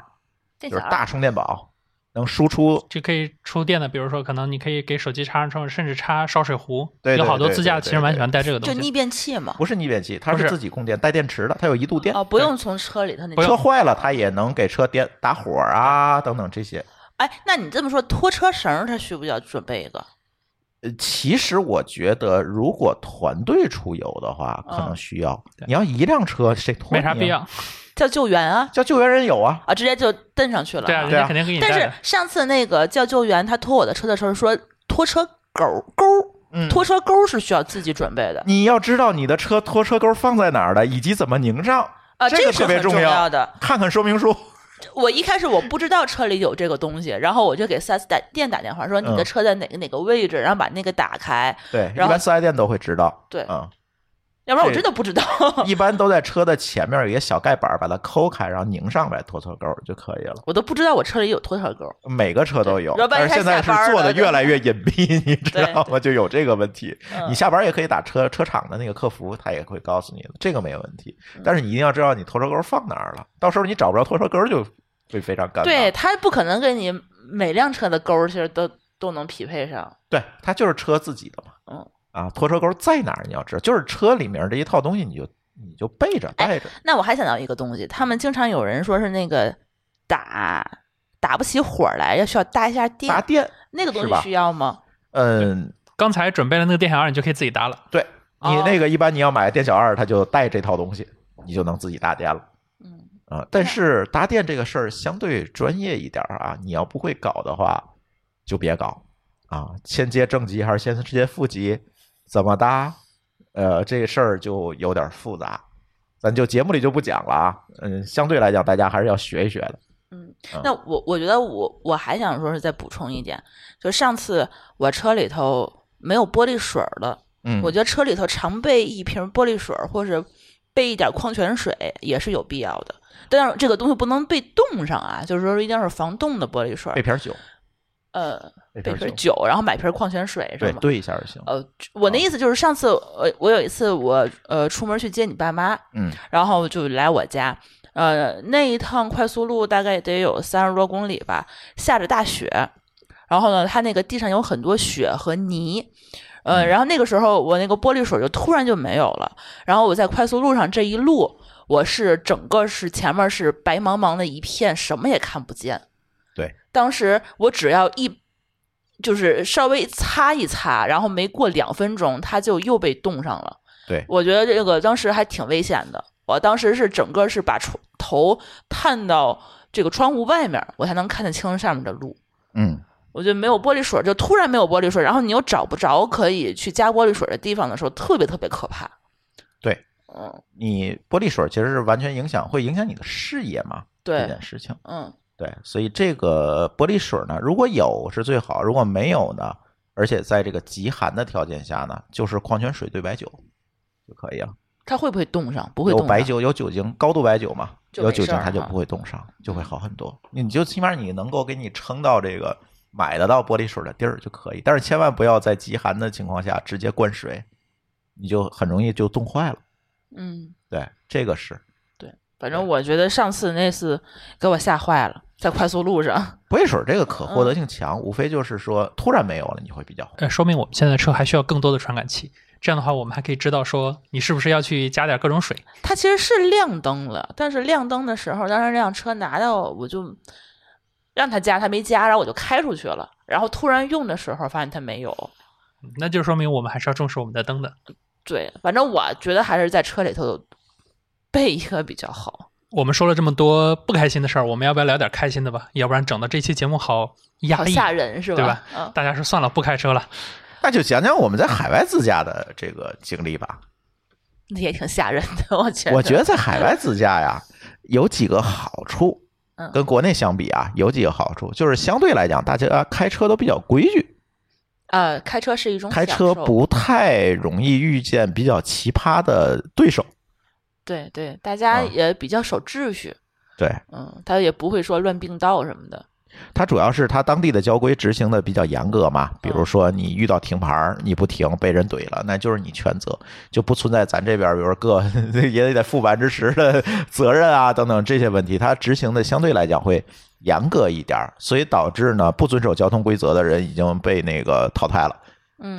Speaker 2: 这
Speaker 1: 就是
Speaker 2: 小孩儿
Speaker 1: 大充电宝，能输出
Speaker 3: 就可以充电的，比如说可能你可以给手机插上充，甚至插烧水壶。
Speaker 1: 对对
Speaker 3: 有好多
Speaker 1: 对
Speaker 3: 自驾
Speaker 1: 对
Speaker 3: 其
Speaker 1: 对
Speaker 3: 实蛮
Speaker 1: 对
Speaker 3: 喜欢带这个东
Speaker 2: 就
Speaker 3: 西。
Speaker 2: 逆变器嘛，
Speaker 1: 不是逆变器，它
Speaker 3: 不
Speaker 1: 是
Speaker 3: 是
Speaker 1: 自己供电带电池的，它有一度电。
Speaker 2: 哦，不用从车里头那
Speaker 3: 不用
Speaker 1: 车坏了，它也能给车点打火啊，等等这些。
Speaker 2: 哎，那你这么说，拖车绳儿它需不需要准备一个？
Speaker 1: 呃，其实我觉得，如果团队出游的话，可能
Speaker 2: 嗯
Speaker 1: 需要。
Speaker 3: 对
Speaker 1: 你要一辆车，谁拖？啊
Speaker 3: 没啥必。要，
Speaker 2: 叫救援啊
Speaker 1: 叫救援人有啊，
Speaker 2: 啊，直接就蹬上去了。
Speaker 3: 对啊，人
Speaker 1: 对
Speaker 3: 家
Speaker 1: 啊
Speaker 3: 肯定给你带
Speaker 2: 但是
Speaker 3: 的。
Speaker 2: 上次那个叫救援，他拖我的车的时候说，拖车钩钩，
Speaker 1: 嗯，
Speaker 2: 拖。车钩是需要自己准备的
Speaker 1: 你要知道你的车拖车钩放在哪儿的，以及怎么拧上，
Speaker 2: 啊，
Speaker 1: 这个
Speaker 2: 是
Speaker 1: 特别
Speaker 2: 很重
Speaker 1: 重要
Speaker 2: 的。
Speaker 1: 看看说明书。
Speaker 2: 我一开始我不知道车里有这个东西，然后我就给四 S 打店打电话说你的
Speaker 1: 嗯
Speaker 2: 车在哪个哪个位置，然后把那个打开，
Speaker 1: 对，一
Speaker 2: 然后
Speaker 1: 般四 S 店都会知道。
Speaker 2: 对
Speaker 1: 嗯，
Speaker 2: 要不然我
Speaker 1: 这
Speaker 2: 真的不知道。
Speaker 1: 一般都在车的前面有一个小盖板，把它抠开，然后拧上来拖车钩就可以了。
Speaker 2: 我都不知道我车里有拖车钩，
Speaker 1: 每个车都有
Speaker 2: 对要，不然
Speaker 1: 但是现在是做的越来越隐蔽，你知道吗？就有这个问题。
Speaker 2: 嗯
Speaker 1: 你下班也可以打车车厂的那个客服，他也会告诉你的，这个没有问题。但是你一定要知道你拖车钩放哪儿了，到时候你找不着拖车钩就会非常尴尬。
Speaker 2: 对，他不可能给你每辆车的钩其实都都能匹配上。
Speaker 1: 对，它就是车自己的嘛。
Speaker 2: 嗯
Speaker 1: 啊，拖车钩在哪儿你要知道，就是车里面这一套东西，你就你就备着带着。
Speaker 2: 那我还想到一个东西，他们经常有人说是那个打打不起火来，要需要搭一下电，
Speaker 1: 搭电，
Speaker 2: 那个东
Speaker 1: 是吧
Speaker 2: 西需要吗？
Speaker 1: 嗯，
Speaker 3: 刚才准备了那个电小二，你就可以自己搭了。
Speaker 1: 对你
Speaker 2: 哦
Speaker 1: 那个一般你要买电小二，它就带这套东西，你就能自己搭电了。
Speaker 2: 嗯，
Speaker 1: 啊，但是搭电这个事儿相对专业一点儿啊，你要不会搞的话，就别搞啊。先接正极还是先接负极，怎么搭？呃，这事儿就有点复杂，咱就节目里就不讲了啊。嗯，相对来讲，大家还是要学一学的。嗯
Speaker 2: 那我我觉得我我还想说是再补充一点，就上次我车里头没有玻璃水儿了，
Speaker 1: 嗯，
Speaker 2: 我觉得车里头常备一瓶玻璃水儿或者备一点矿泉水也是有必要的。但是这个东西不能被冻上啊，就是说一定要是防冻的玻璃水儿
Speaker 1: 备，瓶儿酒，
Speaker 2: 呃，
Speaker 1: 备
Speaker 2: 备
Speaker 1: 儿
Speaker 2: 瓶
Speaker 1: 酒，
Speaker 2: 酒，然后买瓶矿泉水
Speaker 1: 对
Speaker 2: 是，吗？
Speaker 1: 兑一下就行。
Speaker 2: 呃，我那
Speaker 1: 哦
Speaker 2: 意思就是上次呃，我有一次我呃出门去接你爸妈，
Speaker 1: 嗯，
Speaker 2: 然后就来我家。呃，那一趟快速路大概得有三十多公里吧，下着大雪，然后呢，它那个地上有很多雪和泥，呃，
Speaker 1: 嗯
Speaker 2: 然后那个时候我那个玻璃水就突然就没有了，然后我在快速路上这一路，我是整个是前面是白茫茫的一片，什么也看不见。
Speaker 1: 对，
Speaker 2: 当时我只要一就是稍微擦一擦，然后没过两分钟，它就又被冻上了。
Speaker 1: 对
Speaker 2: 我觉得这个当时还挺危险的。我当时是整个是把窗头探到这个窗户外面，我才能看得清上面的路。
Speaker 1: 嗯，
Speaker 2: 我觉得没有玻璃水，就突然没有玻璃水，然后你又找不着可以去加玻璃水的地方的时候，特别特别可怕。
Speaker 1: 对，
Speaker 2: 嗯，
Speaker 1: 你玻璃水其实是完全影响，会影响你的视野嘛，这
Speaker 2: 对
Speaker 1: 件，事情。
Speaker 2: 嗯，
Speaker 1: 对，所以这个玻璃水呢，如果有是最好，如果没有呢，而且在这个极寒的条件下呢，就是矿泉水兑白酒就可以了。
Speaker 2: 它会不会冻上？不会冻
Speaker 1: 有
Speaker 2: 上。
Speaker 1: 白酒，有酒精，高度白酒嘛，
Speaker 2: 就
Speaker 1: 有
Speaker 2: 没
Speaker 1: 酒
Speaker 2: 事
Speaker 1: 精
Speaker 2: 儿
Speaker 1: 它就
Speaker 2: 哈
Speaker 1: 不会冻伤，就会好很多。你就起码你能够给你撑到这个买得到玻璃水的地儿就可以，但是千万不要在极寒的情况下直接灌水，你就很容易就冻坏了。
Speaker 2: 嗯，
Speaker 1: 对，这个是
Speaker 2: 反正我觉得上次那次给我吓坏了，在快速路上。
Speaker 1: 玻璃水这个可
Speaker 2: 嗯
Speaker 1: 获得性强，无非就是说突然没有了你会比较
Speaker 3: 呃，说明我们现在的车还需要更多的传感器。这样的话，我们还可以知道说你是不是要去加点各种水。
Speaker 2: 它其实是亮灯了，但是亮灯的时候，当时那辆车拿到我就让他加，他没加，然后我就开出去了。然后突然用的时候发现它没有，
Speaker 3: 嗯那就说明我们还是要重视我们的灯的。
Speaker 2: 对，反正我觉得还是在车里头备一个比较好。
Speaker 3: 我们说了这么多不开心的事儿，我们要不要聊点开心的吧？要不然整的这期节目好压
Speaker 2: 好
Speaker 3: 抑，
Speaker 2: 吓人是吧？
Speaker 3: 对吧
Speaker 2: 吧嗯，
Speaker 3: 大家说算了，不开车了。
Speaker 1: 那就讲讲我们在海外自驾的这个经历吧。
Speaker 2: 那也挺吓人的，我觉得。
Speaker 1: 我觉得在海外自驾呀，有几个好处
Speaker 2: 嗯，
Speaker 1: 跟国内相比啊，有几个好处，就是相对来讲，大家呃开车都比较规矩，
Speaker 2: 呃，开车是一种
Speaker 1: 开
Speaker 2: 享
Speaker 1: 车
Speaker 2: 受
Speaker 1: 不太容易遇见比较奇葩的对手。
Speaker 2: 对对，大家
Speaker 1: 嗯
Speaker 2: 也比较守秩序，
Speaker 1: 对，
Speaker 2: 嗯，他也不会说乱并道什么的。
Speaker 1: 它主要是它当地的交规执行的比较严格嘛，比如说你遇到停牌儿你不停被人怼了，那就是你全责，就不存在咱这边儿比如说各 也得负百分之十的 责任啊等等这些问题，它执行的相对来讲会严格一点儿，所以导致呢不遵守交通规则的人已经被那个淘汰了。
Speaker 2: 嗯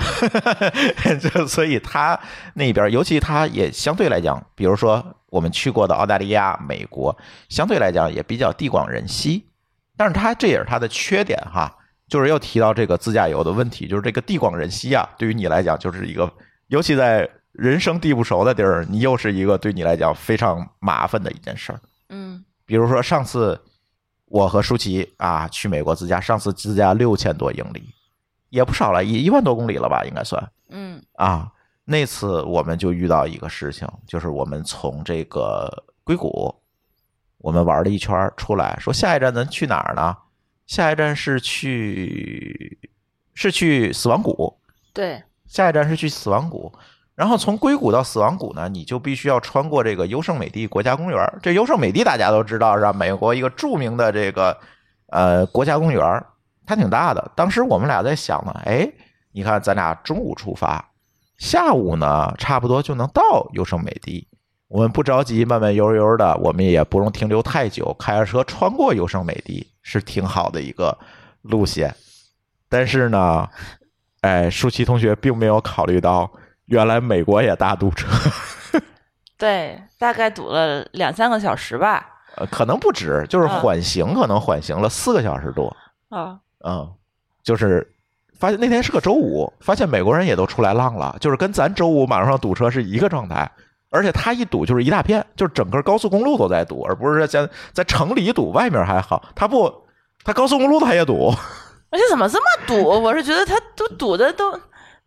Speaker 1: 就所以他那边儿，尤其他也相对来讲，比如说我们去过的澳大利亚、美国，相对来讲也比较地广人稀。但是他这也是他的缺点哈，就是又提到这个自驾游的问题，就是这个地广人稀啊，对于你来讲就是一个，尤其在人生地不熟的地儿，你又是一个对你来讲非常麻烦的一件事儿。
Speaker 2: 嗯
Speaker 1: 比如说上次我和舒淇啊去美国自驾，上次自驾六千多英里，也不少了，一一万多公里了吧，应该算。
Speaker 2: 嗯
Speaker 1: 啊，那次我们就遇到一个事情，就是我们从这个硅谷，我们玩了一圈儿出来，说下一站咱去哪儿呢？下一站是去是去死亡谷，
Speaker 2: 对，
Speaker 1: 下一站是去死亡谷。然后从硅谷到死亡谷呢，你就必须要穿过这个优胜美地国家公园儿。这优胜美地大家都知道是吧？美国一个著名的这个呃国家公园儿，它挺大的。当时我们俩在想呢，哎，你看咱俩中午出发，下午呢差不多就能到优胜美地。我们不着急，慢慢悠悠的，我们也不用停留太久，开着车穿过优胜美地是挺好的一个路线。但是呢，哎，舒淇同学并没有考虑到，原来美国也大堵车，
Speaker 2: 对，大概堵了两三个小时吧。
Speaker 1: 呃可能不止，就是
Speaker 2: 嗯
Speaker 1: 缓行，可能缓行了四个小时多，
Speaker 2: 啊，
Speaker 1: 嗯，就是发现那天是个周五，发现美国人也都出来浪了，就是跟咱周五马路上堵车是一个状态。而且他一堵就是一大片，就是整个高速公路都在堵，而不是在在城里堵，外面还好，他不，他高速公路他也堵，
Speaker 2: 而且怎么这么堵？我是觉得它都堵的都，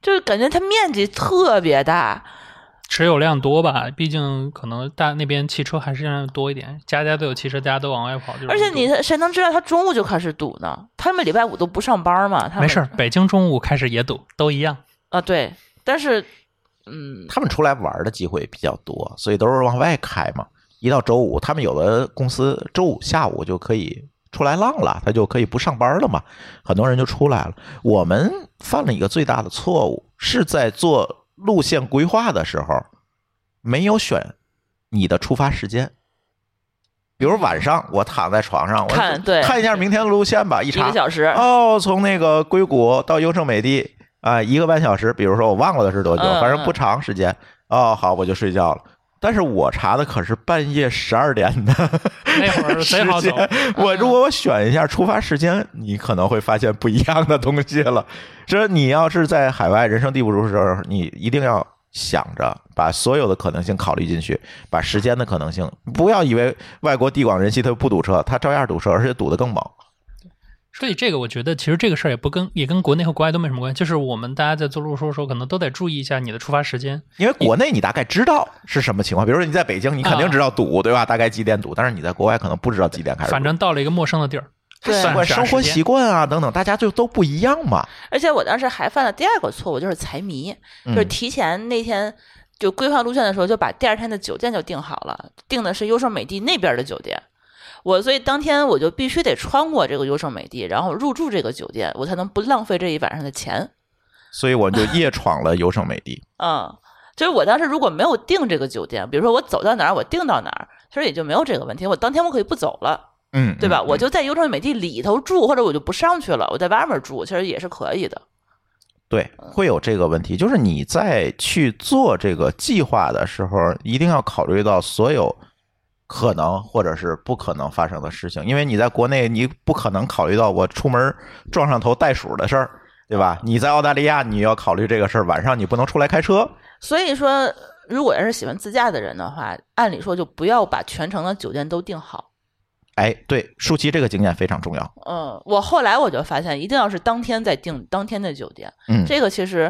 Speaker 2: 就是感觉它面积特别大。
Speaker 3: 持有量多吧，毕竟可能大那边汽车还是要多一点，家家都有汽车，大家都往外跑。就是
Speaker 2: 而且你谁能知道它中午就开始堵呢？他们礼拜五都不上班嘛？他们
Speaker 3: 没事儿，北京中午开始也堵，都一样。
Speaker 2: 啊，对，但是嗯，
Speaker 1: 他们出来玩的机会比较多，所以都是往外开嘛。一到周五，他们有的公司周五下午就可以出来浪了，他就可以不上班了嘛。很多人就出来了。我们犯了一个最大的错误，是在做路线规划的时候没有选你的出发时间。比如晚上，我躺在床上，我
Speaker 2: 看对
Speaker 1: 看一下明天的路线吧，一
Speaker 2: 一
Speaker 1: 查
Speaker 2: 个小 时，
Speaker 3: 啊
Speaker 1: 哦，从那个硅谷到优胜美地啊、一个半小时，比如说我忘了的是多久，
Speaker 2: 嗯
Speaker 1: 反正不长时间。哦，好，我就睡觉了。但是我查的可是半夜十二点的
Speaker 3: 那 会儿
Speaker 1: 时
Speaker 3: 贼好走，
Speaker 1: 间，
Speaker 2: 嗯
Speaker 1: 我如果我选一下出发时间，你可能会发现不一样的东西了。这你要是在海外人生地不熟的时候，你一定要想着把所有的可能性考虑进去，把时间的可能性，不要以为外国地广人稀，它不堵车，它照样堵车，而且堵得更猛。
Speaker 3: 所以这个我觉得其实这个事儿也不跟也跟国内和国外都没什么关系，就是我们大家在做路书的时候，可能都得注意一下你的出发时间。
Speaker 1: 因为国内你大概知道是什么情况，比如说你在北京，你肯定
Speaker 3: 啊
Speaker 1: 知道堵，对吧？大概几点堵，但是你在国外可能不知道几点开始堵。
Speaker 3: 反正到了一个陌生的地儿，
Speaker 2: 对
Speaker 1: 习惯、生活习惯啊等等，大家就都不一样 嘛。
Speaker 2: 而且我当时还犯了第二个错误，就是财迷，就是
Speaker 1: 嗯
Speaker 2: 提前那天就规划路线的时候，就把第二天的酒店就定好了，定的是优胜美地那边的酒店。我所以当天我就必须得穿过这个优胜美地，然后入住这个酒店，我才能不浪费这一晚上的钱。
Speaker 1: 所以我们就夜闯了优胜美地。
Speaker 2: 嗯，就是我当时如果没有订这个酒店，比如说我走到哪儿我订到哪儿，其实也就没有这个问题。我当天我可以不走了，
Speaker 1: 嗯，
Speaker 2: 对吧？
Speaker 1: 嗯嗯
Speaker 2: 我就在优胜美地里头住，或者我就不上去了，我在外面住，其实也是可以的。
Speaker 1: 对会有这个问题，就是你在去做这个计划的时候，一定要考虑到所有可能或者是不可能发生的事情，因为你在国内你不可能考虑到我出门撞上头袋鼠的事儿，对吧？你在澳大利亚你要考虑这个事儿，晚上你不能出来开车，
Speaker 2: 所以说，如果要是喜欢自驾的人的话，按理说就不要把全程的酒店都订好。
Speaker 1: 哎，对，舒淇这个经验非常重要。
Speaker 2: 嗯，我后来我就发现，一定要是当天再订当天的酒店，
Speaker 1: 嗯，
Speaker 2: 这个其实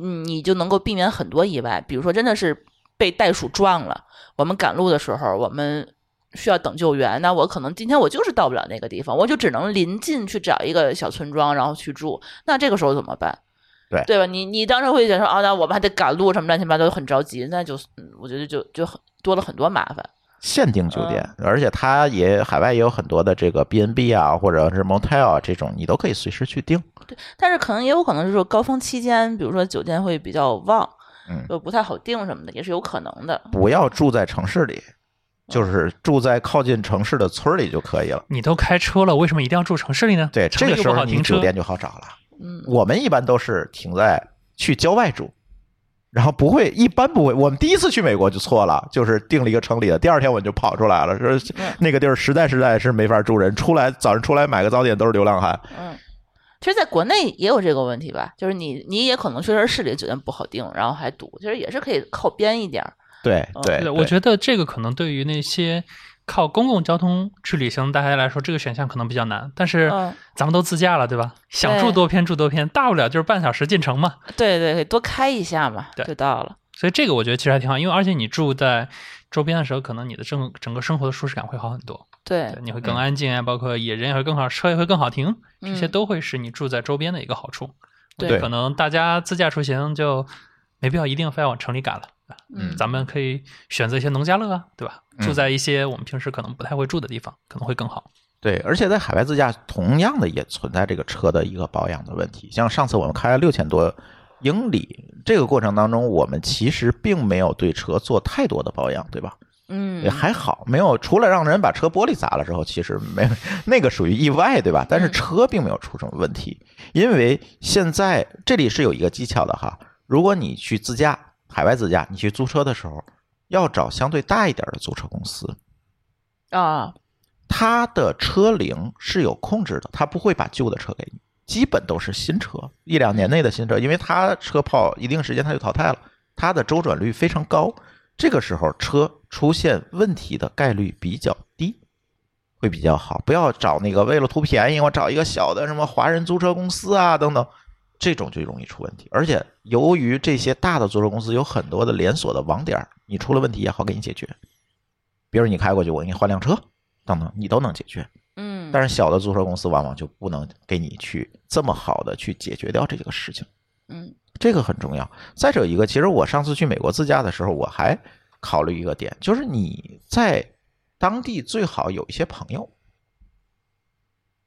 Speaker 2: 嗯你就能够避免很多意外。比如说，真的是被袋鼠撞了，我们赶路的时候，我们需要等救援，那我可能今天我就是到不了那个地方，我就只能临近去找一个小村庄，然后去住。那这个时候怎么办？
Speaker 1: 对
Speaker 2: 对吧？你你当时会觉得说啊，那我们还得赶路什么乱七八糟，很着急，那就嗯我觉得就就很多了很多麻烦。
Speaker 1: 限定酒店，而且它也海外也有很多的这个 B&B 啊，或者是 motel 啊这种，你都可以随时去订。
Speaker 2: 但是可能也有可能是说高峰期间，比如说酒店会比较旺，
Speaker 1: 嗯
Speaker 2: 就不太好订什么的，也是有可能的。
Speaker 1: 不要住在城市里，
Speaker 3: 啊
Speaker 1: 就是住在靠近城市的村儿里就可以了。
Speaker 3: 你都开车了，为什么一定要住城市里呢？
Speaker 1: 对，
Speaker 3: 城
Speaker 1: 这
Speaker 3: 里
Speaker 1: 个
Speaker 3: 又
Speaker 1: 时
Speaker 3: 不
Speaker 1: 候
Speaker 3: 好
Speaker 1: 你
Speaker 3: 停车
Speaker 1: 酒。店就好找了。
Speaker 2: 嗯，
Speaker 1: 我们一般都是停在去郊外住，然后不会，一般不会。我们第一次去美国就错了，就是订了一个城里的，第二天我就跑出来了，说
Speaker 2: 嗯
Speaker 1: 那个地儿实在实在是没法住人，出来早上出来买个早点都是流浪汉。
Speaker 2: 嗯，其实，在国内也有这个问题吧，就是你你也可能确实市里的酒店不好订，然后还堵，其实也是可以靠边一点儿。
Speaker 1: 对
Speaker 2: 嗯
Speaker 1: 对，
Speaker 3: 我觉得这个可能对于那些靠公共交通去旅行的大家来说，这个选项可能比较难。但是
Speaker 2: 嗯
Speaker 3: 咱们都自驾了，对吧？想住多偏住多偏，大不了就是半小时进城嘛。
Speaker 2: 对对对，多开一下嘛，
Speaker 3: 对
Speaker 2: 就到了。
Speaker 3: 所以这个我觉得其实还挺好，因为而且你住在周边的时候，可能你的整整个生活的舒适感会好很多，
Speaker 2: 对
Speaker 3: 对，，你会更安静啊，包括也人也会更好，车也会更好停，这些
Speaker 2: 嗯
Speaker 3: 都会是你住在周边的一个好处。
Speaker 2: 对
Speaker 3: 我觉得可能大家自驾出行就没必要一定非要往城里赶了。啊
Speaker 1: 嗯
Speaker 3: 咱们可以选择一些农家乐啊，对吧？
Speaker 1: 嗯
Speaker 3: 住在一些我们平时可能不太会住的地方，可能会更好。
Speaker 1: 对，而且在海外自驾，同样的也存在这个车的一个保养的问题。像上次我们开了六千多英里，这个过程当中，我们其实并没有对车做太多的保养，对吧？
Speaker 2: 嗯
Speaker 1: 也，还好，没有除了让人把车玻璃砸了之后，其实没那个属于意外，对吧？但是车并没有出什么问题，因为现在这里是有一个技巧的哈。如果你去自驾，海外自驾，你去租车的时候，要找相对大一点的租车公司，
Speaker 2: 啊，
Speaker 1: 它的车龄是有控制的，它不会把旧的车给你，基本都是新车，一两年内的新车，因为它车泡一定时间它就淘汰了，它的周转率非常高，这个时候车出现问题的概率比较低，会比较好。不要找那个为了图便宜，我找一个小的什么华人租车公司啊等等，这种就容易出问题。而且由于这些大的租车公司有很多的连锁的网点儿，你出了问题也好给你解决，比如你开过去，我给你换辆车。等等，你都能解决。
Speaker 2: 嗯，
Speaker 1: 但是小的租车公司往往就不能给你去这么好的去解决掉这个事情，
Speaker 2: 嗯
Speaker 1: 这个很重要。再者一个，其实我上次去美国自驾的时候，我还考虑一个点，就是你在当地最好有一些朋友。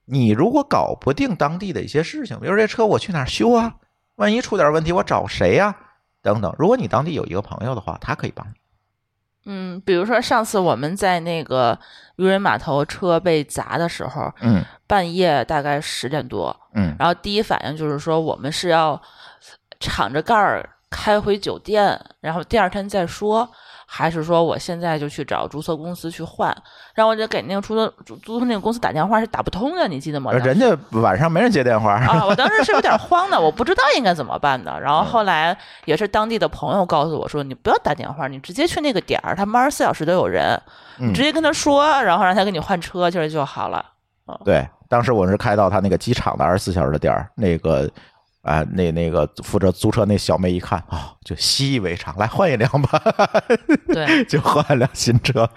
Speaker 1: 你如果搞不定当地的一些事情，比如这车我去哪儿修啊，万一出点问题我找谁呀、等等。如果你当地有一个朋友的话，他可以帮你。
Speaker 2: 嗯，比如说上次我们在那个渔人码头车被砸的时候，
Speaker 1: 嗯
Speaker 2: 半夜大概十点多，
Speaker 1: 嗯
Speaker 2: 然后第一反应就是说我们是要敞着盖儿开回酒店，然后第二天再说，还是说我现在就去找注册公司去换？然后我就给那个出租租租车那个公司打电话是打不通的，你记得吗？
Speaker 1: 呃人家晚上没人接电话。
Speaker 2: 啊，我当时是有点慌的，我不知道应该怎么办的。然后后来也是当地的朋友告诉我说，你不要打电话，你直接去那个点儿，他们二十四小时都有人，
Speaker 1: 嗯
Speaker 2: 直接跟他说，然后让他给你换车，就是就好了。
Speaker 1: 对，当时我是开到他那个机场的二十四小时的店儿，那个啊、那那个负责租车那小妹一看啊、就习以为常，来换一辆吧，
Speaker 2: 对，
Speaker 1: 就换了辆新车，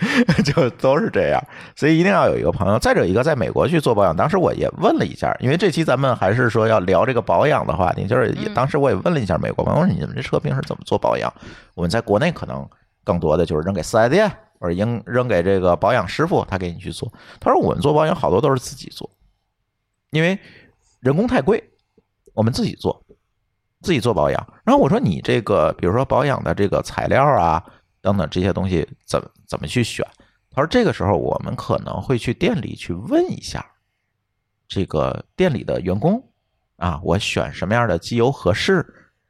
Speaker 1: 就都是这样，所以一定要有一个朋友。再者一个，在美国去做保养，当时我也问了一下，因为这期咱们还是说要聊这个保养的话题，就是也
Speaker 2: 嗯
Speaker 1: 当时我也问了一下美国朋友，我说你们这车平时怎么做保养？我们在国内可能更多的就是扔给四 S 店，或者扔扔给这个保养师傅，他给你去做。他说我们做保养好多都是自己做，因为人工太贵，我们自己做，自己做保养。然后我说你这个，比如说保养的这个材料啊等等这些东西怎么怎么去选？他说这个时候我们可能会去店里去问一下这个店里的员工啊，我选什么样的机油合适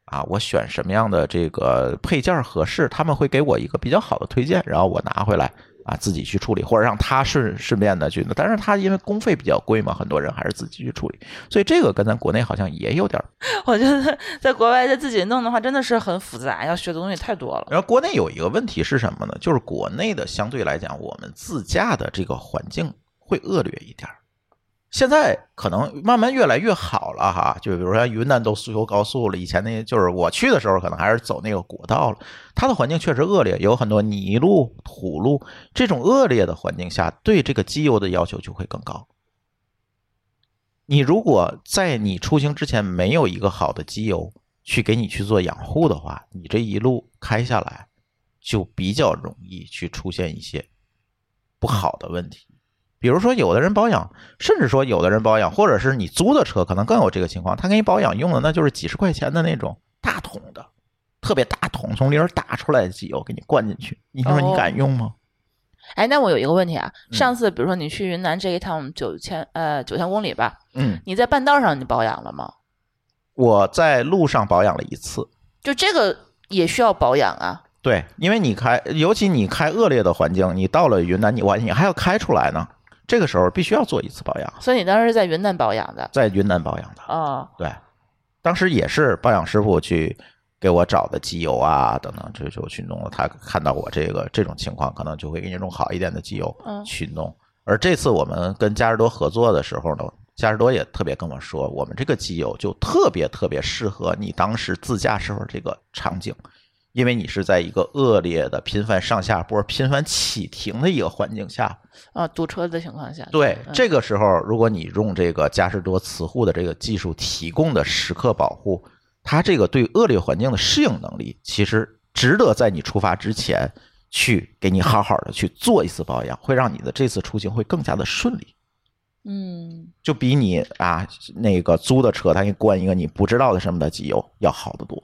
Speaker 1: 啊，我选什么样的这个配件合适，他们会给我一个比较好的推荐，然后我拿回来。啊，自己去处理，或者让他顺顺便的去，但是他因为工费比较贵嘛，很多人还是自己去处理，所以这个跟咱国内好像也有点儿
Speaker 2: 我觉得在国外在自己弄的话，真的是很复杂，要学的东西太多了。
Speaker 1: 然后国内有一个问题是什么呢？就是国内的相对来讲，我们自驾的这个环境会恶劣一点儿。现在可能慢慢越来越好了哈，就比如说云南都苏州高速了，以前那就是我去的时候可能还是走那个国道了，它的环境确实恶劣，有很多泥路、土路，这种恶劣的环境下，对这个机油的要求就会更高。你如果在你出行之前没有一个好的机油去给你去做养护的话，你这一路开下来就比较容易去出现一些不好的问题。比如说，有的人保养，甚至说有的人保养，或者是你租的车，可能更有这个情况。他给你保养用的那就是几十块钱的那种大桶的，特别大桶，从里边打出来的机油给你灌进去，你说你
Speaker 2: 哦
Speaker 1: 敢用吗？
Speaker 2: 哎，那我有一个问题啊，
Speaker 1: 嗯
Speaker 2: 上次比如说你去云南这一趟九千呃九千公里吧，
Speaker 1: 嗯，
Speaker 2: 你在半道上你保养了吗？
Speaker 1: 我在路上保养了一次。
Speaker 2: 就这个也需要保养啊。
Speaker 1: 对，因为你开，尤其你开恶劣的环境，你到了云南，你哇，你还要开出来呢。这个时候必须要做一次保养，
Speaker 2: 所以你当时是在云南保养的
Speaker 1: 在云南保养的。
Speaker 2: 哦，
Speaker 1: 对，当时也是保养师傅去给我找的机油啊等等，这就去弄了。他看到我这个这种情况，可能就会给你弄好一点的机油
Speaker 2: 嗯
Speaker 1: 去弄。而这次我们跟嘉实多合作的时候呢，嘉实多也特别跟我说，我们这个机油就特别特别适合你当时自驾时候这个场景。因为你是在一个恶劣的频繁上下坡、频繁起停的一个环境下，
Speaker 2: 啊，堵车的情况下，
Speaker 1: 对，
Speaker 2: 嗯
Speaker 1: 这个时候如果你用这个嘉实多磁护的这个技术提供的时刻保护，它这个对恶劣环境的适应能力，其实值得在你出发之前去给你好好的去做一次保养，会让你的这次出行会更加的顺利。
Speaker 2: 嗯，
Speaker 1: 就比你啊那个租的车，它给你灌一个你不知道的什么的机油要好得多。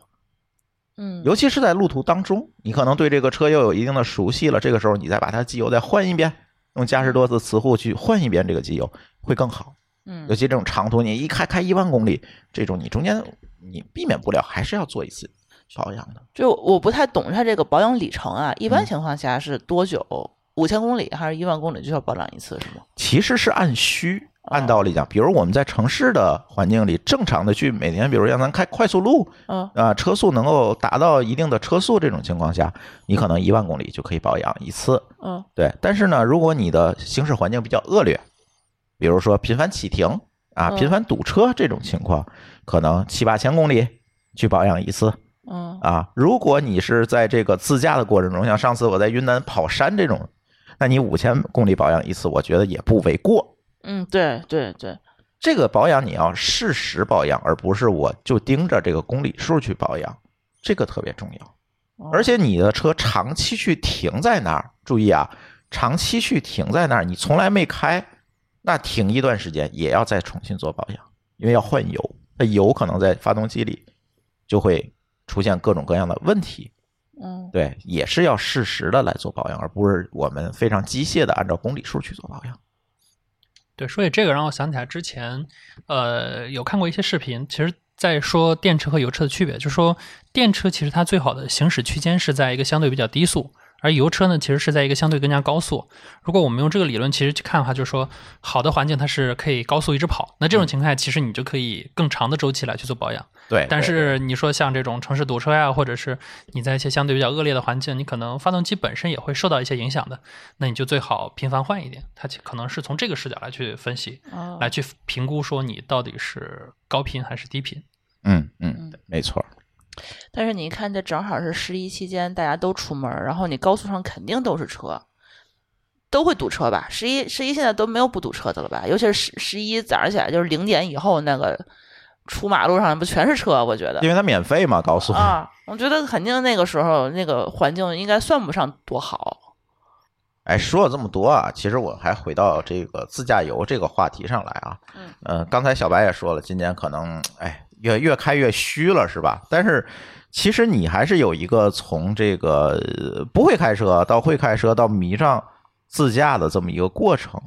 Speaker 2: 嗯，
Speaker 1: 尤其是在路途当中，你可能对这个车又有一定的熟悉了，这个时候你再把它机油再换一遍，用嘉实多的磁护去换一遍这个机油会更好。
Speaker 2: 嗯
Speaker 1: 尤其这种长途，你一开开一万公里，这种你中间你避免不了，还是要做一次保养的。
Speaker 2: 就我不太懂它这个保养里程啊，一般
Speaker 1: 嗯
Speaker 2: 情况下是多久？五千公里还是一万公里就要保养一次是吗？
Speaker 1: 其实是按需，按
Speaker 2: 哦
Speaker 1: 道理讲，比如我们在城市的环境里，正常的去每天，比如让咱开快速路
Speaker 2: 嗯，
Speaker 1: 啊、车速能够达到一定的车速这种情况下，你可能一万公里就可以保养一次。
Speaker 2: 嗯
Speaker 1: 对，但是呢，如果你的行驶环境比较恶劣，比如说频繁起停啊、
Speaker 2: 嗯
Speaker 1: 频繁堵车这种情况，可能七八千公里去保养一次。
Speaker 2: 嗯
Speaker 1: 啊，如果你是在这个自驾的过程中，像上次我在云南跑山这种，那你五千公里保养一次，我觉得也不为过。
Speaker 2: 嗯，对对对，
Speaker 1: 这个保养你要适时保养，而不是我就盯着这个公里数去保养，这个特别重要。
Speaker 2: 哦
Speaker 1: 而且你的车长期去停在那儿，注意啊，长期去停在那儿，你从来没开，那停一段时间也要再重新做保养，因为要换油，那油可能在发动机里就会出现各种各样的问题。
Speaker 2: 嗯
Speaker 1: 对，也是要适时的来做保养，而不是我们非常机械的按照公里数去做保养。
Speaker 3: 对，所以这个让我想起来之前，呃，有看过一些视频，其实在说电车和油车的区别，就是说电车其实它最好的行驶区间是在一个相对比较低速，而油车呢，其实是在一个相对更加高速。如果我们用这个理论其实去看的话，就是说好的环境它是可以高速一直跑，那这种情况下其实你就可以更长的周期来去做保养。
Speaker 1: 对，
Speaker 3: 但
Speaker 1: 哎对
Speaker 3: 是你说像这种城市堵车呀，或者是你在一些相对比较恶劣的环境，你可能发动机本身也会受到一些影响的，那你就最好频繁换一点。它其可能是从这个视角来去分析，
Speaker 1: 哎
Speaker 2: 哦
Speaker 3: 来去评估说你到底是高频还是低频。
Speaker 1: 嗯嗯
Speaker 2: 嗯，
Speaker 1: 没错，
Speaker 2: 但是你一看，这正好是十一期间，大家都出门儿，然后你高速上肯定都是车，都会堵车吧？十一十一现在都没有不堵车的了吧？尤其是十十一早上起来就是零点以后那个出马路上不全是车？我觉得
Speaker 1: 因为它免费嘛，高速。
Speaker 2: 啊，我觉得肯定那个时候那个环境应该算不上多好。
Speaker 1: 哎，说了这么多啊，其实我还回到这个自驾游这个话题上来啊。
Speaker 2: 嗯
Speaker 1: 呃，刚才小白也说了，今年可能哎越越开越虚了，是吧？但是其实你还是有一个从这个呃不会开车到会开车到迷上自驾的这么一个过程。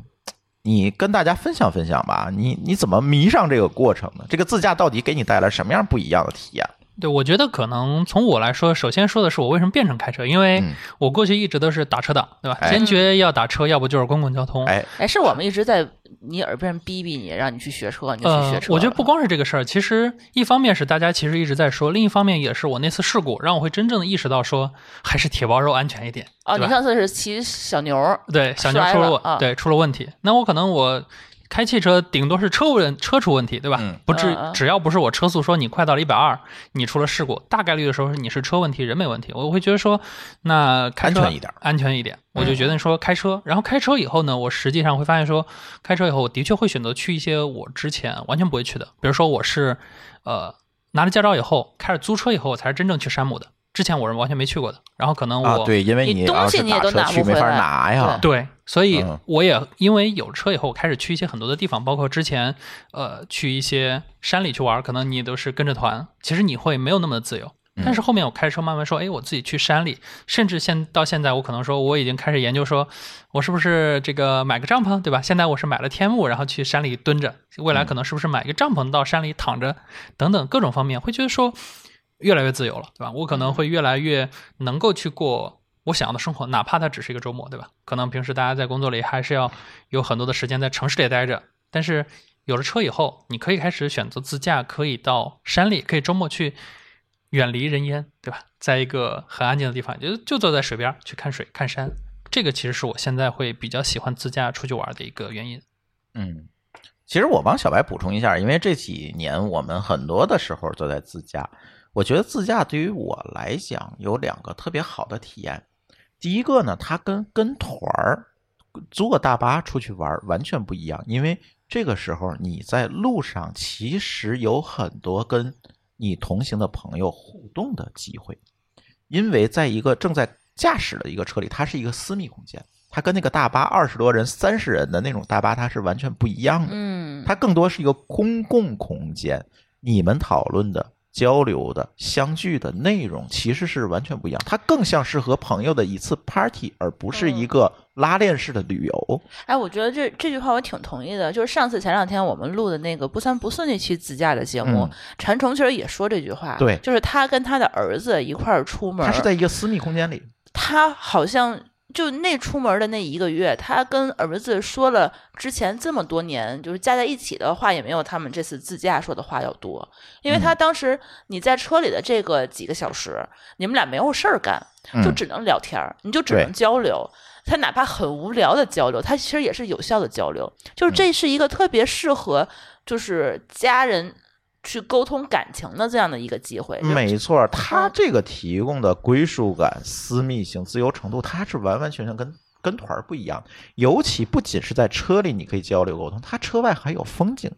Speaker 1: 你跟大家分享分享吧，你你怎么迷上这个过程呢？这个自驾到底给你带来什么样不一样的体验？
Speaker 3: 对，我觉得可能从我来说，首先说的是我为什么变成开车，因为
Speaker 1: 嗯
Speaker 3: 我过去一直都是打车党，对吧？
Speaker 1: 哎
Speaker 3: 坚决要打车，要不就是公共交通。
Speaker 1: 哎
Speaker 2: 哎，是我们一直在你耳边逼逼你，让你去学车，你就去
Speaker 3: 呃
Speaker 2: 学，车了、
Speaker 3: 我觉得不光是这个事儿，其实一方面是大家其实一直在说，另一方面也是我那次事故让我会真正的意识到说，还是铁包肉安全一点。
Speaker 2: 哦，
Speaker 3: 对吧
Speaker 2: 你上次是骑小牛儿，
Speaker 3: 对，小牛
Speaker 2: 摔
Speaker 3: 出了
Speaker 2: 了
Speaker 3: 问，
Speaker 2: 啊
Speaker 3: 对出了问题。那我可能我开汽车，顶多是车问车出问题，对吧？
Speaker 1: 嗯
Speaker 3: 不至
Speaker 2: 嗯嗯
Speaker 3: 只要不是我车速说你快到了一百二，你出了事故，大概率的时候是你是车问题，人没问题。我会觉得说，那开车
Speaker 1: 安全一点，
Speaker 3: 安全一点。我
Speaker 2: 嗯
Speaker 3: 就觉得说开车，然后开车以后呢，我实际上会发现说，开车以后我的确会选择去一些我之前完全不会去的，比如说我是呃拿了驾照以后，开始租车以后，我才是真正去山姆的。之前我是完全没去过的，然后可能我、
Speaker 1: 啊，对，因为
Speaker 2: 你东
Speaker 1: 要
Speaker 2: 西
Speaker 1: 是
Speaker 2: 你也
Speaker 1: 打
Speaker 2: 都
Speaker 1: 车
Speaker 2: 拿
Speaker 1: 去
Speaker 2: 不
Speaker 1: 没
Speaker 2: 回
Speaker 1: 法
Speaker 2: 来
Speaker 1: 拿呀。
Speaker 3: 对，所以
Speaker 1: 啊嗯
Speaker 3: 我也因为有车以后，我开始去一些很多的地方，包括之前呃去一些山里去玩，可能你都是跟着团，其实你会没有那么的自由。但是后面我开车慢慢说，哎，我自己去山里，甚至现到现在，我可能说我已经开始研究说，我是不是这个买个帐篷，对吧？现在我是买了天幕，然后去山里蹲着，未来可能是不是买一个帐篷到山里躺着，等等各种方面，会觉得说越来越自由了，对吧？我可能
Speaker 1: 嗯
Speaker 3: 会越来越能够去过我想要的生活，哪怕它只是一个周末，对吧？可能平时大家在工作里还是要有很多的时间在城市里待着，但是有了车以后，你可以开始选择自驾，可以到山里，可以周末去远离人烟，对吧？在一个很安静的地方，就就坐在水边儿去看水、看山。这个其实是我现在会比较喜欢自驾出去玩的一个原因。
Speaker 1: 嗯，其实我帮小白补充一下，因为这几年我们很多的时候都在自驾，我觉得自驾对于我来讲有两个特别好的体验。第一个呢，它跟跟团儿租个大巴出去玩儿完全不一样，因为这个时候你在路上其实有很多跟你同行的朋友互动的机会，因为在一个正在驾驶的一个车里，它是一个私密空间，它跟那个大巴二十多人、三十人的那种大巴它是完全不一样的，
Speaker 2: 嗯，
Speaker 1: 它更多是一个公共空间，你们讨论的。交流的、相聚的内容其实是完全不一样，它更像是和朋友的一次 party，而不是
Speaker 2: 嗯
Speaker 1: 一个拉练式的旅游。
Speaker 2: 哎，我觉得这这句话我挺同意的。就是上次前两天我们录的那个不三不四那期自驾的节目
Speaker 1: 嗯，
Speaker 2: 馋虫其实也说这句话，
Speaker 1: 对
Speaker 2: 就是他跟他的儿子一块儿出门
Speaker 1: 它
Speaker 2: 儿，
Speaker 1: 是在一个私密空间里，
Speaker 2: 他好像就那出门的那一个月，他跟儿子说了之前这么多年就是加在一起的话，也没有他们这次自驾说的话要多，因为他
Speaker 1: 嗯
Speaker 2: 当时你在车里的这个几个小时，你们俩没有事儿干，就
Speaker 1: 嗯
Speaker 2: 只能聊天儿，你就只
Speaker 1: 对
Speaker 2: 能交流。他哪怕很无聊的交流，他其实也是有效的交流。就是
Speaker 1: 嗯
Speaker 2: 这是一个特别适合就是家人去沟通感情的这样的一个机会。
Speaker 1: 嗯没错，它这个提供的归属感、私密性、自由程度，它是完完全全跟跟团儿不一样。尤其不仅是在车里你可以交流沟通，它车外还有风景。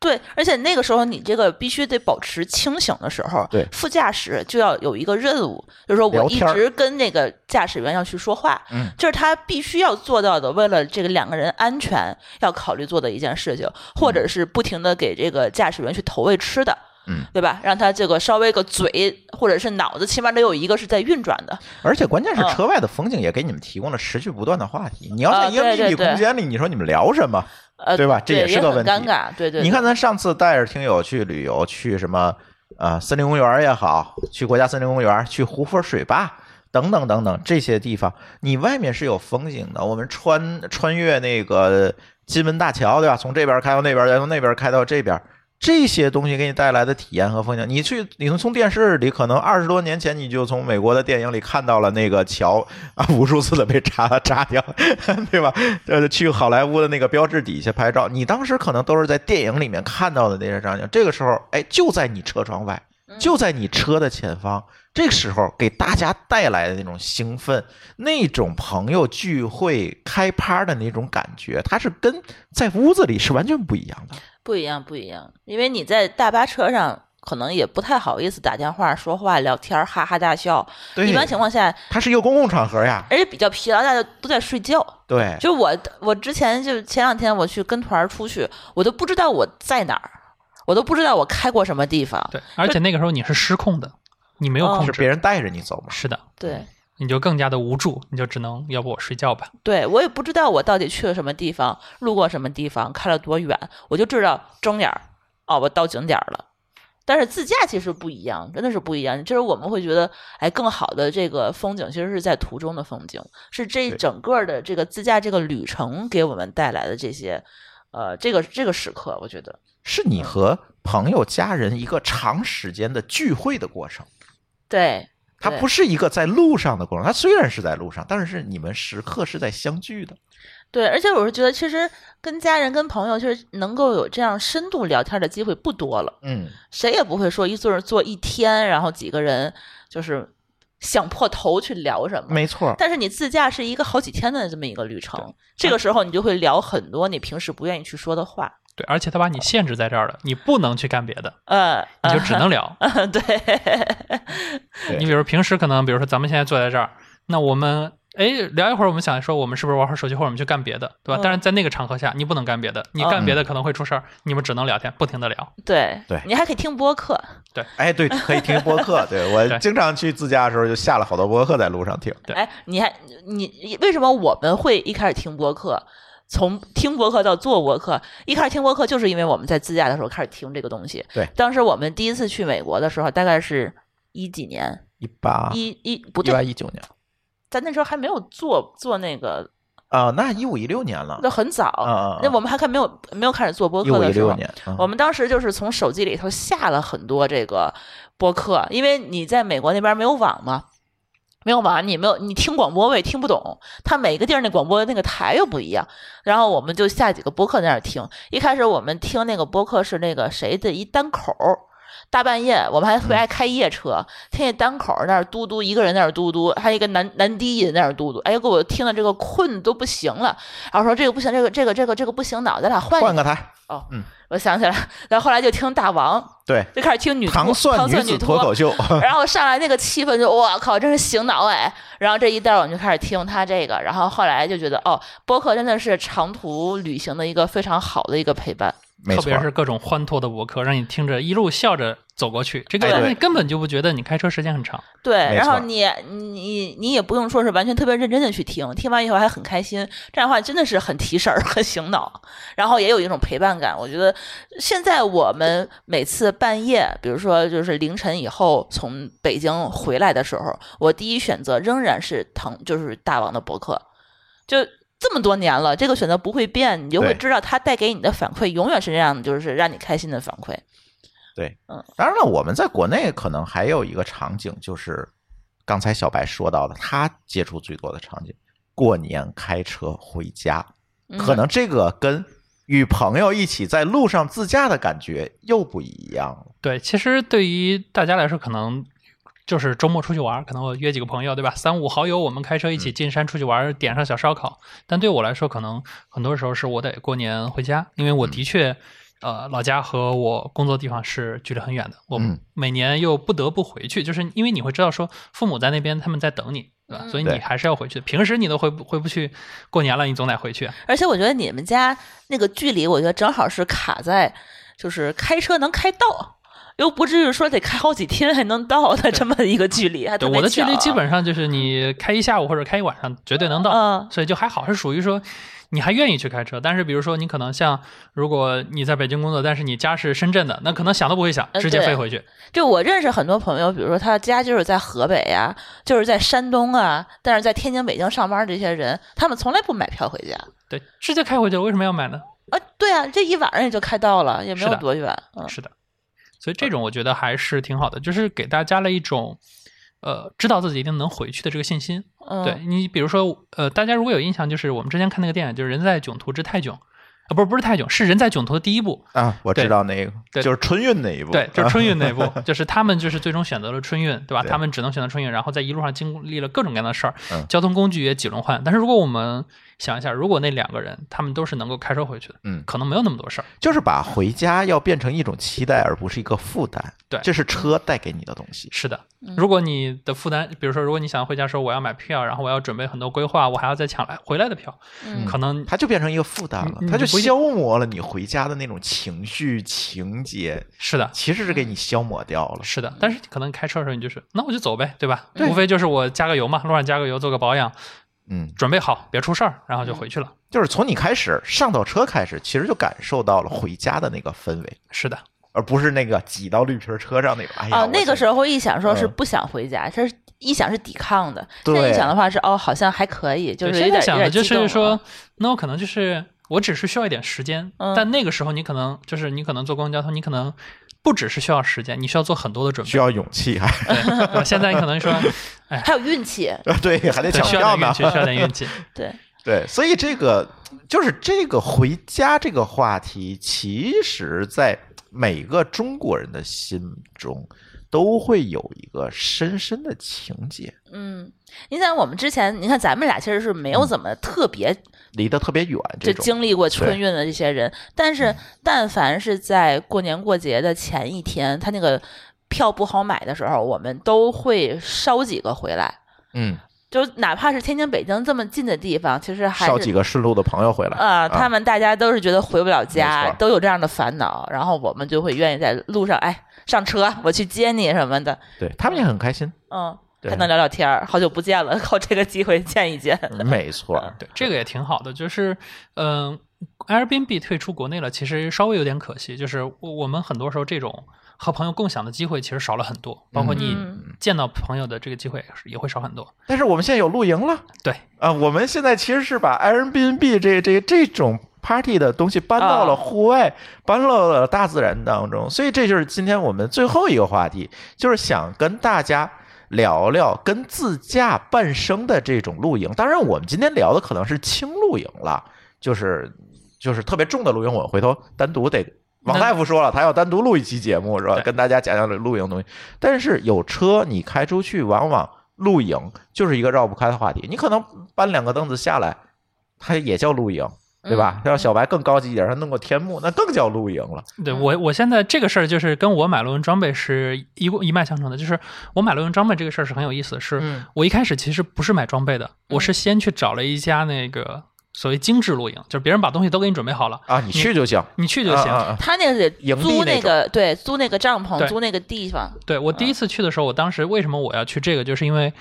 Speaker 2: 对，而且那个时候你这个必须得保持清醒的时候，
Speaker 1: 对
Speaker 2: 副驾驶就要有一个任务，就是说
Speaker 1: 聊
Speaker 2: 我一
Speaker 1: 天儿
Speaker 2: 直跟那个驾驶员要去说话，
Speaker 1: 嗯
Speaker 2: 这是他必须要做到的，为了这个两个人安全要考虑做的一件事情，或者是不停的给这个驾驶员去投喂吃的，
Speaker 1: 嗯，
Speaker 2: 对吧？让他这个稍微个嘴或者是脑子，起码得有一个是在运转的，
Speaker 1: 而且关键是
Speaker 2: 嗯
Speaker 1: 车外的风景也给你们提供了持续不断的话题。你要在
Speaker 2: 啊
Speaker 1: 一个密
Speaker 2: 对
Speaker 1: 闭
Speaker 2: 对对
Speaker 1: 空间里，你说你们聊什么？
Speaker 2: 呃，
Speaker 1: 对吧这也
Speaker 2: 也
Speaker 1: 是个问题
Speaker 2: 很尴尬，对对对
Speaker 1: 你看咱上次带着听友去旅游，去什么啊、呃森林公园也好，去国家森林公园，去胡佛水坝，等等等等这些地方，你外面是有风景的。我们穿穿越那个金门大桥，对吧？从这边开到那边，再从那边开到这边，这些东西给你带来的体验和风景，你去，你从电视里可能二十多年前你就从美国的电影里看到了那个桥啊，无数次的被炸炸掉， 对吧？呃，去好莱坞的那个标志底下拍照，你当时可能都是在电影里面看到的那些场景，这个时候，哎，就在你车窗外，就在你车的前方，这个时候给大家带来的那种兴奋，那种朋友聚会开趴的那种感觉，它是跟在屋子里是完全不一样的。
Speaker 2: 不一样，不一样，因为你在大巴车上可能也不太好意思打电话、说话、聊天，哈哈大笑。
Speaker 1: 对，
Speaker 2: 一般情况下，
Speaker 1: 它是一个公共场合呀，
Speaker 2: 而且比较疲劳，大家都在睡觉。
Speaker 1: 对，
Speaker 2: 就我，我之前就前两天我去跟团儿出去，我都不知道我在哪儿，我都不知道我开过什么地方。
Speaker 3: 对，而且那个时候你是失控的，你没有
Speaker 2: 哦
Speaker 3: 控
Speaker 1: 是
Speaker 3: 制，
Speaker 1: 别人带着你走嘛。
Speaker 3: 是的，
Speaker 2: 对，
Speaker 3: 你就更加的无助，你就只能要不我睡觉吧。
Speaker 2: 对我也不知道我到底去了什么地方，路过什么地方，开了多远，我就知道睁眼儿，哦，我到景点儿了。但是自驾其实不一样，真的是不一样。就是我们会觉得，哎，更好的这个风景其实是在途中的风景，是这
Speaker 1: 对
Speaker 2: 整个的这个自驾这个旅程给我们带来的这些，呃，这个这个时刻，我觉得
Speaker 1: 是你和朋友、家人一个长时间的聚会的过程，
Speaker 2: 对，
Speaker 1: 它不
Speaker 2: 是
Speaker 1: 是一个在路上的过程。它虽然是在路上，但是你们时刻是在相聚的。
Speaker 2: 对，而且我是觉得，其实跟家人、跟朋友，其实能够有这样深度聊天的机会不多了。
Speaker 1: 嗯，
Speaker 2: 谁也不会说一坐着坐一天，然后几个人就是想破头去聊什么。
Speaker 1: 没错。
Speaker 2: 但是你自驾是一个好几天的这么一个旅程，这个时候你就会聊很多你平时不愿意去说的话。
Speaker 3: 对，而且他把你限制在这儿了，你不能去干别的，
Speaker 2: 呃，
Speaker 3: 你就只能聊。
Speaker 2: 呃对，
Speaker 1: 对
Speaker 3: 你比如平时可能，比如说咱们现在坐在这儿，那我们哎聊一会儿，我们想说我们是不是玩会儿手机，或者我们去干别的，对
Speaker 2: 嗯？
Speaker 3: 吧但是在那个场合下，你不能干别的，你干别
Speaker 1: 嗯
Speaker 3: 的可能会出事儿，你们只能聊天，不停的聊。
Speaker 2: 对，
Speaker 1: 对
Speaker 2: 你还可以听播客。
Speaker 1: 哎，对，可以听播客。对我
Speaker 3: 对
Speaker 1: 经常去自驾的时候，就下了好多播客在路上听。
Speaker 3: 对
Speaker 2: 哎，你还你你为什么我们会一开始听播客？从听播客到做播客，一开始听播客就是因为我们在自驾的时候开始听这个东西。
Speaker 1: 对
Speaker 2: 当时我们第一次去美国的时候，大概是一几年，
Speaker 1: 一八
Speaker 2: 一一不
Speaker 1: 啊一
Speaker 2: 对
Speaker 1: 八，一九年
Speaker 2: 咱那时候还没有做做那个，
Speaker 1: 啊，那一五一六年了
Speaker 2: 那很早，
Speaker 1: 啊啊
Speaker 2: 那我们还看没有没有开始做播
Speaker 1: 一
Speaker 2: 客
Speaker 1: 五一
Speaker 2: 的时
Speaker 1: 六
Speaker 2: 候，
Speaker 1: 年。嗯
Speaker 2: 我们当时就是从手机里头下了很多这个播客，因为你在美国那边没有网嘛。没有网，你没有，你听广播我也听不懂。它每个地儿那广播那个台又不一样，然后我们就下几个播客在那儿听。一开始我们听那个播客是那个谁的一单口儿，大半夜我们还特别爱开夜车，听见单口儿那儿嘟嘟，一个人在那儿嘟嘟，还有一个男男低音在那儿嘟嘟，哎呦给我听的这个困都不行了，然后说这个不行，这个这个这个这个不行，脑袋俩换一
Speaker 1: 换个台，
Speaker 2: 我想起来，然后后来就听大王，
Speaker 1: 对，
Speaker 2: 就开始听女脱
Speaker 1: 糖蒜女子脱口 秀。
Speaker 2: 然后上来那个气氛就我靠，真是醒脑哎！然后这一段我们就开始听他这个，然后后来就觉得哦，播客真的是长途旅行的一个非常好的一个陪伴。
Speaker 1: 没
Speaker 3: 特
Speaker 1: 错
Speaker 3: 别，是各种欢脱的博客，让你听着一路笑着走过去，这个
Speaker 1: 哎
Speaker 3: 让
Speaker 1: 对
Speaker 3: 你根本就不觉得你开车时间很长。
Speaker 2: 对，
Speaker 1: 没
Speaker 2: 然后
Speaker 1: 错
Speaker 2: 你你你也不用说是完全特别认真的去听，听完以后还很开心，这样的话真的是很提神儿、很醒脑，然后也有一种陪伴感。我觉得现在我们每次半夜，比如说就是凌晨以后从北京回来的时候，我第一选择仍然是腾，就是大王的博客，就。这么多年了，这个选择不会变，你就会
Speaker 1: 对
Speaker 2: 知道他带给你的反馈永远是这样，就是让你开心的反馈。嗯
Speaker 1: 当然了，我们在国内可能还有一个场景，就是刚才小白说到的，他接触最多的场景，过年开车回家，
Speaker 2: 嗯
Speaker 1: 可能这个跟与朋友一起在路上自驾的感觉又不一样了。
Speaker 3: 对，其实对于大家来说，可能就是周末出去玩儿，可能我约几个朋友，对吧？三五好友，我们开车一
Speaker 1: 嗯
Speaker 3: 起进山出去玩儿，点上小烧烤。但对我来说，可能很多时候是我得过年回家，因为我
Speaker 1: 嗯
Speaker 3: 的确，呃，老家和我工作地方是距离很远的，我
Speaker 1: 嗯
Speaker 3: 每年又不得不回去，就是因为你会知道说父母在那边，他们在等你。对吧？
Speaker 2: 嗯
Speaker 3: 所以
Speaker 1: 对
Speaker 3: 你还是要回去。平时你都回不回不去，过年了你总得回去。
Speaker 2: 而且我觉得你们家那个距离，我觉得正好是卡在，就是开车能开到，又不至于说得开好几天才能到的这么一个距离。还特
Speaker 3: 对，
Speaker 2: 别
Speaker 3: 我的距
Speaker 2: 巧
Speaker 1: 啊
Speaker 3: 离基本上就是你开一下午或者开一晚上绝对能到。
Speaker 2: 嗯
Speaker 3: 所以就还好，是属于说你还愿意去开车。但是比如说你可能像，如果你在北京工作，但是你家是深圳的，那可能想都不会想，
Speaker 2: 嗯
Speaker 3: 直接
Speaker 2: 对
Speaker 3: 飞回去。
Speaker 2: 就我认识很多朋友，比如说他家就是在河北呀、就是在山东啊，但是在天津、北京上班这些人，他们从来不买票回家。
Speaker 3: 对，直接开回去，为什么要买呢？
Speaker 2: 啊，对啊，这一晚上也就开到了，也没
Speaker 3: 是
Speaker 2: 有
Speaker 3: 的
Speaker 2: 多远。嗯，
Speaker 3: 是的，所以这种我觉得还是挺好的，就是给大家了一种。呃，知道自己一定能回去的这个信心，
Speaker 2: 嗯
Speaker 3: 对，你，比如说，呃，大家如果有印象，就是我们之前看那个电影，就是《人在囧途之泰囧》，啊，不是不是泰囧，是《人在囧途》的第一部，
Speaker 1: 啊，我知道那个，
Speaker 3: 对
Speaker 1: 就是春运那一步，
Speaker 3: 对，就是春运
Speaker 1: 啊
Speaker 3: 那一部，就是他们就是最终选择了春运，对吧？
Speaker 1: 对
Speaker 3: 他们只能选择春运，然后在一路上经历了各种各样的事儿
Speaker 1: 嗯，
Speaker 3: 交通工具也几轮换。但是如果我们想一下，如果那两个人他们都是能够开车回去的，
Speaker 1: 嗯
Speaker 3: 可能没有那么多事儿。
Speaker 1: 就是把回家要变成一种期待，而不是一个负担。
Speaker 3: 对
Speaker 1: 这是车带给你的东西。
Speaker 3: 是的
Speaker 2: 嗯，
Speaker 3: 如果你的负担，比如说，如果你想回家说我要买票，然后我要准备很多规划，我还要再抢来回来的票，
Speaker 2: 嗯
Speaker 3: 可能
Speaker 1: 它就变成一个负担了
Speaker 3: 你，你
Speaker 1: 它就
Speaker 3: 嗯不一定
Speaker 1: 消磨了你回家的那种情绪情节，
Speaker 3: 是的，
Speaker 1: 其实是给你消磨掉了。
Speaker 3: 是的，但是可能开车的时候你就是，那我就走呗，对吧？
Speaker 1: 对
Speaker 3: 无非就是我加个油嘛，路上加个油，做个保养，
Speaker 1: 嗯，
Speaker 3: 准备好，别出事儿，然后就回去了。
Speaker 1: 就是从你开始上到车开始，其实就感受到了回家的那个氛围，
Speaker 3: 是的，
Speaker 1: 而不是那个挤到绿皮儿车上那种。哎呀，
Speaker 2: 啊，那个时
Speaker 1: 候
Speaker 2: 候一想说是
Speaker 1: 嗯
Speaker 2: 不想回家，这是一想是抵抗的。
Speaker 1: 对
Speaker 2: 现在一想的话是哦，好像还可以，就
Speaker 3: 对
Speaker 2: 是有
Speaker 3: 现
Speaker 2: 点
Speaker 3: 在想的就
Speaker 2: 有点
Speaker 3: 是
Speaker 2: 激动了
Speaker 3: 说，那我可能就是我只是需要一点时间，
Speaker 2: 嗯
Speaker 3: 但那个时候你可能就是你可能坐公共交通，你可能不只是需要时间，你需要做很多的准备
Speaker 1: 需。要勇气，还
Speaker 3: 对对吧现在你可 能说哎
Speaker 2: 还有运气，
Speaker 1: 啊对，还得
Speaker 3: 对
Speaker 1: 抢
Speaker 3: 需要
Speaker 1: 票呢
Speaker 3: 点运。气，需要点运 气。
Speaker 2: 对，
Speaker 1: 对，所以这个就是这个回家这个话题，其实在每个中国人的心中都会有一个深深的情节，
Speaker 2: 嗯，你想我们之前，你看咱们俩其实是没有怎么特别
Speaker 1: 离得特别远。嗯
Speaker 2: 就
Speaker 1: 这种嗯
Speaker 2: 经历过春运的这些人，但是但凡是在过年过节的前一天，他那个票不好买的时候，我们都会捎几个回来。
Speaker 1: 嗯，
Speaker 2: 就是哪怕是天津、北京这么近的地方，其实还
Speaker 1: 捎
Speaker 2: 是
Speaker 1: 几个顺路的朋友回来
Speaker 2: 啊，他们大家都是觉得回不了
Speaker 1: 没
Speaker 2: 家
Speaker 1: 错，
Speaker 2: 都有这样的烦恼，然后我们就会愿意在路上，哎，上车，我去接你什么的，
Speaker 1: 对他们也很开心，
Speaker 2: 嗯，
Speaker 1: 对
Speaker 2: 还能聊聊天儿，好久不见了，靠这个机会见一 见，
Speaker 1: 没错，
Speaker 3: 对，这个也挺好的，就是嗯、a i r b n b 退出国内了，其实稍微有点可惜，就是我我们很多时候这种和朋友共享的机会其实少了很多，包括你
Speaker 2: 嗯
Speaker 3: 见到朋友的这个机会也会少很多。
Speaker 1: 但是我们现在有露营了
Speaker 3: 对，
Speaker 1: 啊，我们现在其实是把 Airbnb 这这这种 party 的东西搬到了
Speaker 2: 啊
Speaker 1: 户外，搬到了大自然当中，所以这就是今天我们最后一个话题，就是想跟大家。聊聊跟自驾伴生的这种露营，当然我们今天聊的可能是轻露营了，就是就是特别重的露营，我回头单独得王大夫说了，他要单独录一期节目是吧？
Speaker 3: 对
Speaker 1: 跟大家讲讲这露营的东西。但是有车，你开出去，往往露营就是一个绕不开的话题。你可能搬两个凳子下来，它也叫露营，对
Speaker 3: 嗯
Speaker 1: 吧？让小白更高级一点，他弄个天幕，那更叫露营了。
Speaker 3: 对
Speaker 2: 嗯
Speaker 3: 我，我现在这个事儿就是跟我买露营装备是一一脉相承的，就是我买露营装备这个事儿是很有意思的，是
Speaker 1: 嗯
Speaker 3: 我一开始其实不是买装备的，我是先去找了一家那个所谓精致露营，就是别人把东西都给你准备好了，
Speaker 1: 啊，你去就行，
Speaker 3: 你去就
Speaker 1: 啊
Speaker 3: 行。
Speaker 1: 啊啊
Speaker 2: 他那个得
Speaker 1: 营地
Speaker 2: 租
Speaker 1: 那
Speaker 2: 那个，对，租那个帐篷
Speaker 3: 对，
Speaker 2: 租那个地方，
Speaker 3: 对我
Speaker 1: 啊
Speaker 3: 第一次去的时候，我当时为什么我要去这个，就是因为，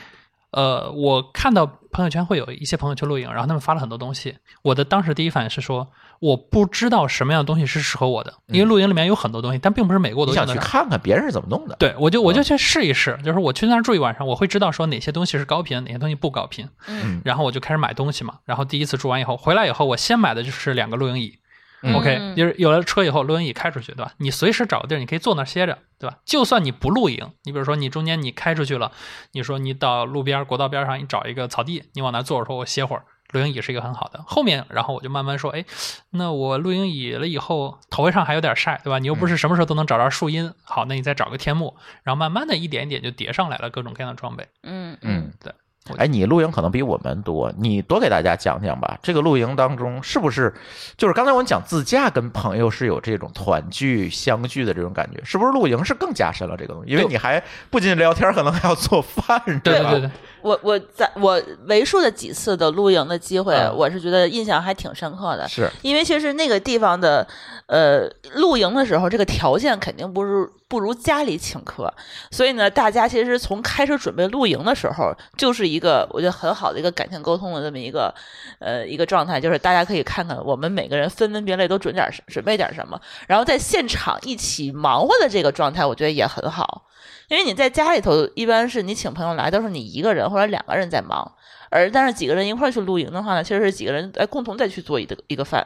Speaker 3: 呃，我看到朋友圈会有一些朋友去露营，然后他们发了很多东西，我的当时第一反应是说，我不知道什么样的东西是适合我的，因为露营里面有很多东西，但并不是每个我
Speaker 1: 嗯你
Speaker 3: 都
Speaker 1: 想
Speaker 3: 用
Speaker 1: 去
Speaker 3: 得上。
Speaker 1: 看看别人是怎么弄的。
Speaker 3: 对，我就我就
Speaker 1: 嗯
Speaker 3: 去试一试，就是我去那儿住一晚上，我会知道说哪些东西是高频，哪些东西不高频。
Speaker 1: 嗯
Speaker 3: 然后我就开始买东西嘛。然后第一次住完以后，回来以后，我先买的就是两个露营椅。
Speaker 1: 嗯
Speaker 3: OK，
Speaker 2: 嗯
Speaker 3: 就是有了车以后，露营椅开出去，对吧？你随时找个地儿，你可以坐那儿歇着，对吧？就算你不露营，你比如说你中间你开出去了，你说你到路边儿国道边儿上，你找一个草地，你往那儿坐着，说我歇会儿。露营椅是一个很好的，后面然后我就慢慢说，哎，那我露营椅了以后，头上还有点晒，对吧？你又不是什么时候都能找着树荫，好，那你再找个天幕，然后慢慢的一点一点就叠上来了各种各样的装备。
Speaker 2: 嗯
Speaker 1: 嗯，
Speaker 3: 对。
Speaker 1: 哎，你露营可能比我们多，你多给大家讲讲吧。这个露营当中是不是就是刚才我们讲自驾跟朋友是有这种团聚相聚的这种感觉？是不是露营是更加深了这个东西？因为
Speaker 3: 对
Speaker 1: 你还不仅聊天，可能还要做饭，
Speaker 3: 对
Speaker 1: 是吧
Speaker 3: 对对，
Speaker 2: 我我在我为数的几次的露营的机会，
Speaker 1: 嗯
Speaker 2: 我是觉得印象还挺深刻的，
Speaker 1: 是
Speaker 2: 因为其实那个地方的呃露营的时候，这个条件肯定不是不如家里请客。所以呢，大家其实从开始准备露营的时候，就是一个我觉得很好的一个感情沟通的这么一个呃一个状态，就是大家可以看看我们每个人分门别类都准点儿准备点儿什么，然后在现场一起忙活的这个状态，我觉得也很好。因为你在家里头，一般是你请朋友来都是你一个人或者两个人在忙，而但是几个人一块儿去露营的话呢，其实是几个人哎共同再去做一个一个饭，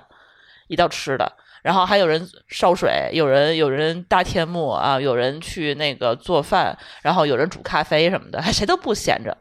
Speaker 2: 一道吃的，然后还有人烧水，有人有人搭天幕啊，有人去那个做饭，然后有人煮咖啡什么的，哎谁都不闲着。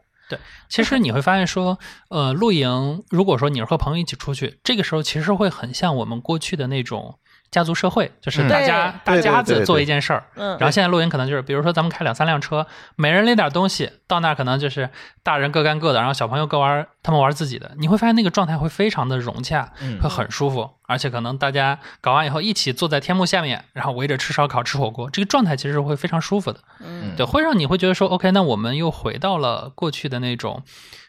Speaker 3: 其实你会发现说，呃，露营如果说你是和朋友一起出去，这个时候其实会很像我们过去的那种家族社会，就是
Speaker 1: 嗯
Speaker 3: 大家、大
Speaker 1: 对对
Speaker 3: 家
Speaker 1: 对
Speaker 3: 子做
Speaker 1: 对
Speaker 3: 一件事儿。
Speaker 2: 嗯，
Speaker 3: 然后现在露营可能就是，比如说咱们开两三辆车，每人拎点东西，到那儿可能就是大人各干各的，然后小朋友各玩他们玩自己的。你会发现那个状态会非常的融洽，
Speaker 1: 嗯
Speaker 3: 会很舒服，而且可能大家搞完以后一起坐在天幕下面，然后围着吃烧烤、吃火锅，这个状态其实会非常舒服的。
Speaker 2: 嗯
Speaker 3: 对，会让你会觉得说，OK，那我们又回到了过去的那种，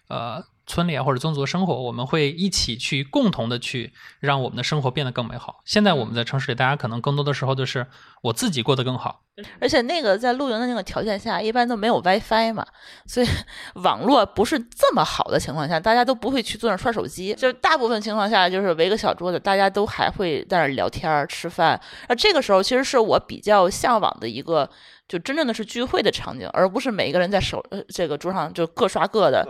Speaker 3: 呃，村里啊或者宗族的生活，我们会一起去共同的去让我们的生活变得更美好。现在我
Speaker 1: 嗯
Speaker 3: 们在城市里，大家可能更多的时候就是我自己过得更好，
Speaker 2: 而且那个在露营的那个条件下，一般都没有 WiFi 嘛，所以 网络不是这么好的情况下，大家都不会去坐那儿刷手机。就是大部分情况下，就是围个小桌子，大家都还会在那儿聊天儿、吃饭。那这个时候，其实是我比较向往的一个，就真正的是聚会的场景，而不是每一个人在手呃这个桌上就各刷各的。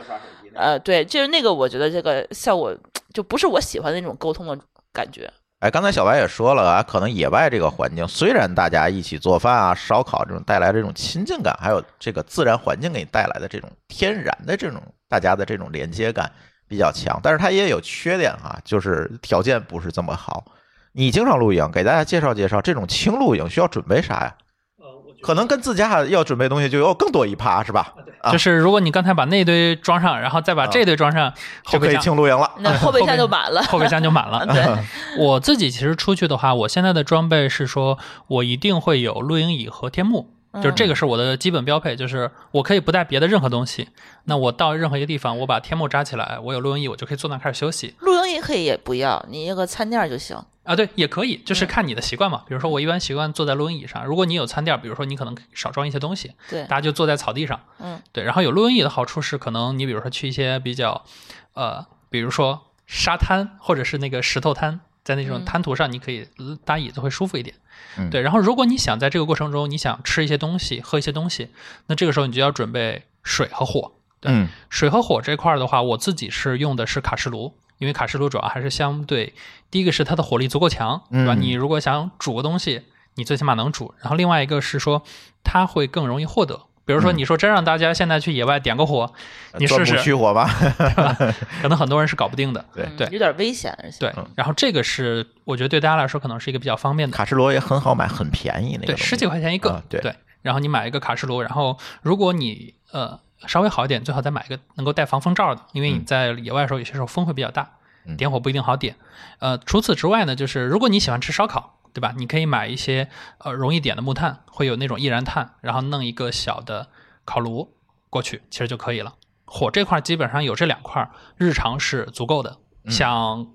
Speaker 2: 呃，对，就是那个，我觉得这个效果就不是我喜欢的那种沟通的感觉。
Speaker 1: 哎，刚才小白也说了啊，可能野外这个环境，虽然大家一起做饭啊、烧烤这种带来这种亲近感，还有这个自然环境给你带来的这种天然的这种大家的这种连接感比较强，但是它也有缺点啊，就是条件不是这么好。你经常露营，给大家介绍介绍，这种轻露营需要准备啥呀？
Speaker 3: 呃
Speaker 1: 可能跟自驾要准备东西就要更多一趴是吧？
Speaker 3: 呃
Speaker 1: 啊
Speaker 3: 就是如果你刚才把那堆装上，然后再把这堆装上，后
Speaker 1: 就可以
Speaker 3: 备箱
Speaker 1: 轻露营了。
Speaker 2: 那后备箱就满了。
Speaker 3: 后备箱就 满了。
Speaker 2: 对，
Speaker 3: 我自己其实出去的话，我现在的装备是说我一定会有露营椅和天幕。
Speaker 2: 嗯
Speaker 3: 就是这个是我的基本标配，就是我可以不带别的任何东西。那我到任何一个地方，我把天幕扎起来，我有露营椅，我就可以坐那儿开始休息
Speaker 2: 露营也可以也不要，你有个餐垫儿就行。
Speaker 3: 啊。对，也可以，
Speaker 2: 嗯
Speaker 3: 就是看你的习惯嘛。比如说我一般习惯坐在露营椅上，如果你有餐垫儿，比如说你可能少装一些东西，
Speaker 2: 对
Speaker 3: 大，家就坐在草地上。
Speaker 2: 嗯，
Speaker 3: 对，然后有露营椅的好处是，可能你比如说去一些比较，呃，比如说沙滩或者是那个石头滩，在那种
Speaker 2: 嗯
Speaker 3: 滩涂上，你可以呃搭椅子会舒服一点。
Speaker 1: 嗯
Speaker 3: 对，然后如果你想在这个过程中，你想吃一些东西、喝一些东西，那这个时候你就要准备水和火。对
Speaker 1: 嗯
Speaker 3: 水和火这块儿的话，我自己是用的是卡式炉，因为卡式炉主要还是相对，第一个是它的火力足够强，对吧？
Speaker 1: 嗯
Speaker 3: 你如果想煮个东西，你最起码能煮。然后另外一个是说，它会更容易获得。比如
Speaker 1: 嗯
Speaker 3: 说，
Speaker 1: 呃
Speaker 3: 你说真让大家现在去野外点个火，你试
Speaker 1: 钻木
Speaker 3: 试，
Speaker 1: 取火吧。
Speaker 3: 可能很多人是搞不定的。
Speaker 1: 对
Speaker 2: 嗯
Speaker 3: 对
Speaker 2: 有点危险，而且
Speaker 3: 对，
Speaker 1: 嗯
Speaker 3: 然后这个是我觉得对大家来说可能是一个比较方便的，
Speaker 1: 卡式炉也很好买，很便宜那个
Speaker 3: 对，
Speaker 1: 东西
Speaker 3: 十几块钱一个，
Speaker 1: 啊对
Speaker 3: 然后你买一个卡式炉，然后如果你呃稍微好一点，最好再买一个能够带防风罩的，因为你
Speaker 1: 嗯
Speaker 3: 在野外的时候，有些时候风会比较大，
Speaker 1: 嗯
Speaker 3: 点火不一定好点。呃，除此之外呢，就是如果你喜欢吃烧烤，对吧？你可以买一些呃容易点的木炭，会有那种易燃炭，然后弄一个小的烤炉过去，其实就可以了。火这块基本上有这两块，日常是足够的。
Speaker 1: 嗯
Speaker 3: 想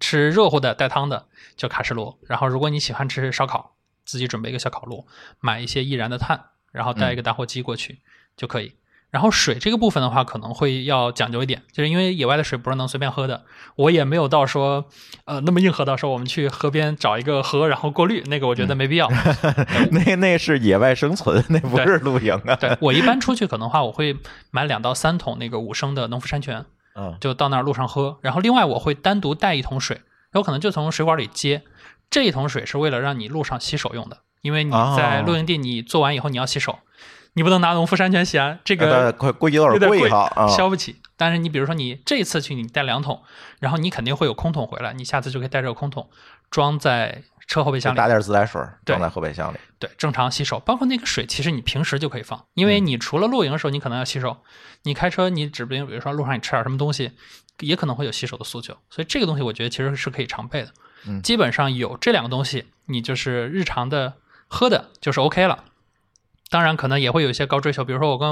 Speaker 3: 吃热乎的带汤的就卡式炉，然后如果你喜欢吃烧烤，自己准备一个小烤炉，买一些易燃的炭，然后带一个打火机过去就可以。然后水这个部分的话，可能会要讲究一点，就是因为野外的水不是能随便喝的。我也没有到说，呃，那么硬核到说我们去河边找一个河然后过滤，那个我觉得没必要。
Speaker 1: 那那是野外生存，那不
Speaker 3: 对
Speaker 1: 是露营啊。
Speaker 3: 对我一般出去可能的话，我会买两到三桶那个五升的农夫山泉，
Speaker 1: 嗯
Speaker 3: 就到那儿路上喝。然后另外我会单独带一桶水，有可能就从水管里接。这一桶水是为了让你路上洗手用的，因为你在
Speaker 1: 哦
Speaker 3: 露营地你做完以后你要洗手，你不能拿农夫山泉洗啊，这
Speaker 1: 那
Speaker 3: 个
Speaker 1: 快贵有点
Speaker 3: 有点
Speaker 1: 贵
Speaker 3: 贵
Speaker 1: 哈哎啊。
Speaker 3: 消不起。但是你比如说你这次去你带两桶，然后你肯定会有空桶回来，你下次就可以带这个空桶装在车后备
Speaker 1: 就
Speaker 3: 箱里
Speaker 1: 打点自来水
Speaker 3: 对
Speaker 1: 装在后备箱里。
Speaker 3: 对，正常洗手，包括那个水，其实你平时就可以放，因为你除了露营的时候，你可能要洗手，你开车，你指不定，比如说路上你吃点什么东西，也可能会有洗手的诉求，所以这个东西我觉得其实是可以常备的。
Speaker 1: 嗯
Speaker 3: 基本上有这两个东西，你就是日常的喝的，就是 OK 了。当然，可能也会有一些高追求，比如说我跟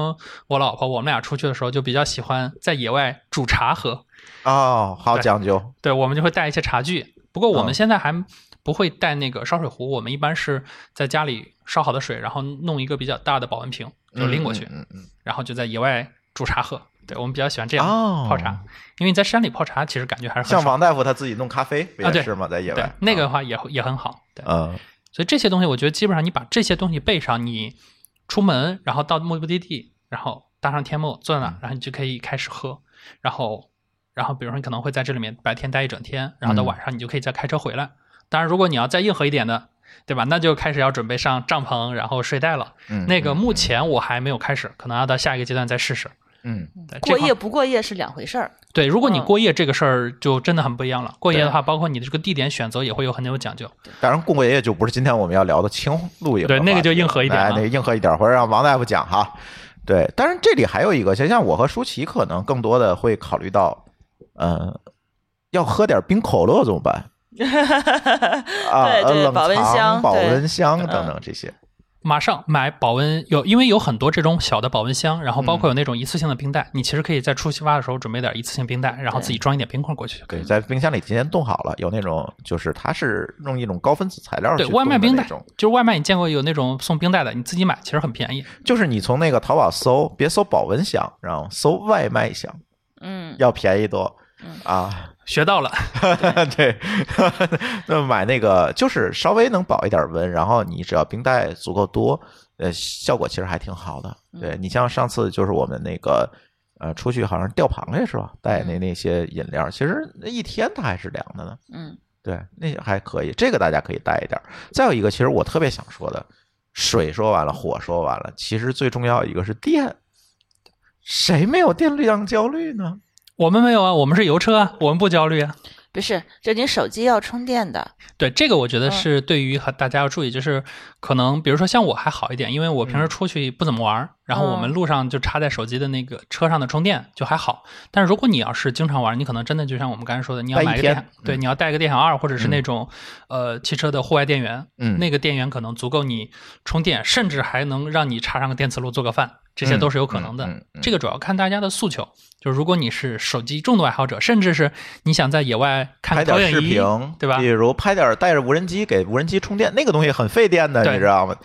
Speaker 3: 我老婆，我们俩出去的时候就比较喜欢在野外煮茶喝，
Speaker 1: 哦，好
Speaker 3: 对
Speaker 1: 讲究。
Speaker 3: 对，我们就会带一些茶具，不过我
Speaker 1: 嗯
Speaker 3: 们现在还不会带那个烧水壶，我们一般是在家里烧好的水，然后弄一个比较大的保温瓶就拎过去，
Speaker 1: 嗯嗯
Speaker 3: 然后就在野外煮茶喝。对我们比较喜欢这样
Speaker 1: 哦
Speaker 3: 泡茶，因为你在山里泡茶其实感觉还是很
Speaker 1: 像
Speaker 3: 爽
Speaker 1: 王大夫他自己弄咖啡不
Speaker 3: 啊
Speaker 1: 也
Speaker 3: 对
Speaker 1: 是吗？在野
Speaker 3: 对
Speaker 1: 外
Speaker 3: 那个的话也也很好。对，
Speaker 1: 嗯
Speaker 3: 所以这些东西，我觉得基本上你把这些东西备上，你出门，然后到目的地，然后搭上天幕，坐在那儿，
Speaker 1: 嗯
Speaker 3: 然后你就可以开始喝。然后，然后比如说你可能会在这里面白天待一整天，然后到
Speaker 1: 嗯
Speaker 3: 晚上你就可以再开车回来。当然，如果你要再硬核一点的，对吧？那就开始要准备上帐篷，然后睡袋了。
Speaker 1: 嗯
Speaker 3: 那个目前我还没有开始，可能要到下一个阶段再试试。
Speaker 1: 嗯
Speaker 3: 对这
Speaker 2: 过
Speaker 3: 块
Speaker 2: 夜不过夜是两回事 儿。
Speaker 3: 对，如果你
Speaker 2: 嗯
Speaker 3: 过夜这个事儿就真的很不一样了。过夜的
Speaker 1: 对
Speaker 3: 话，包括你的这个地点选择也会有很有讲究。
Speaker 1: 当然，过夜就不是今天我们要聊的轻露营了吧，
Speaker 3: 对那个就硬核一点啊
Speaker 1: 哎
Speaker 3: 了
Speaker 1: 那个硬核一点，回头让王大夫讲哈。对，当然这里还有一个，像像我和舒淇可能更多的会考虑到，呃，要喝点冰可乐怎么办？啊，
Speaker 2: 对对
Speaker 1: 呃冷
Speaker 2: 保温
Speaker 1: 藏
Speaker 2: 箱
Speaker 1: 保
Speaker 2: 对
Speaker 1: 温箱
Speaker 2: 嗯
Speaker 1: 等等这些，
Speaker 3: 马上买保温有，因为有很多这种小的保温箱，然后包括有那种一次性的冰袋，你其实可以在初七八的时候准备点一次性冰袋，然后自己装一点冰块过去就可以
Speaker 1: 对，
Speaker 3: 了。
Speaker 1: 在冰箱里提前冻好了，有那种就是它是用一种高分子材料
Speaker 3: 对
Speaker 1: 去
Speaker 3: 外卖
Speaker 1: 冻的
Speaker 3: 冰
Speaker 1: 那
Speaker 3: 袋
Speaker 1: 种，，
Speaker 3: 就是外卖你见过有那种送冰袋的，你自己买其实很便宜。
Speaker 1: 就是你从那个淘宝搜，别搜保温箱，然后搜外卖箱，
Speaker 2: 嗯，
Speaker 1: 要便宜多
Speaker 2: 嗯
Speaker 1: 啊。
Speaker 3: 学到了，
Speaker 1: 对，那买那个就是稍微能保一点温，然后你只要冰袋足够多，呃，效果其实还挺好的。
Speaker 2: 嗯
Speaker 1: 对你像上次就是我们那个呃出去好像是钓螃蟹是吧？带那那些饮料，其实那一天它还是凉的呢。
Speaker 2: 嗯，
Speaker 1: 对，那还可以，这个大家可以带一点儿。再有一个，其实我特别想说的，水说完了，火说完了，其实最重要一个是电。谁没有电量焦虑呢？
Speaker 3: 我们没有啊，我们是油车啊，我们不焦虑啊。
Speaker 2: 不是，就你手机要充电的，
Speaker 3: 对，这个我觉
Speaker 1: 嗯
Speaker 3: 得是对于和大家要注意，就是可能比如说像我还好一点，因为我
Speaker 1: 嗯
Speaker 3: 平时出去不怎么玩儿，然后我们路上就插在手机的那个车上的充电就还好。但是如果你要是经常玩儿，你可能真的就像我们刚才说的，你要
Speaker 1: 带一
Speaker 3: 买一个
Speaker 1: 天
Speaker 3: 电，对，
Speaker 1: 嗯
Speaker 3: 你要带一个电享二或者是那
Speaker 1: 嗯
Speaker 3: 种、呃汽车的户外电源，
Speaker 1: 嗯
Speaker 3: 那个电源可能足够你充电，甚至还能让你插上个电磁炉做个饭，这些都是有可能的。
Speaker 1: 嗯嗯嗯嗯
Speaker 3: 这个主要看大家的诉求。就是如果你是手机重度爱好者，甚至是你想在野外
Speaker 1: 拍
Speaker 3: 看
Speaker 1: 点
Speaker 3: 投影
Speaker 1: 视
Speaker 3: 仪
Speaker 1: 频，，
Speaker 3: 对吧？
Speaker 1: 比如拍点带着无人机给无人机充电，那个东西很费电的，
Speaker 3: 对
Speaker 1: 你知道吗？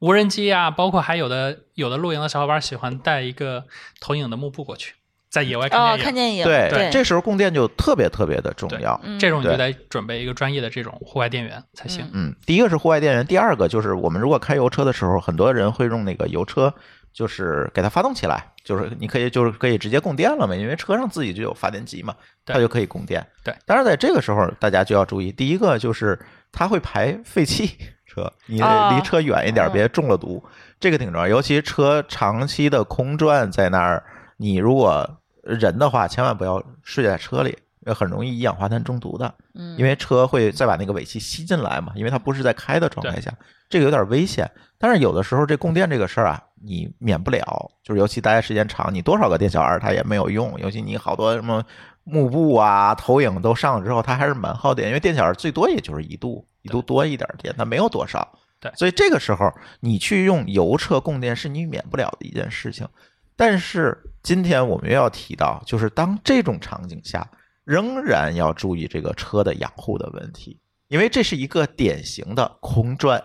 Speaker 3: 无人机啊，包括还有的有的露营的小伙伴喜欢带一个投影的幕布过去，在野外看
Speaker 2: 哦，
Speaker 3: 电影。
Speaker 2: 看电影，
Speaker 1: 对，
Speaker 2: 对，
Speaker 1: 这时候供电就特别特别的重要。
Speaker 2: 嗯
Speaker 3: 这种你
Speaker 1: 对
Speaker 3: 就得准备一个专业的这种户外电源才行。
Speaker 1: 嗯，第一个是户外电源，第二个就是我们如果开油车的时候，很多人会用那个油车，就是给它发动起来，就是你可以就是可以直接供电了嘛，因为车上自己就有发电机嘛，
Speaker 3: 对
Speaker 1: 它就可以供电。
Speaker 3: 对，
Speaker 1: 当然在这个时候大家就要注意，第一个就是它会排废气车，你得
Speaker 3: 啊
Speaker 2: 哦
Speaker 1: 离车远一点，
Speaker 2: 嗯
Speaker 1: 别中了毒，这个挺重要。尤其车长期的空转在那儿，你如果人的话，千万不要睡在车里，很容易一氧化碳中毒的。
Speaker 2: 嗯，
Speaker 1: 因为车会再把那个尾气吸进来嘛，因为它不是在开的状态下，这个有点危险。但是有的时候这供电这个事儿啊，你免不了，就是尤其待时间长，你多少个电小二它也没有用，尤其你好多什么幕布啊、投影都上了之后，它还是蛮耗电，因为电小二最多也就是一度一度多一点电，它没有多少。
Speaker 3: 对
Speaker 1: 所以这个时候你去用油车供电是你免不了的一件事情。但是今天我们又要提到，就是当这种场景下，仍然要注意这个车的养护的问题，因为这是一个典型的空转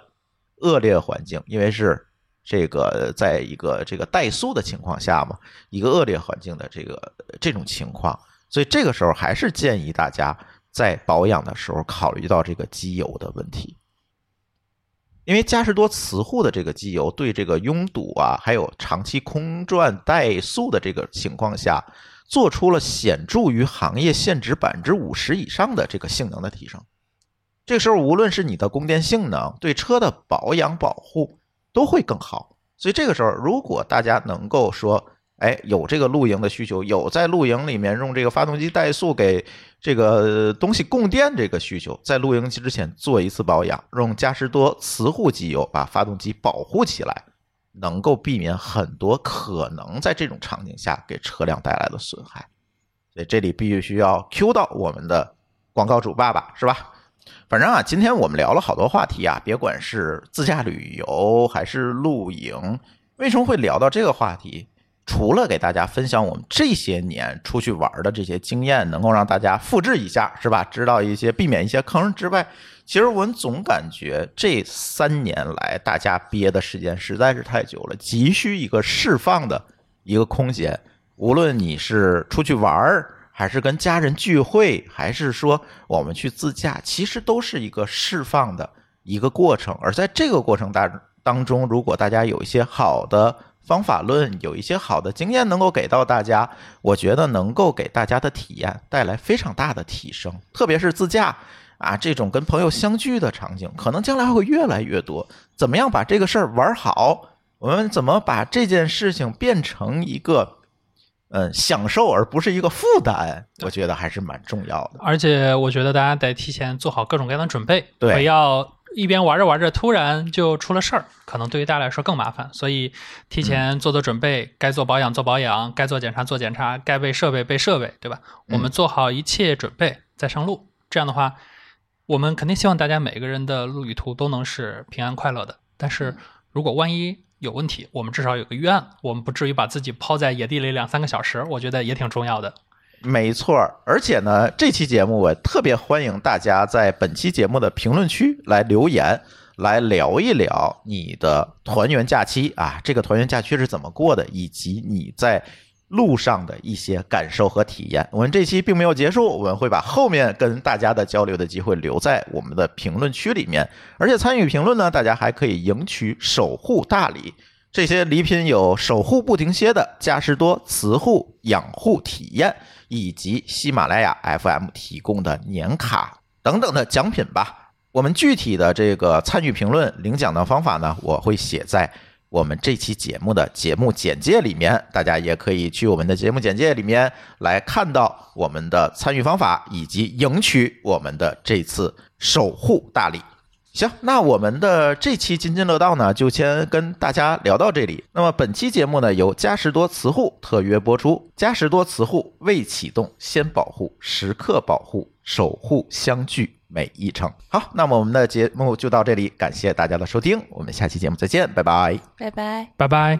Speaker 1: 恶劣环境，因为是这个在一个这个怠速的情况下嘛，一个恶劣环境的这个这种情况，所以这个时候还是建议大家在保养的时候考虑到这个机油的问题。因为嘉实多磁护的这个机油对这个拥堵啊，还有长期空转怠速的这个情况下，做出了显著于行业限值百分之五十以上的这个性能的提升。这个时候，无论是你的供电性能，对车的保养保护都会更好。所以这个时候，如果大家能够说，哎，有这个露营的需求，有在露营里面用这个发动机怠速给这个东西供电这个需求，在露营之前做一次保养，用嘉实多磁护机油把发动机保护起来，能够避免很多可能在这种场景下给车辆带来的损害。所以这里必须要 Q 到我们的广告主爸爸，是吧？反正啊，今天我们聊了好多话题啊，别管是自驾旅游还是露营，为什么会聊到这个话题？除了给大家分享我们这些年出去玩的这些经验，能够让大家复制一下，是吧？知道一些避免一些坑之外，其实我们总感觉这三年来大家憋的时间实在是太久了，急需一个释放的一个空间。无论你是出去玩儿，还是跟家人聚会，还是说我们去自驾，其实都是一个释放的一个过程。而在这个过程当当中，如果大家有一些好的方法论，有一些好的经验能够给到大家，我觉得能够给大家的体验带来非常大的提升，特别是自驾。啊，这种跟朋友相聚的场景，可能将来会越来越多。怎么样把这个事儿玩好？我们怎么把这件事情变成一个嗯享受，而不是一个负担？我觉得还是蛮重要的。
Speaker 3: 而且我觉得大家得提前做好各种各样的准备，
Speaker 1: 对
Speaker 3: 不要一边玩着玩着突然就出了事儿，可能对于大家来说更麻烦。所以提
Speaker 1: 嗯
Speaker 3: 前做做准备，该做保养做保养，该做检查做检查，该备设备备设备，对吧？
Speaker 1: 嗯
Speaker 3: 我们做好一切准备再上路，这样的话，我们肯定希望大家每个人的路旅途都能是平安快乐的。但是
Speaker 1: 嗯
Speaker 3: 如果万一有问题，我们至少有个预案，我们不至于把自己抛在野地里两三个小时，我觉得也挺重要的。
Speaker 1: 没错儿，而且呢，这期节目我特别欢迎大家在本期节目的评论区来留言，来聊一聊你的团圆假期啊，这个团圆假期是怎么过的，以及你在路上的一些感受和体验。我们这期并没有结束，我们会把后面跟大家的交流的机会留在我们的评论区里面，而且参与评论呢，大家还可以赢取守护大礼。这些礼品有守护不停歇的嘉实多磁护养护体验，以及喜马拉雅 FM 提供的年卡等等的奖品吧。我们具体的这个参与评论领奖的方法呢，我会写在我们这期节目的节目简介里面，大家也可以去我们的节目简介里面来看到我们的参与方法，以及赢取我们的这次守护大礼。行，那我们的这期津津乐道呢，就先跟大家聊到这里。那么本期节目呢，由嘉实多磁护特约播出。嘉实多磁护未启动先保护，时刻保护，守护相聚每一程。好，那么我们的节目就到这里，感谢大家的收听，我们下期节目再见，拜拜。
Speaker 2: 拜拜。
Speaker 3: 拜拜。